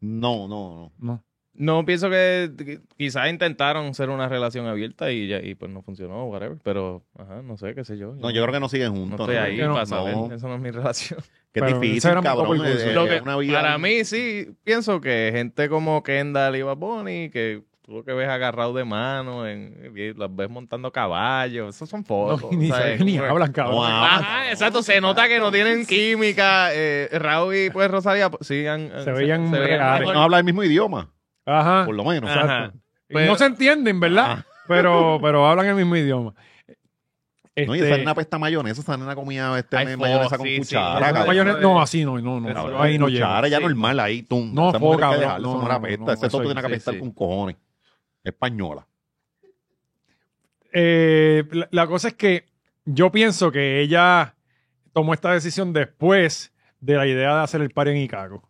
S2: No, no, no.
S1: No.
S3: No pienso que, que quizás intentaron ser una relación abierta y, ya- y pues no funcionó, whatever, pero ajá, no sé, qué sé yo.
S2: No, yo creo que no siguen
S3: no
S2: juntos.
S3: estoy ahí
S1: no,
S3: para
S2: no.
S3: saber, eso no es mi relación.
S2: Que
S1: Pero
S2: es
S1: ese era
S2: difícil,
S1: mi topo
S2: cabrón.
S1: el
S2: eh,
S1: curso.
S2: eh,
S3: Lo que-
S2: una vida-
S3: para mí sí, pienso que gente como Kendall y Bad Bunny, que tú lo que ves agarrado de mano, en, y las ves montando caballos, esos son
S1: No,
S2: Oh,
S3: fotos.
S1: ni,
S3: ¿sabes?
S1: saben ni
S3: Como-
S1: hablan, cabrón.
S2: No, ah,
S3: Ajá, exacto, se nota que no tienen química. Eh, Raúl y pues Rosalía pues, sí han-
S1: Se veían reales.
S2: Pues No habla el mismo idioma,
S1: Ajá.
S2: por Ah. lo menos.
S3: Ajá.
S1: Exacto. Y
S3: Pero-
S1: no se entienden, ¿verdad? Pero, pero hablan el mismo idioma.
S2: No, y
S1: Este,
S2: esa nena pesta mayonesa, esa nena comía este,
S3: Ay,
S2: mayonesa
S3: fo,
S2: con
S3: sí, sí.
S2: cuchara,
S3: Esa
S2: cabrón.
S1: mayonesa- no, así no, no, no.
S3: Eso
S2: Cabrón,
S1: ahí no llega.
S2: cuchara ya
S3: Sí.
S2: normal ahí, tú.
S1: No,
S2: Esa
S1: fo,
S2: mujer hay que
S1: cabrón.
S2: dejarla,
S1: No,
S2: eso no
S1: no,
S2: la
S1: no,
S2: pesta.
S1: no,
S2: Ese
S1: eso
S2: soto tiene que
S3: sí,
S2: apestar
S3: sí.
S2: con cojones. Española.
S1: Eh, la, la cosa es que yo pienso que ella tomó esta decisión después de la idea de hacer el party en Chicago.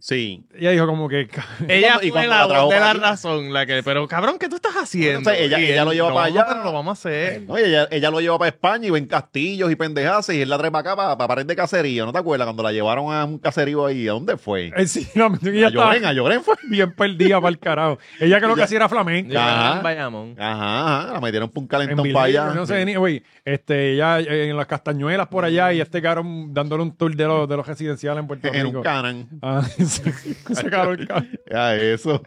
S2: Sí.
S1: Ella dijo como que...
S3: Ella
S2: cuando- y
S3: fue
S2: cuando
S3: la,
S2: la trajo
S3: voz de
S2: para
S3: la
S2: aquí.
S3: razón, la que, pero cabrón, ¿qué tú estás haciendo?
S2: Entonces, ella-
S3: Y
S2: ella
S3: él,
S2: lo lleva
S3: "No,
S2: para allá".
S3: pero lo vamos a hacer.
S2: No, y ella, ella lo lleva para España y ven castillos y pendejadas y él la trae para acá, para, para pared de cacería. ¿No te acuerdas cuando la llevaron a un caserío ahí? ¿A dónde fue?
S1: Eh, sí, no, ella
S2: A
S1: estaba
S2: Lloren, a Lloren fue.
S1: bien perdida para el carajo. Ella creo que
S2: Ya.
S1: así era flamenca.
S3: Llegaron
S2: Ajá.
S3: en Bayamón.
S2: Ajá, ajá, la metieron por un
S1: En
S2: calentón para
S1: Bilbao,
S2: allá.
S1: No sé, ni, oye, este, ya eh, en las castañuelas por allá y este cabrón dándole un tour de los, de los residenciales en Puerto
S2: en un
S1: Rico.
S2: canan.
S1: Ah, ese- ese cabrón, cabrón,
S2: A eso.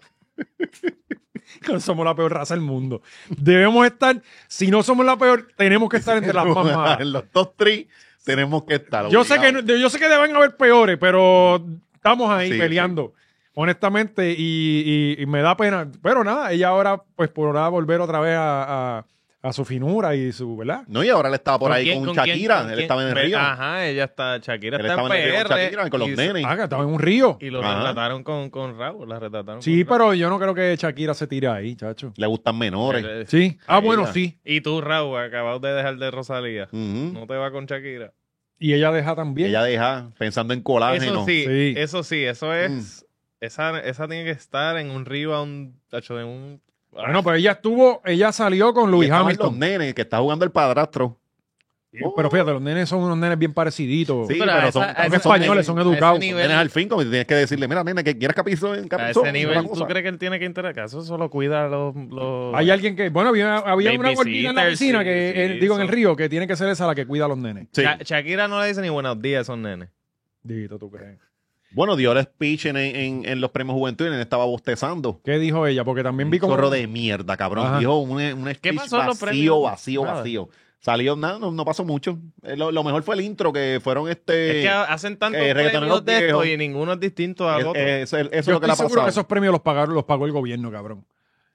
S1: somos la peor raza del mundo. Debemos estar, si no somos la peor, tenemos que estar entre las más malas.
S2: en los top 3 tenemos que estar.
S1: Yo sé, que,
S2: obligados.
S1: no- yo sé que deben haber peores, pero estamos ahí
S2: Sí,
S1: peleando, honestamente, y, y- y me da pena. Pero nada, ella ahora pues podrá volver otra vez a, a- a su finura y su, ¿verdad?
S2: No, y ahora él estaba por
S3: ¿Con
S2: ahí
S3: quién-
S2: con,
S3: con quién-
S2: Shakira.
S3: con
S2: él
S3: quién?
S2: estaba en el
S3: Ve-
S2: río.
S3: Ajá, ella está, Shakira
S2: Él
S3: está en
S2: estaba en el río
S3: PR.
S2: con Shakira, con los
S3: y-
S2: nenes.
S1: Ah, que estaba en un río.
S3: Y lo
S2: Ajá.
S3: retrataron con, con Raúl, la retrataron.
S1: Sí,
S3: con Raúl.
S1: pero yo no creo que Shakira se tire ahí, chacho.
S2: Le gustan menores.
S3: Eh,
S1: Sí. Ah,
S2: Ahí
S1: bueno,
S2: ya.
S1: sí.
S3: Y tú, Raúl, acabas de dejar de Rosalía.
S2: Ujú.
S3: No te va con Shakira.
S1: Y ella deja también.
S2: Ella deja pensando en colágeno.
S3: Eso sí,
S1: Sí.
S3: eso sí, eso
S2: Mm.
S3: es. Esa, esa tiene que estar en un río a un. tacho de un. ah,
S1: Bueno, pero ella estuvo, ella salió con
S2: Y
S1: Louis
S2: estaban Los
S1: Hamilton.
S2: nenes que está jugando el padrastro. Oh,
S1: Y- Pero fíjate, los nenes son unos nenes bien pareciditos.
S2: Sí,
S1: Sí.
S2: pero,
S3: a
S2: son,
S3: esa- a
S1: son
S3: ese
S1: españoles, son
S3: nivel- Ah, a ese
S1: educados.
S3: nivel-
S2: Tienes al fin, como tienes que decirle, mira, nena, que quieras capizón en
S3: a
S2: capizón.
S3: ese nivel, ¿tú crees que él tiene que interactuar? Eso solo cuida a los. los...
S1: Hay alguien que, bueno, había, había una gordita en la
S3: Babysitters,
S1: piscina
S3: sí,
S1: que,
S3: sí,
S1: eh, digo, en el
S3: son-
S1: río, que tiene que ser esa la que cuida a los nenes.
S2: Sí.
S3: Sha- Shakira no le dice ni buenos días a esos nenes.
S1: Dito, ¿tú crees?
S2: Bueno, dio el speech en, en- en los premios Juventud y él estaba bostezando.
S1: ¿Qué dijo ella? Porque también vi
S2: Un
S1: como...
S2: zorro de mierda, cabrón.
S1: Ajá.
S2: Dijo un, un speech
S3: pasó en los
S2: vacío,
S3: premios?
S2: vacío,
S3: Nada.
S2: vacío. Salió, nada, no, no pasó mucho. Eh, Lo, lo mejor fue el intro, que fueron este...
S3: es que hacen tantos
S2: eh, reggaetoneros
S3: premios de esto
S2: viejos.
S3: y ninguno es distinto al otro.
S2: eh, eh, eso, eso es
S1: Yo
S2: lo que le
S1: estoy
S2: ha
S1: seguro
S2: pasado.
S1: que esos premios los pagaron, los pagó el gobierno, cabrón.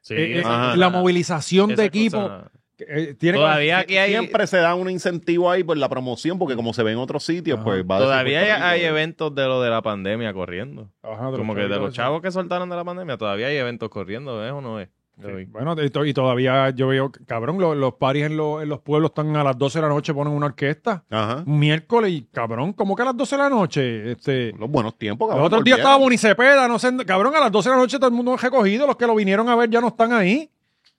S3: Sí,
S1: Eh, eh,
S2: esa cosa-
S1: la movilización
S3: esa
S1: de equipo
S3: cosa-
S1: eh, tiene que-
S3: Todavía aquí hay.
S2: Siempre se da un incentivo ahí por la promoción, porque como se ve en otros sitios,
S1: Ajá.
S2: pues va a decir
S3: Todavía hay,
S2: Puerto Rico,
S3: hay
S2: eh.
S3: eventos de lo de la pandemia corriendo.
S1: Ajá, de los
S3: Como que de los
S1: chavitos,
S3: chavos que soltaron de la pandemia, todavía hay eventos corriendo, ¿es o no es?
S1: Sí. Bueno, y, to- y todavía yo veo, cabrón, lo- los paris en, lo- en los pueblos están a las 12 de la noche, ponen una orquesta.
S2: Ajá.
S1: Miércoles, y, cabrón, ¿cómo que a las 12 de la noche? Este,
S2: Los buenos tiempos,
S1: los
S2: cabrón.
S1: otros días
S2: volvieron.
S1: estaba Bonicepeda, no sé, en- cabrón, a las 12 de la noche todo el mundo recogido, los que lo vinieron a ver ya no están ahí.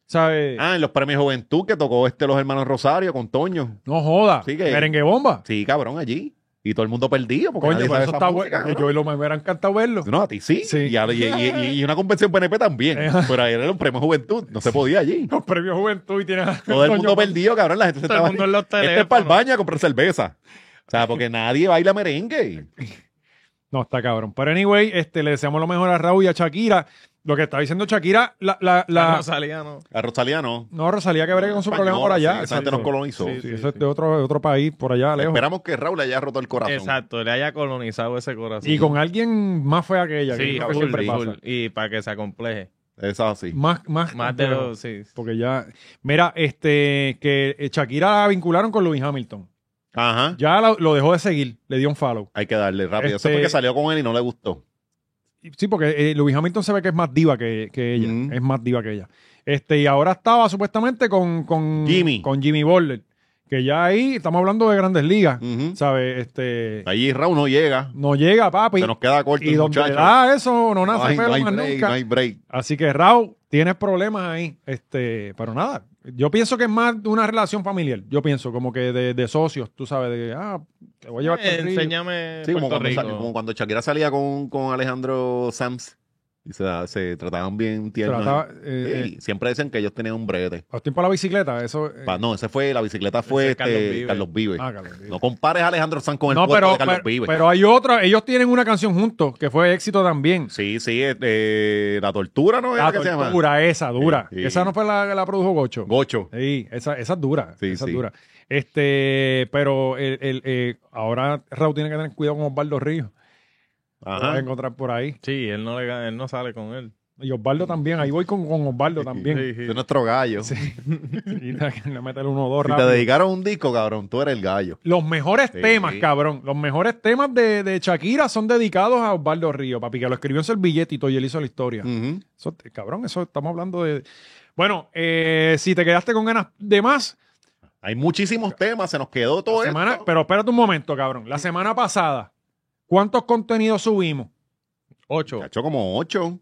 S1: ¿Sabes?
S2: Ah, en los premios Juventud que tocó este los hermanos Rosario con Toño.
S1: no joda.
S2: sí que-
S1: Merengue bomba.
S2: Sí, cabrón, allí. Y todo el mundo perdido porque
S1: Coño,
S2: nadie
S1: pero
S2: sabe
S1: eso
S2: esa
S1: está
S2: música,
S1: bueno.
S2: cabrón.
S1: Yo y lo me hubiera encantado verlo.
S2: No, a ti sí.
S1: Sí. Eh.
S2: Y, a- y- y- y una convención PNP también. pero ahí era un premio Juventud. No se podía allí.
S1: Los premios Juventud y tiene a-
S2: Todo el mundo
S1: Coño, pues,
S2: perdido, cabrón. La gente se
S3: Todo el
S2: estaba...
S3: mundo en los
S2: Este es para el
S3: teléfonos.
S2: baño a comprar cerveza. O sea, porque nadie baila merengue.
S1: No, está cabrón. Pero anyway, este, le deseamos lo mejor a Raúl y a Shakira. Lo que está diciendo Shakira, la, la, la-
S3: Ah, no salía, no.
S2: A Rosalía no.
S1: no, Rosalía que bregue con su
S2: Española,
S1: problema por allá.
S2: sí, esa gente nos colonizó.
S1: Sí, eso es de otro, de otro país, por allá lejos.
S2: Esperamos que Raúl le haya roto el corazón.
S3: Exacto, le haya colonizado ese corazón.
S1: Y con alguien más fea que ella, que
S3: sí,
S1: es lo que
S3: full,
S1: siempre
S3: full.
S1: pasa.
S3: Y para que se acompleje.
S2: Es así.
S1: Más, más,
S3: Más de los. Sí.
S1: Porque ya. Mira, este, que eh, Shakira la vincularon con Lewis Hamilton.
S2: Ajá.
S1: Ya la- lo dejó de seguir, le dio un follow.
S2: Hay que darle rápido. Eso
S1: Este-
S2: fue que salió con él y no le gustó.
S1: Y- Sí, porque eh, Lewis Hamilton se ve que es más diva que, que ella.
S2: Mm.
S1: Es más diva que ella. Este, y ahora estaba supuestamente con, con
S2: Jimmy.
S1: Con Jimmy Butler, Que ya ahí estamos hablando de grandes ligas.
S3: Mm.
S2: Ujú.
S1: ¿Sabes? Este.
S2: Allí Raúl no llega.
S1: No llega, papi.
S2: Se nos queda corto
S1: Y
S2: el
S1: donde
S2: muchacho.
S1: da eso, no
S2: no,
S1: nace
S2: hay,
S1: pelo
S2: no hay
S1: más
S2: break,
S1: nunca.
S2: no hay break.
S1: Así que Raúl, tienes problemas ahí. Este, pero nada, yo pienso que es más de una relación familiar. Yo pienso como que de, de socios, tú sabes, de ah, te voy a llevar
S3: Eh,
S1: por Río.
S3: enséñame
S2: Sí, como
S3: Puerto
S2: cuando, sal-
S3: Rico.
S2: como cuando Shakira salía con, con Alejandro Sams y se, se trataban bien tiernos.
S1: Trataba,
S2: Sí,
S1: eh, eh,
S2: siempre decían que ellos tenían un brete.
S1: Austin para la bicicleta, eso. eh,
S2: Pa- no, ese fue, la bicicleta fue
S3: Ese es Carlos
S2: este,
S3: Vives.
S2: Carlos Vives.
S1: ah, Carlos Vives.
S2: No compares a Alejandro Sanz con el
S1: No,
S2: puerto
S1: pero,
S2: de Carlos
S1: pero,
S2: Vives.
S1: pero hay otra, ellos tienen una canción juntos que fue éxito también.
S2: sí, sí, eh, eh, la tortura no es
S1: La
S2: la que se llama.
S1: tortura, esa dura.
S2: Sí, sí.
S1: Esa no fue la que la produjo Gocho.
S2: Gocho.
S1: Sí, esa, esa es dura.
S2: Sí,
S1: esa
S2: sí.
S1: es dura. Este, pero el, el, eh, ahora Raúl tiene que tener cuidado con Osvaldo Ríos. Lo vas a
S2: Ajá.
S1: encontrar por ahí.
S3: Sí, él no, le, gana- él no sale con él.
S1: Y Osvaldo también, ahí voy con, con Osvaldo también.
S3: Sí, sí.
S2: Es nuestro gallo.
S1: Y la- le mete el 1-2
S2: Si te
S1: rápido.
S2: dedicaron un disco, cabrón, tú eres el gallo.
S1: Los mejores
S2: Sí.
S1: temas, cabrón. Los mejores temas de, de Shakira son dedicados a Osvaldo Río, papi, que lo escribió en servilletito y él hizo la historia.
S2: Ujú.
S1: Eso, cabrón, eso estamos hablando de. Bueno, eh, si te quedaste con ganas de más,
S2: Hay muchísimos temas, se nos quedó todo
S1: la semana,
S2: esto.
S1: pero espérate un momento, cabrón. La semana pasada, ¿cuántos contenidos subimos?
S3: Ocho.
S2: Cacho, como ocho.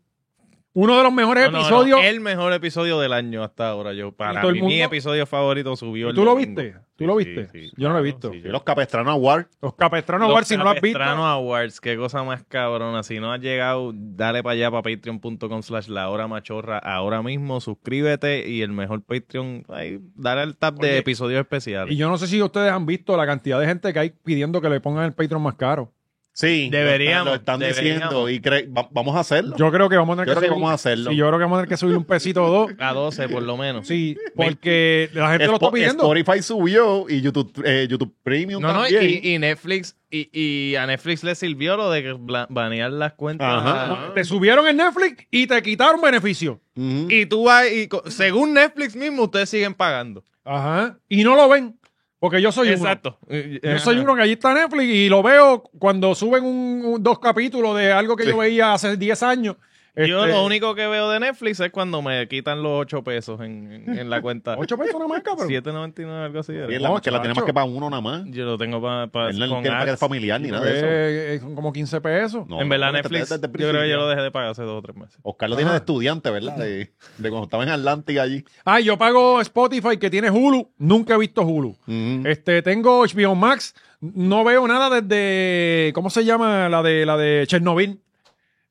S1: Uno de los mejores
S3: No, no, no,
S1: episodios.
S3: el mejor episodio del año hasta ahora. Yo, para
S1: todo el
S3: mí, mi
S1: mundo-
S3: episodio favorito subió el
S1: ¿Tú lo
S3: domingo.
S1: viste? ¿Tú lo
S3: Sí,
S1: viste?
S3: sí,
S1: Yo no lo he visto.
S3: claro, sí, yo-
S2: Y los Capestrano Award.
S1: Los Capestranos, Award, si no lo has visto.
S3: Capestrano Awards, qué cosa más cabrona. Si no has llegado, dale para allá, para patreon.com slash la hora machorra. Ahora mismo, suscríbete y el mejor Patreon, ahí, dale al tab
S1: Oye,
S3: de episodios especiales.
S1: Y yo no sé si ustedes han visto la cantidad de gente que hay pidiendo que le pongan el Patreon más caro.
S2: Sí.
S3: Deberíamos,
S2: Lo están, lo están diciendo
S3: deberíamos.
S2: y cre- va- vamos a hacerlo. Yo,
S1: Yo creo que vamos a tener
S2: creo que
S1: subir-
S2: vamos a hacerlo.
S1: Sí, yo creo que vamos a tener que subir un pesito o dos.
S3: A 12, por lo menos.
S1: Sí, porque la gente lo está
S2: Spo-
S1: pidiendo.
S2: Spotify subió y YouTube, eh, YouTube Premium
S3: No, no,
S2: también.
S3: y, y Netflix, y, y a Netflix le sirvió lo de que bla- banear las cuentas.
S2: Ajá.
S1: Te subieron en Netflix y te quitaron beneficio.
S2: Ujú.
S3: Y tú vas, y co- según Netflix mismo, ustedes siguen pagando.
S1: Ajá. Y no lo ven. Porque yo soy
S3: Exacto.
S1: uno. Eh, Yo soy uno que allí está Netflix y lo veo cuando suben un- un- dos capítulos de algo que
S2: Sí.
S1: yo veía hace 10 años.
S3: Yo
S1: Este,
S3: lo único que veo de Netflix es cuando me quitan los 8 pesos en, en- en la cuenta.
S1: Ocho pesos nada más, cabrón.
S3: 7.99, algo así. era.
S2: Y es la,
S1: No,
S2: que la tenemos
S1: chacho.
S2: que para uno nada más.
S3: Yo lo tengo para
S2: Él no tiene paquete familiar ni nada de eso.
S1: Eh, eh, son como 15 pesos.
S2: No,
S3: en verdad,
S2: no, desde-
S3: Netflix,
S2: desde el
S3: yo creo que
S2: principio.
S3: yo lo dejé de pagar hace dos o tres meses.
S2: Oscar lo tiene de
S1: Ajá.
S2: estudiante, ¿verdad? De, de cuando estaba en Atlántica allí.
S1: Ah, yo pago Spotify que tiene Hulu. Nunca he visto Hulu.
S2: Ujú.
S1: Este, tengo HBO Max. No veo nada desde. ¿Cómo se llama? La de la de Chernobyl.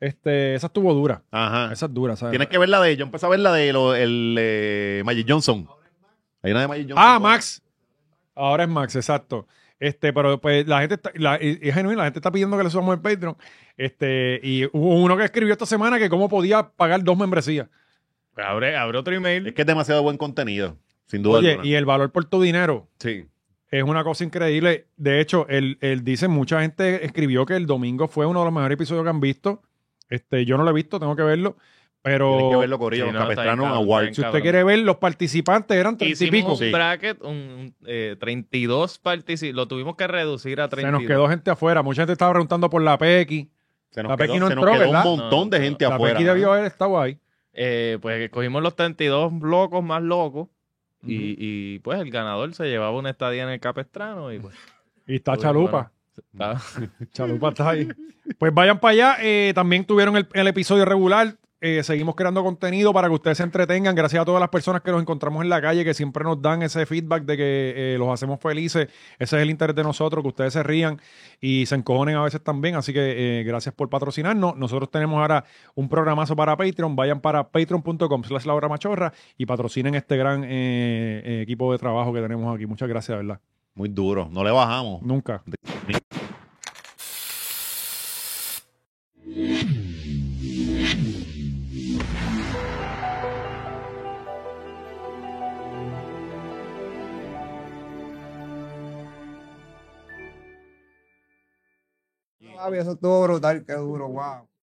S1: Este, esa estuvo dura.
S2: Ajá.
S1: Esa es dura, ¿sabes?
S2: Tienes que ver la de. Yo empecé a ver la de lo- el, eh, Magic Johnson. Hay una de Magic Johnson.
S1: Ah, Max. Ahora es Max, exacto. Este, pero pues la gente está, la- es es genuino, la gente está pidiendo que le subamos el Patreon. Este, y hubo uno que escribió esta semana que cómo podía pagar dos membresías.
S3: Abre, abre otro email.
S2: Es que es demasiado buen contenido. Sin duda.
S1: Oye,
S2: alguna.
S1: y el valor por tu dinero
S2: Sí.
S1: es una cosa increíble. De hecho, él, él dice, mucha gente escribió que el domingo fue uno de los mejores episodios que han visto. Este, yo no lo he visto, tengo que verlo.
S2: Tienes
S1: Pero
S2: que verlo, Corillo.
S3: Sí,
S2: los
S3: no, está bien,
S2: Capestrano
S3: cabrón,
S2: Awards.
S1: si usted
S3: cabrón.
S1: quiere ver, los participantes eran treinta y
S3: Hicimos
S1: pico.
S3: un
S2: Sí.
S3: bracket, un, un, eh, 32 participantes. Lo tuvimos que reducir a
S1: Se
S3: 32.
S1: nos quedó gente afuera. Mucha gente estaba preguntando por la PX.
S2: Se nos
S1: La
S2: quedó,
S1: Becky no
S2: se nos
S1: entró,
S2: quedó un
S1: ¿verdad?
S2: montón de
S3: No, no,
S2: gente
S1: La
S2: afuera.
S1: PX debió haber estado ahí.
S3: Eh, pues cogimos los 32 locos más locos. Y, y, pues el ganador se llevaba una estadía en el Capestrano y pues
S1: Y está
S3: Uy,
S1: Chalupa.
S3: estaba-
S1: Chalupa está ahí. Pues vayan para allá. Eh, también tuvieron el, el episodio regular. Eh, seguimos creando contenido para que ustedes se entretengan. Gracias a todas las personas que nos encontramos en la calle, que siempre nos dan ese feedback de que eh, los hacemos felices. Ese es el interés de nosotros, que ustedes se rían y se encojonen a veces también. Así que eh, gracias por patrocinarnos. Nosotros tenemos ahora un programazo para Patreon. Vayan para patreon.com slash la hora machorra y patrocinen este gran eh, eh, equipo de trabajo que tenemos aquí. Muchas gracias, de ¿verdad?
S2: Muy duro. No le bajamos.
S1: Nunca.
S5: Javi, eso estuvo brutal, qué duro, wow.